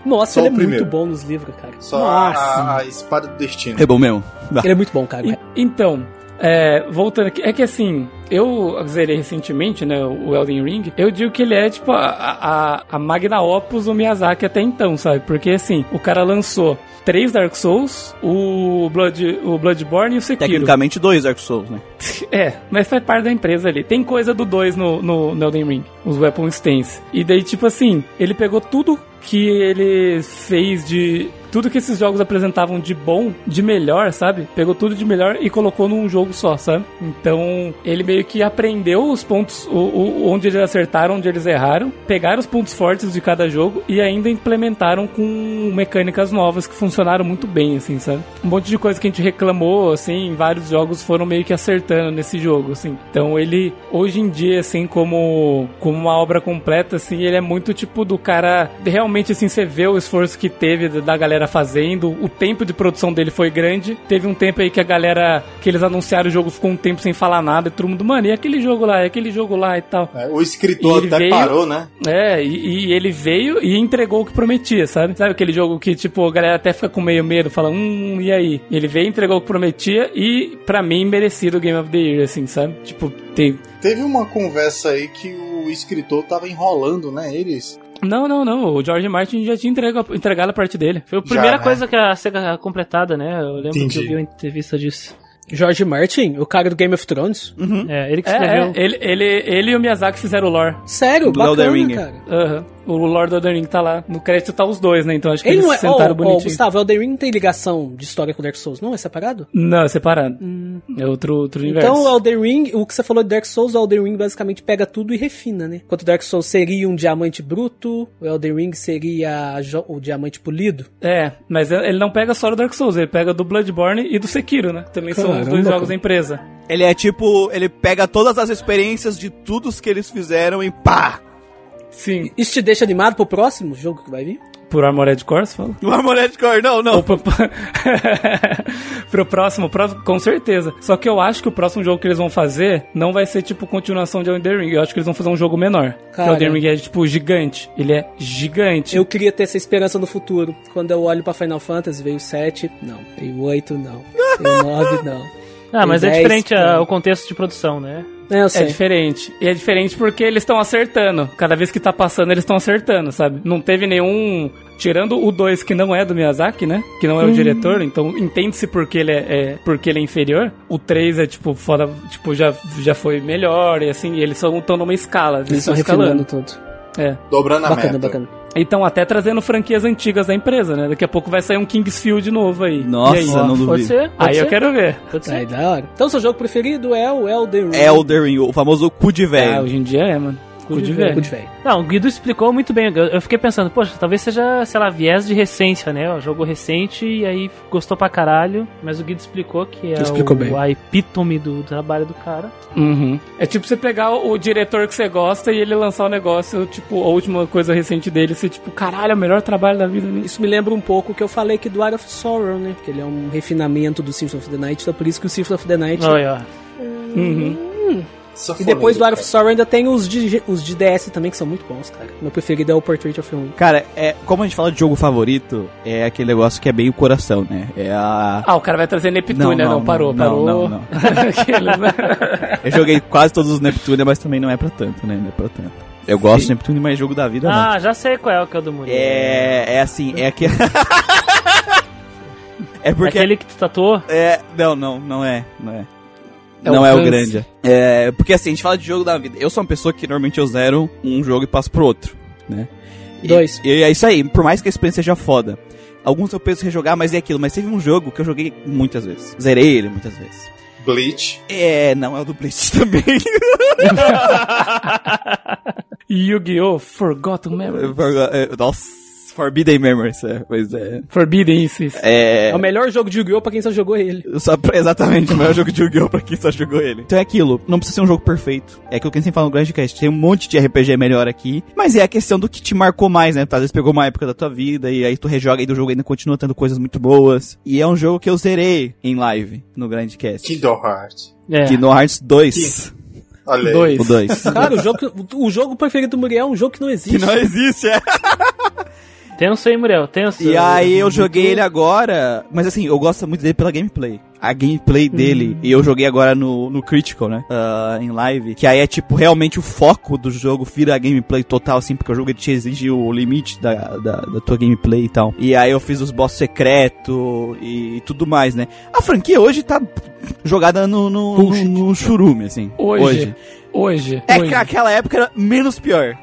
Speaker 2: Nossa,
Speaker 5: Só
Speaker 2: ele é
Speaker 5: o primeiro.
Speaker 2: muito bom nos livros, cara.
Speaker 5: Só a,
Speaker 2: Nossa.
Speaker 5: a- a espada do destino.
Speaker 1: É bom mesmo. Vá.
Speaker 2: Ele é muito bom, cara.
Speaker 3: E- Então, é, voltando aqui, é que assim, eu zerei recentemente, né, o Elden Ring, eu digo que ele é tipo a, a, a magna opus do Miyazaki até então, sabe? Porque assim, o cara lançou três Dark Souls, o, Blood, o Bloodborne e o Sekiro.
Speaker 1: Tecnicamente, dois Dark Souls, né?
Speaker 3: (laughs) É, mas faz parte da empresa ali. Tem coisa do 2 no, no, no Elden Ring, os Weapon Stance. E daí, tipo assim, ele pegou tudo que ele fez de. Tudo que esses jogos apresentavam de bom, de melhor, sabe? Pegou tudo de melhor e colocou num jogo só, sabe? Então, ele meio que aprendeu os pontos, o, o- onde eles acertaram, onde eles erraram, pegaram os pontos fortes de cada jogo e ainda implementaram com um mecânicas novas que funcionaram muito bem, assim, sabe? Um monte de coisa que a gente reclamou, assim, vários jogos foram meio que acertando nesse jogo, assim. Então ele, hoje em dia, assim, como, como uma obra completa, assim, ele é muito tipo do cara. Realmente, assim, você vê o esforço que teve da- da galera fazendo, o tempo de produção dele foi grande. Teve um tempo aí que a galera, que eles anunciaram o jogo, ficou um tempo sem falar nada, e todo mundo, mano, e aquele jogo lá, e aquele jogo lá e tal.
Speaker 5: É, o escritor
Speaker 3: Ele
Speaker 5: até
Speaker 3: veio-
Speaker 5: parou, né?
Speaker 3: É, e, e ele veio e entregou o que prometia, sabe? Sabe aquele jogo que, tipo, a galera até fica com meio medo, fala, hum, e aí? Ele veio, entregou o que prometia e, pra mim, merecido o Game of the Year, assim, sabe? Tipo, tem.
Speaker 5: Teve uma conversa aí que o escritor tava enrolando, né? Eles.
Speaker 3: Não, não, não, o George Martin já tinha entregado, entregado a parte dele.
Speaker 4: Foi a primeira
Speaker 5: né?
Speaker 4: coisa que a SEGA completada, né? Eu lembro
Speaker 5: Entendi.
Speaker 4: que eu vi uma entrevista disso.
Speaker 2: George Martin, o cara do Game of Thrones.
Speaker 4: É, ele que
Speaker 3: É, é,
Speaker 4: escreveu.
Speaker 3: ele, ele, ele e o Miyazaki fizeram o lore.
Speaker 2: Sério,
Speaker 1: Do
Speaker 2: bacana,
Speaker 1: Elden Ring.
Speaker 2: cara.
Speaker 3: Aham. O Lord of the Ring tá lá. No crédito tá os dois, né? Então acho que
Speaker 2: Ele
Speaker 3: eles
Speaker 2: não é. Ô,
Speaker 3: sentaram
Speaker 2: oh,
Speaker 3: bonitinho.
Speaker 2: Gustavo, Elden Ring não tem ligação de história com Dark Souls, não? É separado?
Speaker 3: Não, é separado. É outro, outro universo.
Speaker 2: Então, o Elden Ring, o que você falou de Dark Souls, o Elden Ring basicamente pega tudo e refina, né? Enquanto o Dark Souls seria um diamante bruto, o Elden Ring seria jo- o diamante polido.
Speaker 3: É, mas ele não pega só do Dark Souls, ele pega do Bloodborne e do Sekiro, né? Também são os
Speaker 2: Caramba,
Speaker 3: dois
Speaker 2: cara.
Speaker 3: jogos da empresa.
Speaker 1: Ele é tipo, ele pega todas as experiências de tudo os que eles fizeram e pá!
Speaker 3: Sim.
Speaker 2: Isso te deixa animado pro próximo jogo que vai vir?
Speaker 3: Por Armored Core, você fala?
Speaker 1: O Armored Core, não, não.
Speaker 3: Ou pro... (laughs) pro próximo, pro- com certeza. Só que eu acho que o próximo jogo que eles vão fazer não vai ser tipo continuação de Elden Ring. Eu acho que eles vão fazer um jogo menor. Porque
Speaker 2: Cara.
Speaker 3: o Elden Ring é tipo gigante. Ele é gigante.
Speaker 2: Eu queria ter essa esperança no futuro. Quando eu olho pra Final Fantasy, veio o 7, não. Veio o 8, não.
Speaker 3: (laughs)
Speaker 2: Veio o 9, não.
Speaker 4: Ah, mas é
Speaker 2: Dez,
Speaker 4: diferente ah,
Speaker 2: tá.
Speaker 4: o contexto de produção, né?
Speaker 2: É, eu sei.
Speaker 3: É diferente. E é diferente porque eles estão acertando. Cada vez que tá passando, eles estão acertando, sabe? Não teve nenhum. Tirando o 2, que não é do Miyazaki, né? Que não é
Speaker 2: Uhum.
Speaker 3: o diretor, então entende-se porque ele é, é- porque ele é inferior. O 3 é, tipo, fora. Tipo, já, já foi melhor, e assim, e eles estão numa escala. Eles,
Speaker 2: Eles
Speaker 3: estão
Speaker 2: estão
Speaker 3: escalando.
Speaker 2: refinando tudo.
Speaker 3: É.
Speaker 5: Dobrando a
Speaker 2: Bacana,
Speaker 5: meta.
Speaker 2: bacana.
Speaker 3: Então, até trazendo franquias antigas da empresa, né? Daqui a pouco vai sair um Kingsfield novo aí.
Speaker 1: Nossa,
Speaker 3: E aí?
Speaker 1: não
Speaker 4: Pode
Speaker 1: duvido.
Speaker 4: ser? Pode
Speaker 3: Aí
Speaker 4: ser?
Speaker 3: eu quero ver.
Speaker 4: Pode ser.
Speaker 2: Aí, da hora. Então, seu jogo preferido é o Elden Ring.
Speaker 1: Elder Ring, o famoso cu de
Speaker 3: Ah,
Speaker 1: velho.
Speaker 3: hoje em dia é, mano. Cu de
Speaker 2: Jogo
Speaker 3: ver.
Speaker 2: de velho.
Speaker 4: Não, o Guido explicou muito bem. Eu eu fiquei pensando, poxa, talvez seja, sei lá, viés de recência, né? Ó, Jogo recente e aí gostou pra caralho. Mas o Guido explicou que é
Speaker 2: Explicou
Speaker 4: o,
Speaker 2: bem.
Speaker 4: a epítome do trabalho do cara.
Speaker 3: Uhum. É tipo você pegar o diretor que você gosta e ele lançar o negócio, tipo, a última coisa recente dele, você, tipo, caralho, é o melhor trabalho da vida nisso.
Speaker 2: Isso me lembra um pouco o que eu falei aqui do Art of Sorrow, né? Porque ele é um refinamento do Symphony of the Night, então por isso que o Symphony of the Night
Speaker 4: Olha, ó.
Speaker 3: Uhum.
Speaker 2: E depois do Out of Sorrow ainda tem os de, os de DS também, que são muito bons, cara. Meu preferido é o Portrait of a Woman.
Speaker 1: Cara, é, como a gente fala de jogo favorito, é aquele negócio que é bem o coração, né? É a.
Speaker 3: Ah, o cara vai trazer Neptune,
Speaker 1: Não,
Speaker 3: né?
Speaker 1: não,
Speaker 3: Não,
Speaker 1: não,
Speaker 3: parou,
Speaker 1: não,
Speaker 3: parou. (laughs)
Speaker 1: não, não.
Speaker 3: Aqueles, né?
Speaker 1: Eu joguei quase todos os Neptune, mas também não é pra tanto, né? Não é pra tanto. Eu gosto de Neptune, mas jogo da vida não.
Speaker 4: Ah, já sei qual é o que é o do Muriel.
Speaker 1: É, é assim, é que. (laughs) é porque.
Speaker 4: Aquele que tu tatuou?
Speaker 1: É, não, não, não é, não é.
Speaker 3: É
Speaker 1: não
Speaker 3: o
Speaker 1: é o
Speaker 3: Hans.
Speaker 1: grande. É, porque assim, a gente fala de jogo da vida. Eu sou uma pessoa que normalmente eu zero um jogo e passo pro outro, né? E-
Speaker 2: Dois.
Speaker 1: E, é isso aí, por mais que a experiência seja foda. Alguns eu penso em rejogar, mas é aquilo. Mas teve um jogo que eu joguei muitas vezes. Zerei ele muitas vezes.
Speaker 6: Bleach.
Speaker 1: É, não é o do Blitz (laughs) também.
Speaker 3: Yu-Gi-Oh! Forgotten Memory.
Speaker 1: É, Nossa, Forbidden Memories, é, pois é.
Speaker 3: Forbidden, isso, isso.
Speaker 1: É,
Speaker 2: É o melhor jogo de Yu-Gi-Oh! pra quem só jogou
Speaker 1: (laughs)
Speaker 2: ele.
Speaker 1: Só pra- exatamente, o maior jogo de Yu-Gi-Oh! pra quem só jogou ele. Então é aquilo, não precisa ser um jogo perfeito. É aquilo que a gente sempre fala no Grand Cast, tem um monte de RPG melhor aqui, mas é a questão do que te marcou mais, né? Tu Às vezes pegou uma época da tua vida e aí tu rejoga e do jogo ainda continua tendo coisas muito boas. E é um jogo que eu zerei em live no Grand Cast.
Speaker 6: Kingdom Hearts.
Speaker 4: É.
Speaker 1: Kingdom Hearts 2.
Speaker 6: Olha aí.
Speaker 1: O 2.
Speaker 3: Dois.
Speaker 2: Cara, o jogo, o jogo preferido do Muriel é um jogo que não existe.
Speaker 1: (laughs) que não existe, é.
Speaker 4: Tenso, hein, Muriel? Tenso.
Speaker 1: E aí eu joguei ele agora, mas assim, eu gosto muito dele pela gameplay. A gameplay dele,
Speaker 3: Hum.
Speaker 1: e eu joguei agora no, no Critical, né? ah, em live. Que aí é tipo, realmente o foco do jogo vira a gameplay total, assim, porque o jogo ele te exige o limite da, da, da tua gameplay e tal. E aí eu fiz os boss secreto e tudo mais, né? A franquia hoje tá jogada no, no, no,
Speaker 3: Bullshit.
Speaker 1: no churume, assim.
Speaker 3: Hoje. Hoje. Hoje.
Speaker 1: É que aquela época era menos pior.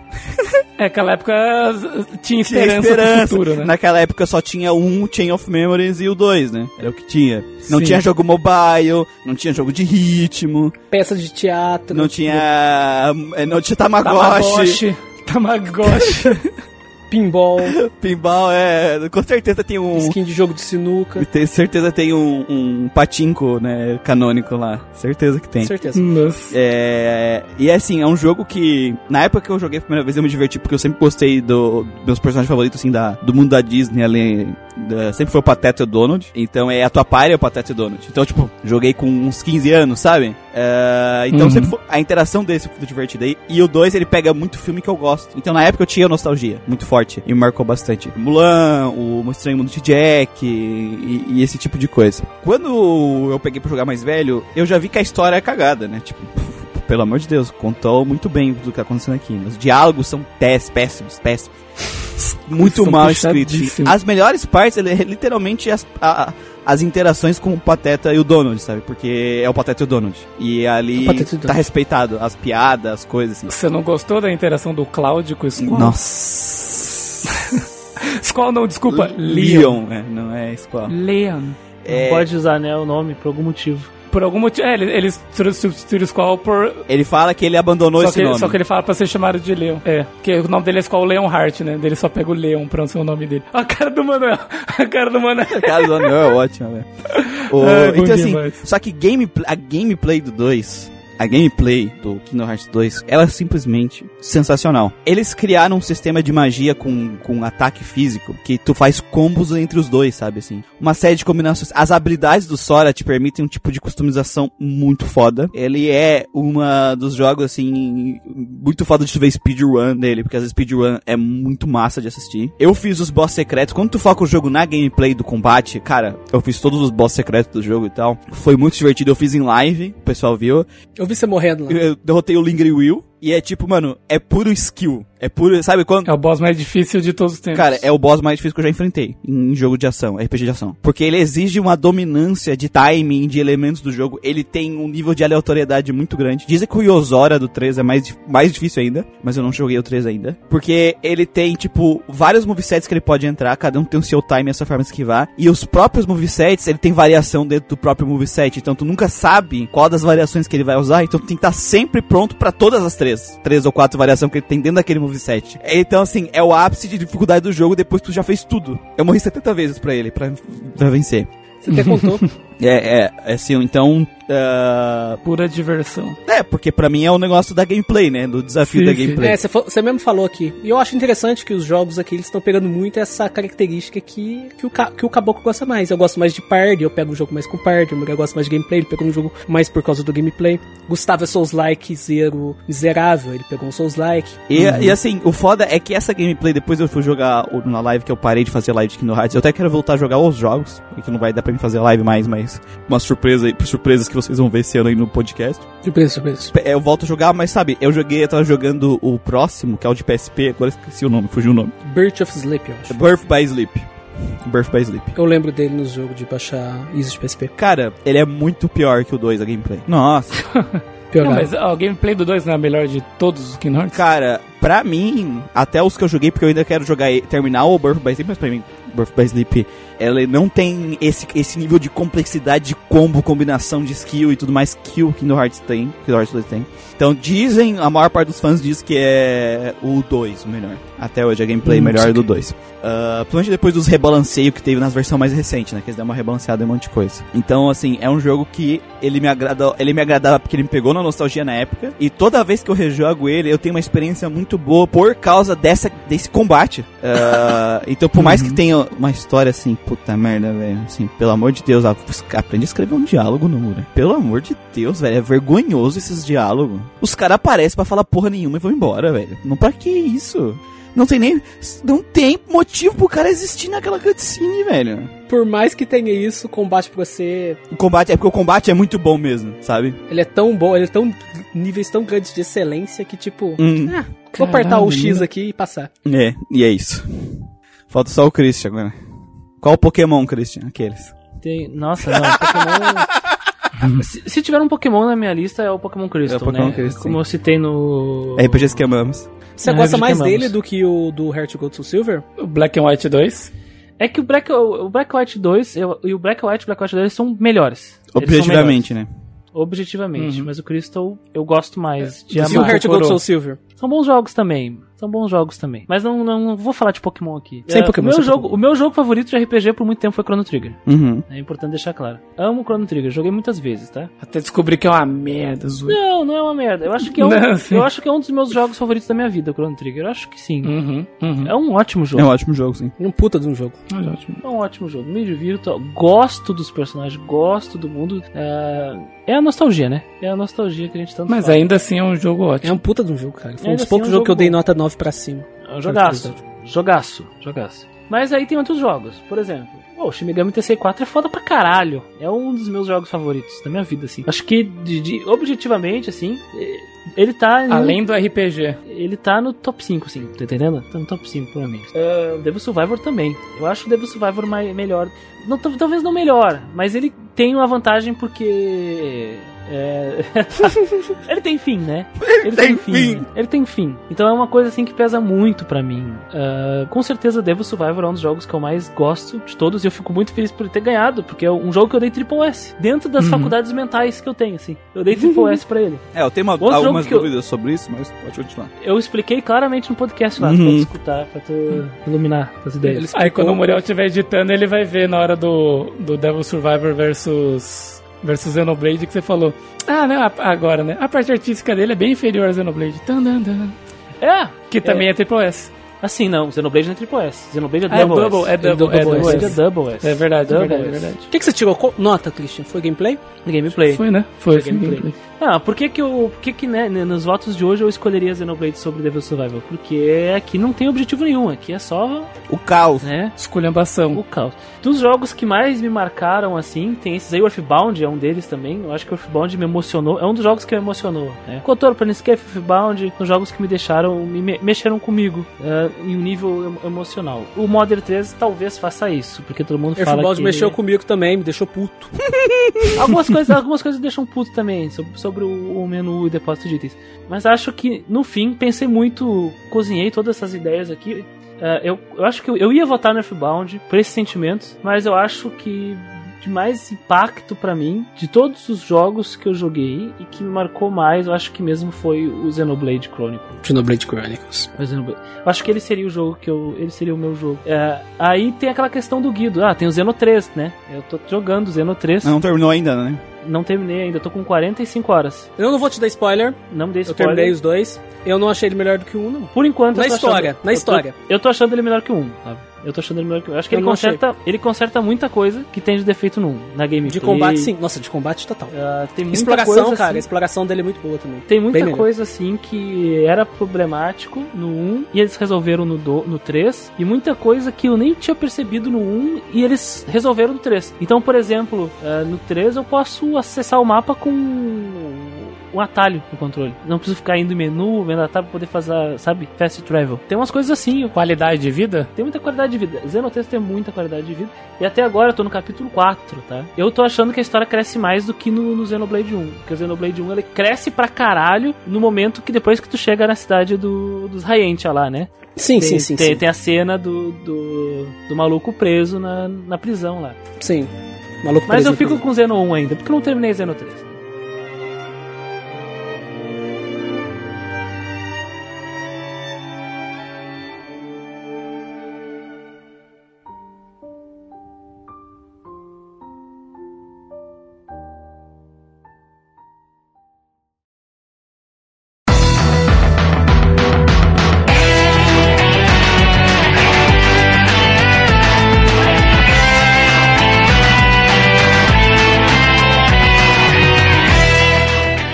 Speaker 3: É, aquela época z- tinha
Speaker 1: tinha
Speaker 3: esperança,
Speaker 1: esperança.
Speaker 3: pro futuro, né?
Speaker 1: Naquela época só tinha um Chain of Memories e o dois, né? Era o que tinha. Não
Speaker 3: Sim.
Speaker 1: tinha jogo mobile, não tinha jogo de ritmo,
Speaker 2: Peça de teatro.
Speaker 1: não tinha. eh, Não tinha Tamagotchi.
Speaker 3: Tamagotchi. Tamagotchi. (laughs)
Speaker 2: Pinball,
Speaker 1: Pinball, é. Com certeza tem um.
Speaker 2: skin de jogo de sinuca.
Speaker 1: Tem, certeza tem um, um patinco, né? Canônico lá. Certeza que tem.
Speaker 2: Certeza.
Speaker 3: Nossa.
Speaker 1: É, e assim, é um jogo que, na época que eu joguei a primeira vez, eu me diverti porque eu sempre gostei do- dos meus personagens favoritos, assim, da, do mundo da Disney, ali, da- sempre foi o Pateta e o Donald. Então é a tua party é o Pateta e o Donald. Então, tipo, joguei com uns 15 anos, sabe? É, então
Speaker 3: Uhum.
Speaker 1: sempre foi, a interação dele sempre foi divertida. E, e o 2, ele pega muito filme que eu gosto. Então na época eu tinha nostalgia muito forte e me marcou bastante. Mulan, o Estranho Mundo de Jack e, e esse tipo de coisa. Quando eu peguei pra jogar mais velho, eu já vi que a história é cagada, né? Tipo, pelo amor de Deus, contou muito bem do que tá acontecendo aqui. né? Os diálogos são pés, péssimos, péssimos. Muito
Speaker 3: São
Speaker 1: mal escritos. sim.
Speaker 3: puxadíssimos.
Speaker 1: As melhores partes, ele, é literalmente, as, a- a- as interações com o Pateta e o Donald, sabe? Porque é o Pateta e o Donald. E ali
Speaker 2: O
Speaker 3: É
Speaker 2: Pateta e o
Speaker 1: tá
Speaker 2: Donald.
Speaker 1: respeitado as piadas, as coisas, assim.
Speaker 3: Você não gostou da interação do Cláudio com o Squall?
Speaker 1: Nossa.
Speaker 3: Squall não, desculpa. (laughs) Leon.
Speaker 1: Leon, é, não é Squall.
Speaker 3: Leon.
Speaker 1: É,
Speaker 4: Não pode usar, né, o nome por algum motivo.
Speaker 3: Por algum motivo. É, ele- eles tru- substituíram o Squall por.
Speaker 1: Ele fala que ele abandonou
Speaker 3: Só
Speaker 1: esse
Speaker 3: que, ele-
Speaker 1: nome. (laughs)
Speaker 3: só que ele fala pra ser chamado de Leon. É. Porque o nome dele é Squall Leonhardt, né? Ele só pega o Leon pra não ser o nome dele. (laughs) A cara do Manuel. A cara do Manuel.
Speaker 1: Casa do Anel é ótima,
Speaker 3: (laughs)
Speaker 1: velho. O-
Speaker 3: Ai, É, bom
Speaker 1: então, assim,
Speaker 3: demais.
Speaker 1: só que gameplay, a gameplay do 2, a gameplay do Kingdom Hearts 2, ela é simplesmente sensacional. Eles criaram um sistema de magia com, com um ataque físico, que tu faz combos entre os dois, sabe, assim. Uma série de combinações. As habilidades do Sora te permitem um tipo de customização muito foda. Ele é uma dos jogos, assim, muito foda de tu ver speedrun dele, porque as speedrun é muito massa de assistir. Eu fiz os boss secretos. Quando tu foca o jogo na gameplay do combate, cara, eu fiz todos os boss secretos do jogo e tal. Foi muito divertido. Eu fiz em live, o pessoal viu.
Speaker 2: Eu vi você morrendo lá.
Speaker 1: Eu, eu derrotei o Lingry Will. E é tipo, mano, é puro skill. É puro. Sabe quando.
Speaker 3: É o boss mais difícil de todos os tempos.
Speaker 1: Cara, é o boss mais difícil que eu já enfrentei em jogo de ação, RPG de ação. Porque ele exige uma dominância de timing, de elementos do jogo. Ele tem um nível de aleatoriedade muito grande. Dizem que o Yozora do 3 é mais, dif- mais difícil ainda, mas eu não joguei o 3 ainda. Porque ele tem, tipo, vários movesets que ele pode entrar, cada um tem o seu time e a sua forma de esquivar. E os próprios movesets, ele tem variação dentro do próprio moveset. Então tu nunca sabe qual das variações que ele vai usar. Então tu tem que estar sempre pronto pra todas as três. Três ou quatro variações que ele tem dentro daquele moveset. Então, assim, é o ápice de dificuldade do jogo depois que tu já fez tudo. Eu morri 70 vezes pra ele, pra, pra vencer.
Speaker 2: Você até contou.
Speaker 1: É, é, assim, então. ah,
Speaker 3: Pura diversão.
Speaker 1: é, porque pra mim é um negócio da gameplay, né? Do desafio
Speaker 3: Sim,
Speaker 1: da
Speaker 3: sim.
Speaker 1: gameplay.
Speaker 2: É, você fa- você mesmo falou aqui. E eu acho interessante que os jogos aqui eles estão pegando muito essa característica que, que, o, ca- que o caboclo gosta mais. Eu gosto mais de party, eu pego um jogo mais com party. O Miguel gosta mais de gameplay, ele pegou um jogo mais por causa do gameplay. Gustavo é Souls-like, zero miserável, ele pegou um Souls-like.
Speaker 1: E, e assim, o foda é que essa gameplay, depois eu fui jogar o- na live que eu parei de fazer live de Kingdom Hearts, eu até quero voltar a jogar os jogos, porque não vai dar pra mim fazer live mais, mas uma surpresa aí, surpresas que vocês vão ver esse ano aí no podcast.
Speaker 2: Surpresa, surpresa.
Speaker 1: É, Eu volto a jogar, mas sabe, eu joguei, eu tava jogando o próximo, que é o de PSP, agora esqueci o nome, fugiu o nome.
Speaker 2: Birth of Sleep, eu acho.
Speaker 1: É Birth by Sleep. Birth by Sleep.
Speaker 2: Eu lembro dele no jogo de baixar ISO de PSP.
Speaker 1: Cara, ele é muito pior que o 2, a gameplay. Nossa,
Speaker 2: Pior
Speaker 3: Não,
Speaker 2: ainda.
Speaker 3: mas ó, o gameplay do 2 não é a melhor de todos os Kingdom Hearts?
Speaker 1: cara, pra mim, até os que eu joguei, porque eu ainda quero jogar e- terminar o Birth by Sleep, mas pra mim, Birth by Sleep, ela não tem esse, esse nível de complexidade de combo, combinação de skill e tudo mais que o Kingdom Hearts tem, Kingdom Hearts 2 tem. Então dizem, a maior parte dos fãs diz que é o 2 o melhor. Até hoje, a gameplay
Speaker 2: Hum,
Speaker 1: melhor é
Speaker 2: sim.
Speaker 1: do 2. Ah, principalmente depois dos rebalanceios que teve nas versões mais recentes, né? Que eles deram uma rebalanceada em um monte de coisa. Então, assim, é um jogo que ele me, agrada, ele me agradava porque ele me pegou na nostalgia na época. E toda vez que eu rejogo ele, eu tenho uma experiência muito boa por causa dessa, desse combate. Ah, então, por mais que tenha uma história assim, puta merda, velho. Assim, pelo amor de Deus, ah, os- aprende a escrever um diálogo no muro. Pelo amor de Deus, velho. É vergonhoso esses diálogos. Os caras aparecem pra falar porra nenhuma e vão embora, velho. Não pra que isso? Não tem nem. Não tem motivo pro cara existir naquela cutscene, velho.
Speaker 2: Por mais que tenha isso, o combate pra você.
Speaker 1: O combate. É porque o combate é muito bom mesmo, sabe?
Speaker 2: Ele é tão bom, ele é tão. níveis tão grandes de excelência que, tipo.
Speaker 1: Hum.
Speaker 2: Ah, vou apertar o X
Speaker 3: Caralho.
Speaker 2: aqui e passar.
Speaker 1: É, e é isso. Falta só o Christian agora. Qual o Pokémon, Christian? Aqueles.
Speaker 4: Tem... Nossa, não, Pokémon. (laughs) se, se tiver um Pokémon na minha lista, é o Pokémon Crystal.
Speaker 1: É o Pokémon
Speaker 4: né?
Speaker 1: Crystal,
Speaker 4: Como eu citei no.
Speaker 1: RPGs que amamos.
Speaker 2: Você
Speaker 4: É,
Speaker 2: gosta
Speaker 4: de
Speaker 2: mais
Speaker 4: queimamos.
Speaker 2: dele do que o do Heart Gold to Silver?
Speaker 3: O Black and White 2?
Speaker 4: É que o Black, o Black White 2 eu- e o Black White e o Black White 2 são melhores. Eles são
Speaker 1: Objetivamente, né?
Speaker 4: melhores. Objetivamente.
Speaker 3: Uhum.
Speaker 4: Mas o Crystal eu gosto mais.
Speaker 1: É.
Speaker 4: de
Speaker 2: E o
Speaker 4: amar.
Speaker 2: Heart Gold
Speaker 4: Kokoro.
Speaker 2: Soul Silver?
Speaker 4: São bons jogos também. São bons jogos também. Mas não, não, não vou falar de Pokémon aqui.
Speaker 2: Sem
Speaker 4: É,
Speaker 2: Pokémon,
Speaker 4: o meu
Speaker 2: sem
Speaker 4: jogo,
Speaker 2: Pokémon.
Speaker 4: O meu jogo favorito de RPG por muito tempo foi Chrono Trigger.
Speaker 1: Uhum.
Speaker 4: É importante deixar claro. Amo Chrono Trigger. Joguei muitas vezes, tá?
Speaker 3: Até descobri que é uma merda, zoeira.
Speaker 4: Não, não é uma merda. Eu acho que é um,
Speaker 3: Não, sim.
Speaker 4: eu acho que é um dos meus jogos favoritos da minha vida, o Chrono Trigger. Eu acho que sim.
Speaker 3: Uhum, uhum.
Speaker 4: É um ótimo
Speaker 1: É um
Speaker 4: jogo.
Speaker 1: ótimo jogo, sim.
Speaker 2: Um puta de um jogo.
Speaker 3: Olha, ótimo.
Speaker 4: É um ótimo jogo. Me divirto. ó. Gosto dos personagens, gosto do mundo. É, é a nostalgia, né? É a nostalgia que a gente tanto
Speaker 3: Mas
Speaker 4: fala.
Speaker 3: ainda assim é um jogo ótimo.
Speaker 2: É um puta de um jogo, cara. Foi um dos
Speaker 4: Ainda assim,
Speaker 2: poucos
Speaker 4: é um
Speaker 2: jogos que eu
Speaker 4: jogo
Speaker 2: dei
Speaker 4: bom.
Speaker 2: nota 9 pra cima.
Speaker 4: É um jogaço. Jogaço, jogaço. Mas aí tem outros jogos, por exemplo. Pô, o Shimigami TC4 é foda pra caralho. É um dos meus jogos favoritos da minha vida, assim. Acho que, de, de- objetivamente, assim, eh, ele tá.
Speaker 1: É
Speaker 4: em um-
Speaker 3: Além do RPG.
Speaker 4: Ele tá no top 5, assim, tá entendendo? Tá no top 5, provavelmente. Uh, Devil Survivor também. Eu acho o Devil Survivor mai, melhor. Não, tal- talvez não melhor, mas ele tem uma vantagem porque. é, (laughs) ele tem fim, né? Ele,
Speaker 1: tem fim.
Speaker 4: Ele tem fim. Então é uma coisa assim que pesa muito pra mim. Ah, com certeza Devil Survivor é um dos jogos que eu mais gosto de todos e eu fico muito feliz por ele ter ganhado, porque é um jogo que eu dei triple S. Dentro das
Speaker 3: Uhum.
Speaker 4: faculdades mentais que eu tenho, assim. Eu dei triple S pra ele.
Speaker 1: É, eu tenho uma-
Speaker 4: Outro jogo
Speaker 1: algumas
Speaker 4: que eu-
Speaker 1: dúvidas sobre isso, mas pode continuar.
Speaker 4: Eu expliquei claramente no podcast lá,
Speaker 1: Uhum.
Speaker 4: tu pode escutar, pra tu iluminar as ideias.
Speaker 2: Ele
Speaker 3: Aí quando o
Speaker 2: explicou-
Speaker 3: Muriel estiver editando, ele vai ver na hora do, do Devil Survivor versus. Versus Xenoblade que você falou. Ah, não, a- agora, né? A parte artística dele é bem inferior a Xenoblade. Tan, tan, tan.
Speaker 4: É,
Speaker 3: Que também é triple S.
Speaker 4: assim não, Xenoblade não é triple S, Xenoblade é
Speaker 3: Ah, é
Speaker 4: double,
Speaker 3: double,
Speaker 4: S.
Speaker 3: é double, é
Speaker 2: double
Speaker 3: double
Speaker 4: Xenoblade
Speaker 3: S.
Speaker 4: é double S.
Speaker 3: É verdade, é
Speaker 4: Double
Speaker 3: verdade, é
Speaker 4: S.
Speaker 3: verdade.
Speaker 2: O que, que você tirou? Qual- Nota, Christian? Foi gameplay?
Speaker 4: Gameplay.
Speaker 3: Foi, né? Foi, foi
Speaker 4: gameplay.
Speaker 3: gameplay.
Speaker 4: Ah, por que que eu, por que que né, n- nos votos de hoje eu escolheria Xenoblade sobre Devil Survival? Porque aqui não tem objetivo nenhum, aqui é só,
Speaker 1: O caos.
Speaker 4: né,
Speaker 3: Esculhambação.
Speaker 4: o caos. Dos jogos que mais me marcaram assim, tem esses aí, Earthbound é um deles também, eu acho que Earthbound me emocionou, é um dos jogos que me emocionou, né. Kotor, Planescape, Earthbound, são jogos que me deixaram, me- me mexeram comigo, eh, em um nível emo- emocional. O Modern 3 talvez faça isso, porque todo mundo fala
Speaker 2: Earthbound
Speaker 4: que...
Speaker 2: mexeu comigo também, me deixou puto.
Speaker 4: Algumas coisas, algumas coisas deixam puto também sobre, sobre o, o menu e depósito de itens. Mas acho que, no fim, pensei muito, cozinhei todas essas ideias aqui. Ah, eu, eu acho que eu, eu ia votar no Earthbound por esses sentimentos, mas eu acho que de mais impacto pra mim, de todos os jogos que eu joguei e que me marcou mais, eu acho que mesmo foi o Xenoblade Chronicles.
Speaker 2: Xenoblade Chronicles.
Speaker 4: Mas eu não- eu acho que ele seria o jogo que eu. Ele seria o meu jogo. É, aí tem aquela questão do Guido. Ah, tem o Zeno 3, né? Eu tô jogando o Zeno 3.
Speaker 1: Não terminou ainda, né?
Speaker 4: Não terminei ainda, tô com 45 horas.
Speaker 2: Eu não vou te dar spoiler,
Speaker 4: Não me dei
Speaker 2: eu
Speaker 4: spoiler.
Speaker 2: terminei os dois. Eu não achei ele melhor do que o um, não.
Speaker 4: Por enquanto,
Speaker 2: Na
Speaker 4: eu tô
Speaker 2: história,
Speaker 4: achando-
Speaker 2: na
Speaker 4: eu tô-
Speaker 2: história.
Speaker 4: Eu tô, achando ele melhor que o 1, sabe? Eu tô achando ele melhor que o 1. Eu acho que
Speaker 2: Eu
Speaker 4: ele
Speaker 2: não achei.
Speaker 4: conserta, ele conserta muita coisa que tem de defeito no 1, na gameplay.
Speaker 2: De combate, sim. Nossa, de combate total.
Speaker 4: Ah, tem muita
Speaker 2: Exploração,
Speaker 4: coisa,
Speaker 2: cara. A
Speaker 4: assim,
Speaker 2: exploração dele é muito boa também.
Speaker 4: Tem
Speaker 2: Bem
Speaker 4: muita
Speaker 2: melhor.
Speaker 4: coisa assim que era problemático no 1 e eles resolveram no, do, no 3. E muita coisa que eu nem tinha percebido no 1 e eles resolveram no 3. Então, por exemplo, eh, no 3 eu posso acessar o mapa com um atalho no controle. Não preciso ficar indo em menu, vendo atalho pra poder fazer, sabe, fast travel. Tem umas coisas assim, eu
Speaker 3: Qualidade de vida?
Speaker 4: tem muita qualidade de vida. Xenotext tem muita qualidade de vida. E até agora eu tô no capítulo 4, tá? Eu tô achando que a história cresce mais do que no, no Xenoblade 1. Porque o Xenoblade 1 ele cresce pra caralho no momento que depois que tu chega na cidade do, dos Rayentia lá, né?
Speaker 2: Sim,
Speaker 4: tem,
Speaker 2: sim, sim.
Speaker 4: tem,
Speaker 2: Sim.
Speaker 4: tem a cena do, do, do maluco preso na, na prisão lá.
Speaker 2: sim. Maluco
Speaker 4: Mas
Speaker 2: preso
Speaker 4: eu
Speaker 2: no
Speaker 4: fico
Speaker 2: prisão.
Speaker 4: com Xeno 1 ainda, porque eu não terminei Xeno 3.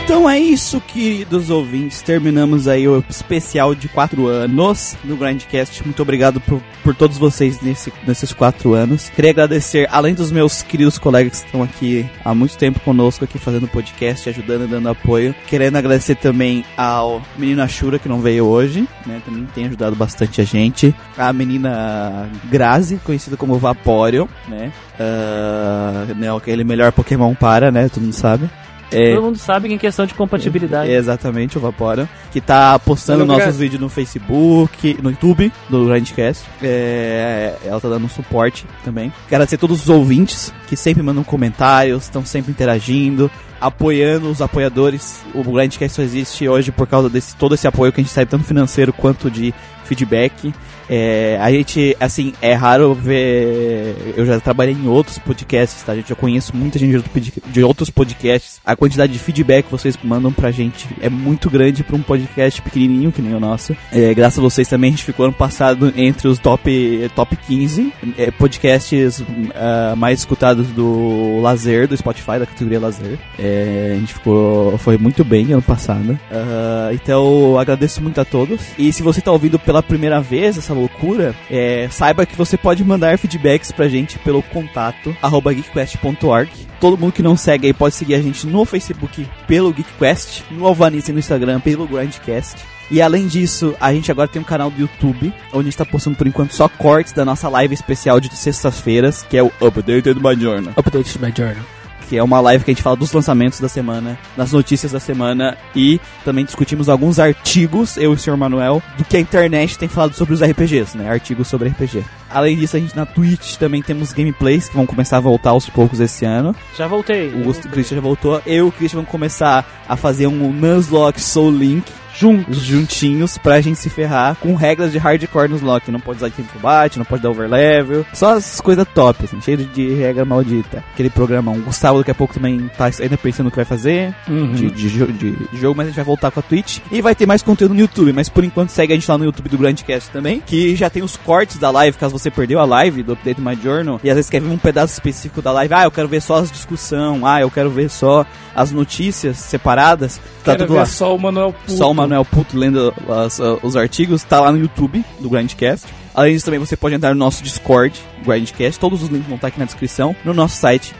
Speaker 1: Então é isso, queridos ouvintes. Terminamos aí o especial de 4 anos no Grindcast. Muito obrigado por, por todos vocês nesse- nesses 4 anos. Queria agradecer, além dos meus queridos colegas que estão aqui há muito tempo conosco, aqui fazendo podcast, ajudando e dando apoio. Querendo agradecer também ao menino Ashura, que não veio hoje, né? Também tem ajudado bastante a gente. A menina Grazi, conhecida como Vaporeon, né? Ah, né, aquele melhor Pokémon para, né? Todo mundo sabe. É,
Speaker 4: Todo mundo sabe que em questão de compatibilidade.
Speaker 1: é, exatamente, o Vapora. Que tá postando
Speaker 2: Eu não
Speaker 1: nossos
Speaker 2: quero-
Speaker 1: vídeos no Facebook, no YouTube do Grindcast. É, ela tá dando um suporte também. Quero agradecer a todos os ouvintes que sempre mandam comentários, estão sempre interagindo, apoiando os apoiadores. O Grindcast só existe hoje por causa desse todo esse apoio que a gente recebe, tanto financeiro quanto de feedback. É, a gente, assim, é raro ver. Eu já trabalhei em outros podcasts, tá? Gente, eu conheço muita gente de outro pod- de outros podcasts. A quantidade de feedback que vocês mandam pra gente é muito grande pra um podcast pequenininho que nem o nosso. É, graças a vocês também, a gente ficou ano passado entre os top, top 15 é, podcasts ah, mais escutados do Lazer, do Spotify, da categoria Lazer. É, a gente ficou. Foi muito bem ano passado. Ah, então eu agradeço muito a todos. E se você tá ouvindo pela primeira vez essa loucura, é, saiba que você pode mandar feedbacks pra gente pelo contato arroba geekquest.org. Todo mundo que não segue aí pode seguir a gente no Facebook pelo GeekQuest, no Alvanice e no Instagram pelo Grandcast. E além disso, a gente agora tem um canal do YouTube, onde a gente tá postando por enquanto só cortes da nossa live especial de sextas-feiras, que é o Updated by Journal.
Speaker 3: Update by Journal.
Speaker 1: Que é uma live que a gente fala dos lançamentos da semana, das notícias da semana e também discutimos alguns artigos, eu e o Sr. Manuel, do que a internet tem falado sobre os RPGs, né? Artigos sobre RPG. Além disso, a gente na Twitch também temos gameplays que vão começar a voltar aos poucos esse ano.
Speaker 2: é.
Speaker 4: Já voltei.
Speaker 1: O Augusto e o Christian já voltou. Eu e o Christian vamos começar a fazer um Nuzlocke Soul Link
Speaker 4: Junto.
Speaker 1: juntinhos pra gente se ferrar com regras de hardcore nos lock. Não pode usar item de combate, não pode dar overlevel. Só as coisas top, assim, cheio de regra maldita. Aquele programa, o Gustavo daqui a pouco também tá ainda pensando o que vai fazer
Speaker 4: Uhum.
Speaker 1: de, de jo- de jogo, mas a gente vai voltar com a Twitch. E vai ter mais conteúdo no YouTube, mas por enquanto segue a gente lá no YouTube do Grandcast também, que já tem os cortes da live, caso você perdeu a live do Update My Journal, e às vezes quer ver um pedaço específico da live. Ah, eu quero ver só as discussão, ah, eu quero ver só as notícias separadas. Tá
Speaker 3: Quero
Speaker 1: tudo
Speaker 3: ver
Speaker 1: lá.
Speaker 3: só o Manuel Puto.
Speaker 1: Só o Manuel Puto lendo as- os artigos, tá lá no YouTube do Grindcast. Além disso, também você pode entrar no nosso Discord, Grindcast. Todos os links vão estar aqui na descrição. No nosso site,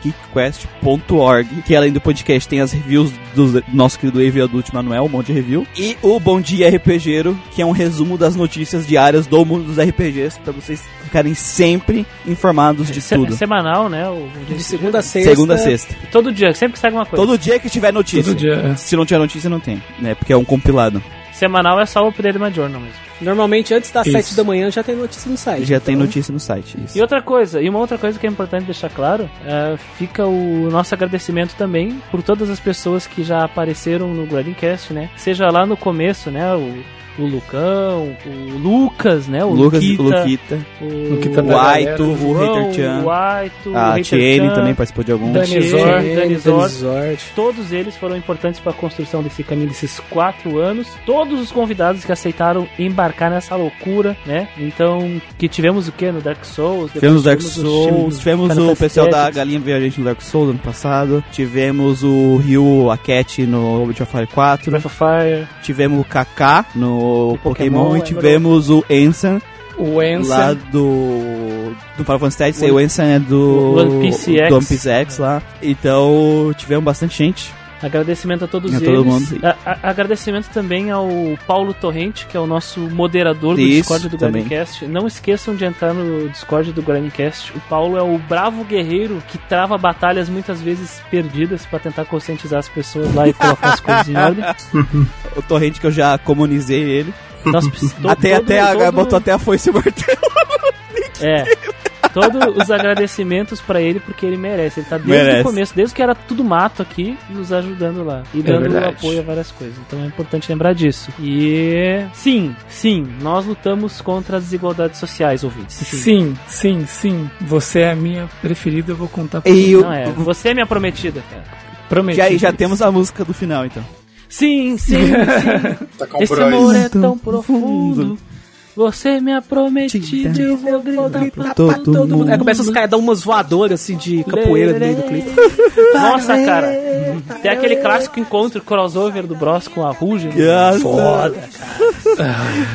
Speaker 1: geekquest.org. Que além do podcast, tem as reviews do nosso querido Evil Adult Manuel, um monte de review. E o Bom Dia RPGero, que é um resumo das notícias diárias do mundo dos RPGs, pra vocês ficarem sempre informados de
Speaker 4: Se-
Speaker 1: tudo.
Speaker 4: Semanal, né? o-
Speaker 2: De segunda a sexta.
Speaker 1: Segunda a sexta.
Speaker 4: Todo dia, sempre que sai alguma coisa.
Speaker 1: Todo dia que tiver notícia.
Speaker 3: Todo dia.
Speaker 1: Se não tiver notícia, não tem, né? Porque é um compilado.
Speaker 4: Semanal é só o Update Journal mesmo.
Speaker 2: Normalmente antes das
Speaker 3: Isso.
Speaker 2: 7 da manhã já tem notícia no
Speaker 1: É,
Speaker 2: site.
Speaker 8: Já tem
Speaker 2: Então,
Speaker 8: notícia no site. Isso.
Speaker 4: E outra coisa, e uma outra coisa que é importante deixar claro, é, fica o nosso agradecimento também por todas as pessoas que já apareceram no Grindcast, né? Seja lá no começo, né? O, o Lucão, o Lucas, né? O
Speaker 8: Lucas,
Speaker 4: Luquita,
Speaker 8: Luquita,
Speaker 4: o
Speaker 3: Luquita
Speaker 8: o
Speaker 3: da galera,
Speaker 8: Aito, o
Speaker 4: João,
Speaker 8: Hater Chan,
Speaker 4: o Aito, o
Speaker 8: a
Speaker 4: Hater
Speaker 8: Tiene
Speaker 4: Chan,
Speaker 8: também participou de algum.
Speaker 3: Dani
Speaker 4: Tiene,
Speaker 3: Zor,
Speaker 2: Tiene,
Speaker 4: Dani Zor,
Speaker 2: Danizor.
Speaker 4: Todos eles foram importantes para a construção desse caminho desses quatro anos. Todos os convidados que aceitaram embarcar nessa loucura, né? Então, que tivemos o que no Dark Souls? Depois
Speaker 8: Tivemos o Dark
Speaker 4: os times
Speaker 8: Souls,
Speaker 4: do
Speaker 8: tivemos
Speaker 4: Final
Speaker 8: o
Speaker 4: Fantasy
Speaker 8: pessoal da
Speaker 4: Tactics.
Speaker 8: Galinha Viajante no Dark Souls ano passado, tivemos o Ryu Aket no Breath of Fire 4,
Speaker 4: Breath of Fire.
Speaker 8: tivemos o Kaká no
Speaker 4: E Pokémon,
Speaker 8: Pokémon, e
Speaker 4: é
Speaker 8: tivemos o Ensan
Speaker 3: O Ensen.
Speaker 8: lá do do Final Fantasy Tactics, e o Ensan é do
Speaker 4: o One Piece X.
Speaker 8: do One Piece X lá. Então, tivemos bastante gente.
Speaker 4: Agradecimento a todos
Speaker 8: A
Speaker 4: eles.
Speaker 8: todo mundo.
Speaker 4: A- a- agradecimento também ao Paulo Torrente, que é o nosso moderador do
Speaker 8: Isso,
Speaker 4: Discord do
Speaker 8: também.
Speaker 4: Grindcast. Não esqueçam de entrar no Discord do Grindcast. O Paulo é o bravo guerreiro que trava batalhas muitas vezes perdidas pra tentar conscientizar as pessoas lá e colocar as coisas
Speaker 8: (laughs)
Speaker 4: em ordem.
Speaker 8: O Torrente que eu já comunizei ele.
Speaker 4: Nós precisamos-
Speaker 8: até
Speaker 4: todo-
Speaker 8: até a,
Speaker 4: todo-
Speaker 8: botou até a foice e o martelo.
Speaker 4: É. Todos os agradecimentos pra ele, porque ele merece. Ele tá desde
Speaker 8: Merece.
Speaker 4: o começo, desde que era tudo mato aqui, nos ajudando lá. E dando
Speaker 3: É verdade.
Speaker 4: apoio a várias coisas. Então é importante lembrar disso. E sim, sim, nós lutamos contra as desigualdades sociais, ouvintes.
Speaker 3: Sim, sim, sim. Você é a minha preferida, eu vou contar pra
Speaker 8: E
Speaker 4: Não é. Você é minha prometida, cara.
Speaker 3: Prometi.
Speaker 8: já, já
Speaker 3: isso.
Speaker 8: temos a música do final, então.
Speaker 3: (laughs)
Speaker 4: Sim, sim,
Speaker 3: Um
Speaker 4: sim.
Speaker 5: Tá com
Speaker 4: Esse
Speaker 5: bronze.
Speaker 4: amor é tão profundo. Você é minha prometida, eu vou gritar pra
Speaker 8: todo mundo.
Speaker 2: Aí É, começa os caras dar umas voadoras assim de capoeira no meio do clipe.
Speaker 4: (laughs) Nossa, cara. Tem aquele clássico encontro crossover do Bros com a Ruge.
Speaker 8: Yes.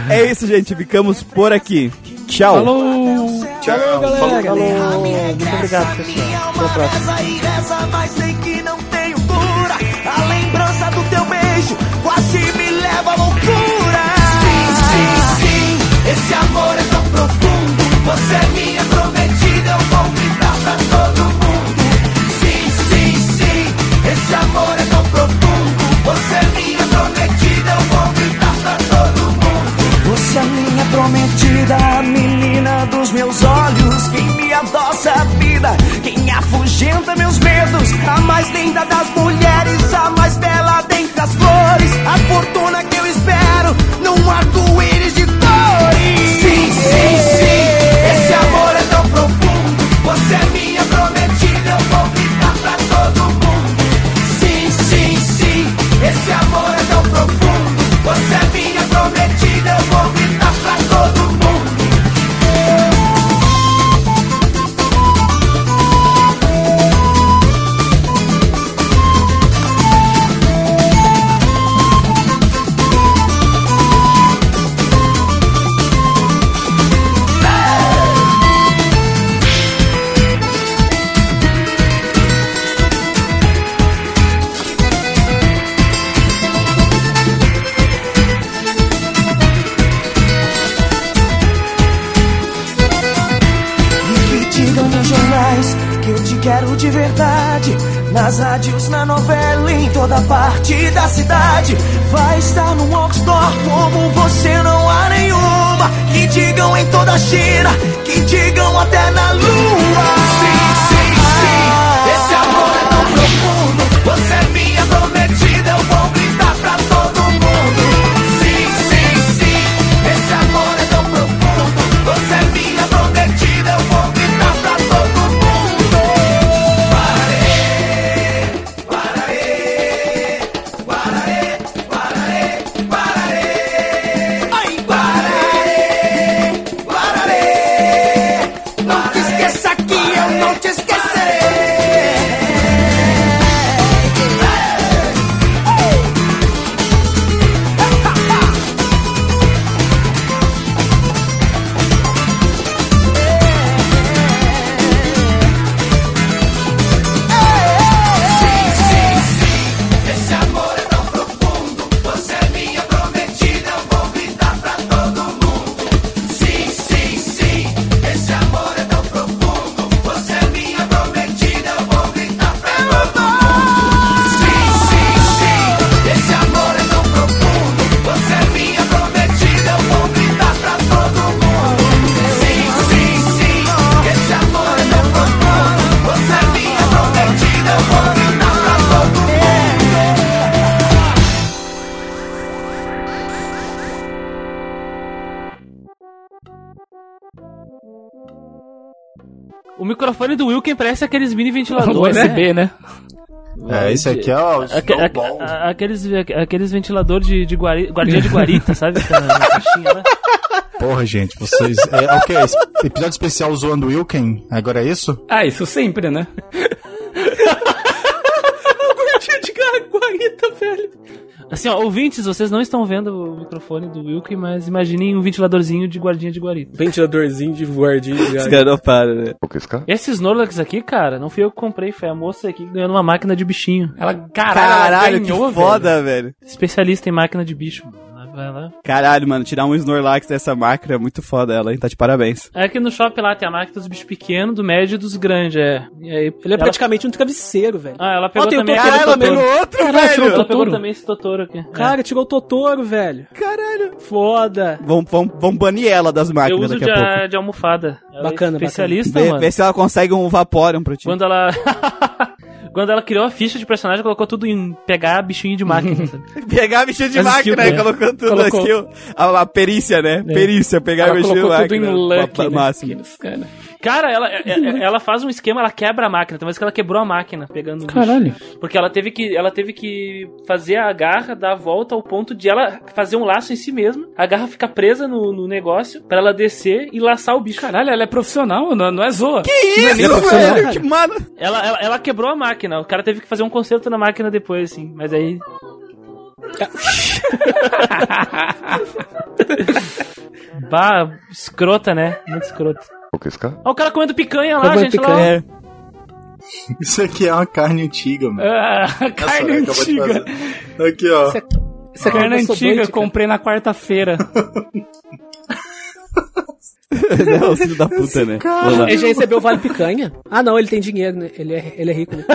Speaker 8: É isso, gente. Ficamos por aqui. Tchau.
Speaker 5: Tchau,
Speaker 2: Galera,
Speaker 4: Muito obrigado, pessoal. Até a próxima.
Speaker 1: Essa regressa, mas sei que não tenho cura. A lembrança do teu beijo quase me leva à loucura. Sim, sim, sim, esse amor é tão profundo. Você é minha prometida, eu vou gritar pra todo mundo. Sim, sim, sim, esse amor é tão profundo. Você é minha prometida, eu vou gritar pra todo mundo. Você é minha prometida, a menina dos meus olhos, quem me adoça a vida, quem afugenta meus medos, a mais linda das mulheres, a mais bela dentre as flores, a fortuna que eu espero num arco-íris de cores. Sim, sim, sim, esse amor é tão profundo, você é minha prometida, eu vou gritar pra todo mundo. Sim, sim, sim, esse amor é tão profundo, você é minha prometida, eu vou gritar pra todo mundo. E que digam nos jornais que eu te quero de verdade. Nas rádios, na novela, em toda parte da cidade. Vai estar num outdoor como você não há nenhuma. Que digam em toda a China, que digam até na lua. Sim, sim, sim, esse amor é tão profundo. Você é minha prometida, eu vou gritar pra todo mundo. Sim, sim, sim, esse amor é tão profundo. Você é minha prometida, eu vou gritar pra todo mundo. Ai, Guararê, Guararê, não te esqueça que eu não te esquecerei. Esse amor é tão profundo, você é minha prometida, eu vou gritar pra todo mundo. Sim, sim, sim, esse amor é tão profundo, você é minha é
Speaker 4: microfone do Wilken parece aqueles mini
Speaker 3: O
Speaker 4: ventiladores, né?
Speaker 3: USB, né?
Speaker 5: É, esse aqui é o
Speaker 4: Aque- aque-
Speaker 5: Snowball.
Speaker 4: a- aqueles, aqueles ventiladores de, de guari, guardiã de guarita, sabe? Que tá na caixinha lá.
Speaker 5: Porra, gente, vocês... É, ok, esse episódio especial zoando o Wilken, agora é isso?
Speaker 3: Ah, isso sempre, né?
Speaker 2: Tinha de gar- (laughs) guarita, velho.
Speaker 4: Assim, ó, ouvintes, vocês não estão vendo o microfone do Wilken, mas imaginem um ventiladorzinho de guardinha de guarita.
Speaker 2: Ventiladorzinho de guardinha. de
Speaker 1: Os
Speaker 2: gar-
Speaker 1: caras não param, né?
Speaker 4: Esse Snorlax aqui, cara, não fui eu que comprei, foi a moça aqui que ganhou numa máquina de bichinho.
Speaker 3: Ela, caralho, ela
Speaker 1: Caralho,
Speaker 3: ganhou,
Speaker 1: que
Speaker 3: velho.
Speaker 1: foda, velho.
Speaker 4: Especialista em máquina de bicho. mano. Ela Vai lá.
Speaker 1: Caralho, mano, tirar um Snorlax dessa máquina é muito foda ela, hein? Tá de parabéns.
Speaker 4: É que no shopping lá tem a máquina dos bichos pequenos, do médio e dos grandes, é. E aí,
Speaker 2: Ele é
Speaker 4: ela-
Speaker 2: praticamente um travesseiro, velho.
Speaker 4: Ah, ela pegou
Speaker 2: Ó, tem o
Speaker 4: também.
Speaker 2: Totoro,
Speaker 4: Ah, ela
Speaker 2: Totoro.
Speaker 4: pegou-
Speaker 1: outro,
Speaker 3: Caralho,
Speaker 4: ela pegou
Speaker 3: Totoro.
Speaker 4: também esse Totoro aqui. É.
Speaker 2: Cara, tirou o Totoro, velho.
Speaker 1: Caralho.
Speaker 2: Foda.
Speaker 1: Vão, vão, vão banir ela das
Speaker 4: Eu
Speaker 1: máquinas
Speaker 4: uso
Speaker 1: daqui
Speaker 4: de, ah,
Speaker 1: a pouco.
Speaker 4: de almofada. Ela
Speaker 2: Bacana,
Speaker 4: é especialista,
Speaker 1: Vê,
Speaker 4: mano.
Speaker 1: vê se ela consegue um Vaporeon pro time.
Speaker 4: Quando ela. (laughs) Quando ela criou a ficha de personagem, colocou tudo em pegar bichinho de máquina, sabe?
Speaker 1: Pegar bichinho de
Speaker 3: As
Speaker 1: máquina,
Speaker 3: skill,
Speaker 1: né?
Speaker 3: né?
Speaker 1: colocando tudo
Speaker 3: Colocou. É.
Speaker 1: aquilo. A, a perícia, né? Perícia, pegar
Speaker 3: Ela
Speaker 1: bichinho de
Speaker 3: colocou tudo
Speaker 1: máquina.
Speaker 3: em luck,
Speaker 1: Pa- pa-
Speaker 3: né?
Speaker 1: máximo.
Speaker 3: Aqueles cara.
Speaker 4: Cara, ela, é- é- ela faz um esquema, ela quebra a máquina, mas que ela quebrou a máquina pegando o bicho.
Speaker 3: Caralho.
Speaker 4: Porque ela teve que ela teve que fazer a garra dar a volta ao ponto de ela fazer um laço em si mesma, a garra ficar presa no, no negócio pra ela descer e laçar o bicho.
Speaker 3: Caralho, ela é profissional, não, não é zoa. Que né?
Speaker 1: Isso, velho, que mano.
Speaker 4: Ela, ela, ela quebrou a máquina, o cara teve que fazer um conserto na máquina depois, assim, mas aí.
Speaker 3: (laughs)
Speaker 4: bah, escrota, né? Muito escrota. Olha o cara comendo picanha lá,
Speaker 2: Comendo
Speaker 4: gente. Lá.
Speaker 2: picanha.
Speaker 5: Isso aqui é uma carne antiga, mano.
Speaker 3: Ah,
Speaker 5: Olha só,
Speaker 3: carne
Speaker 5: ele acabou de
Speaker 3: antiga.
Speaker 5: fazer. Aqui, ó.
Speaker 3: Essa carne
Speaker 2: Eu sou
Speaker 3: antiga
Speaker 2: doente,
Speaker 3: eu comprei na quarta-feira.
Speaker 1: Não, filho da puta, né? Vamos lá.
Speaker 2: Ele já recebeu o Vale Picanha? Ah, não, ele tem dinheiro, né? Ele é, ele é rico, né?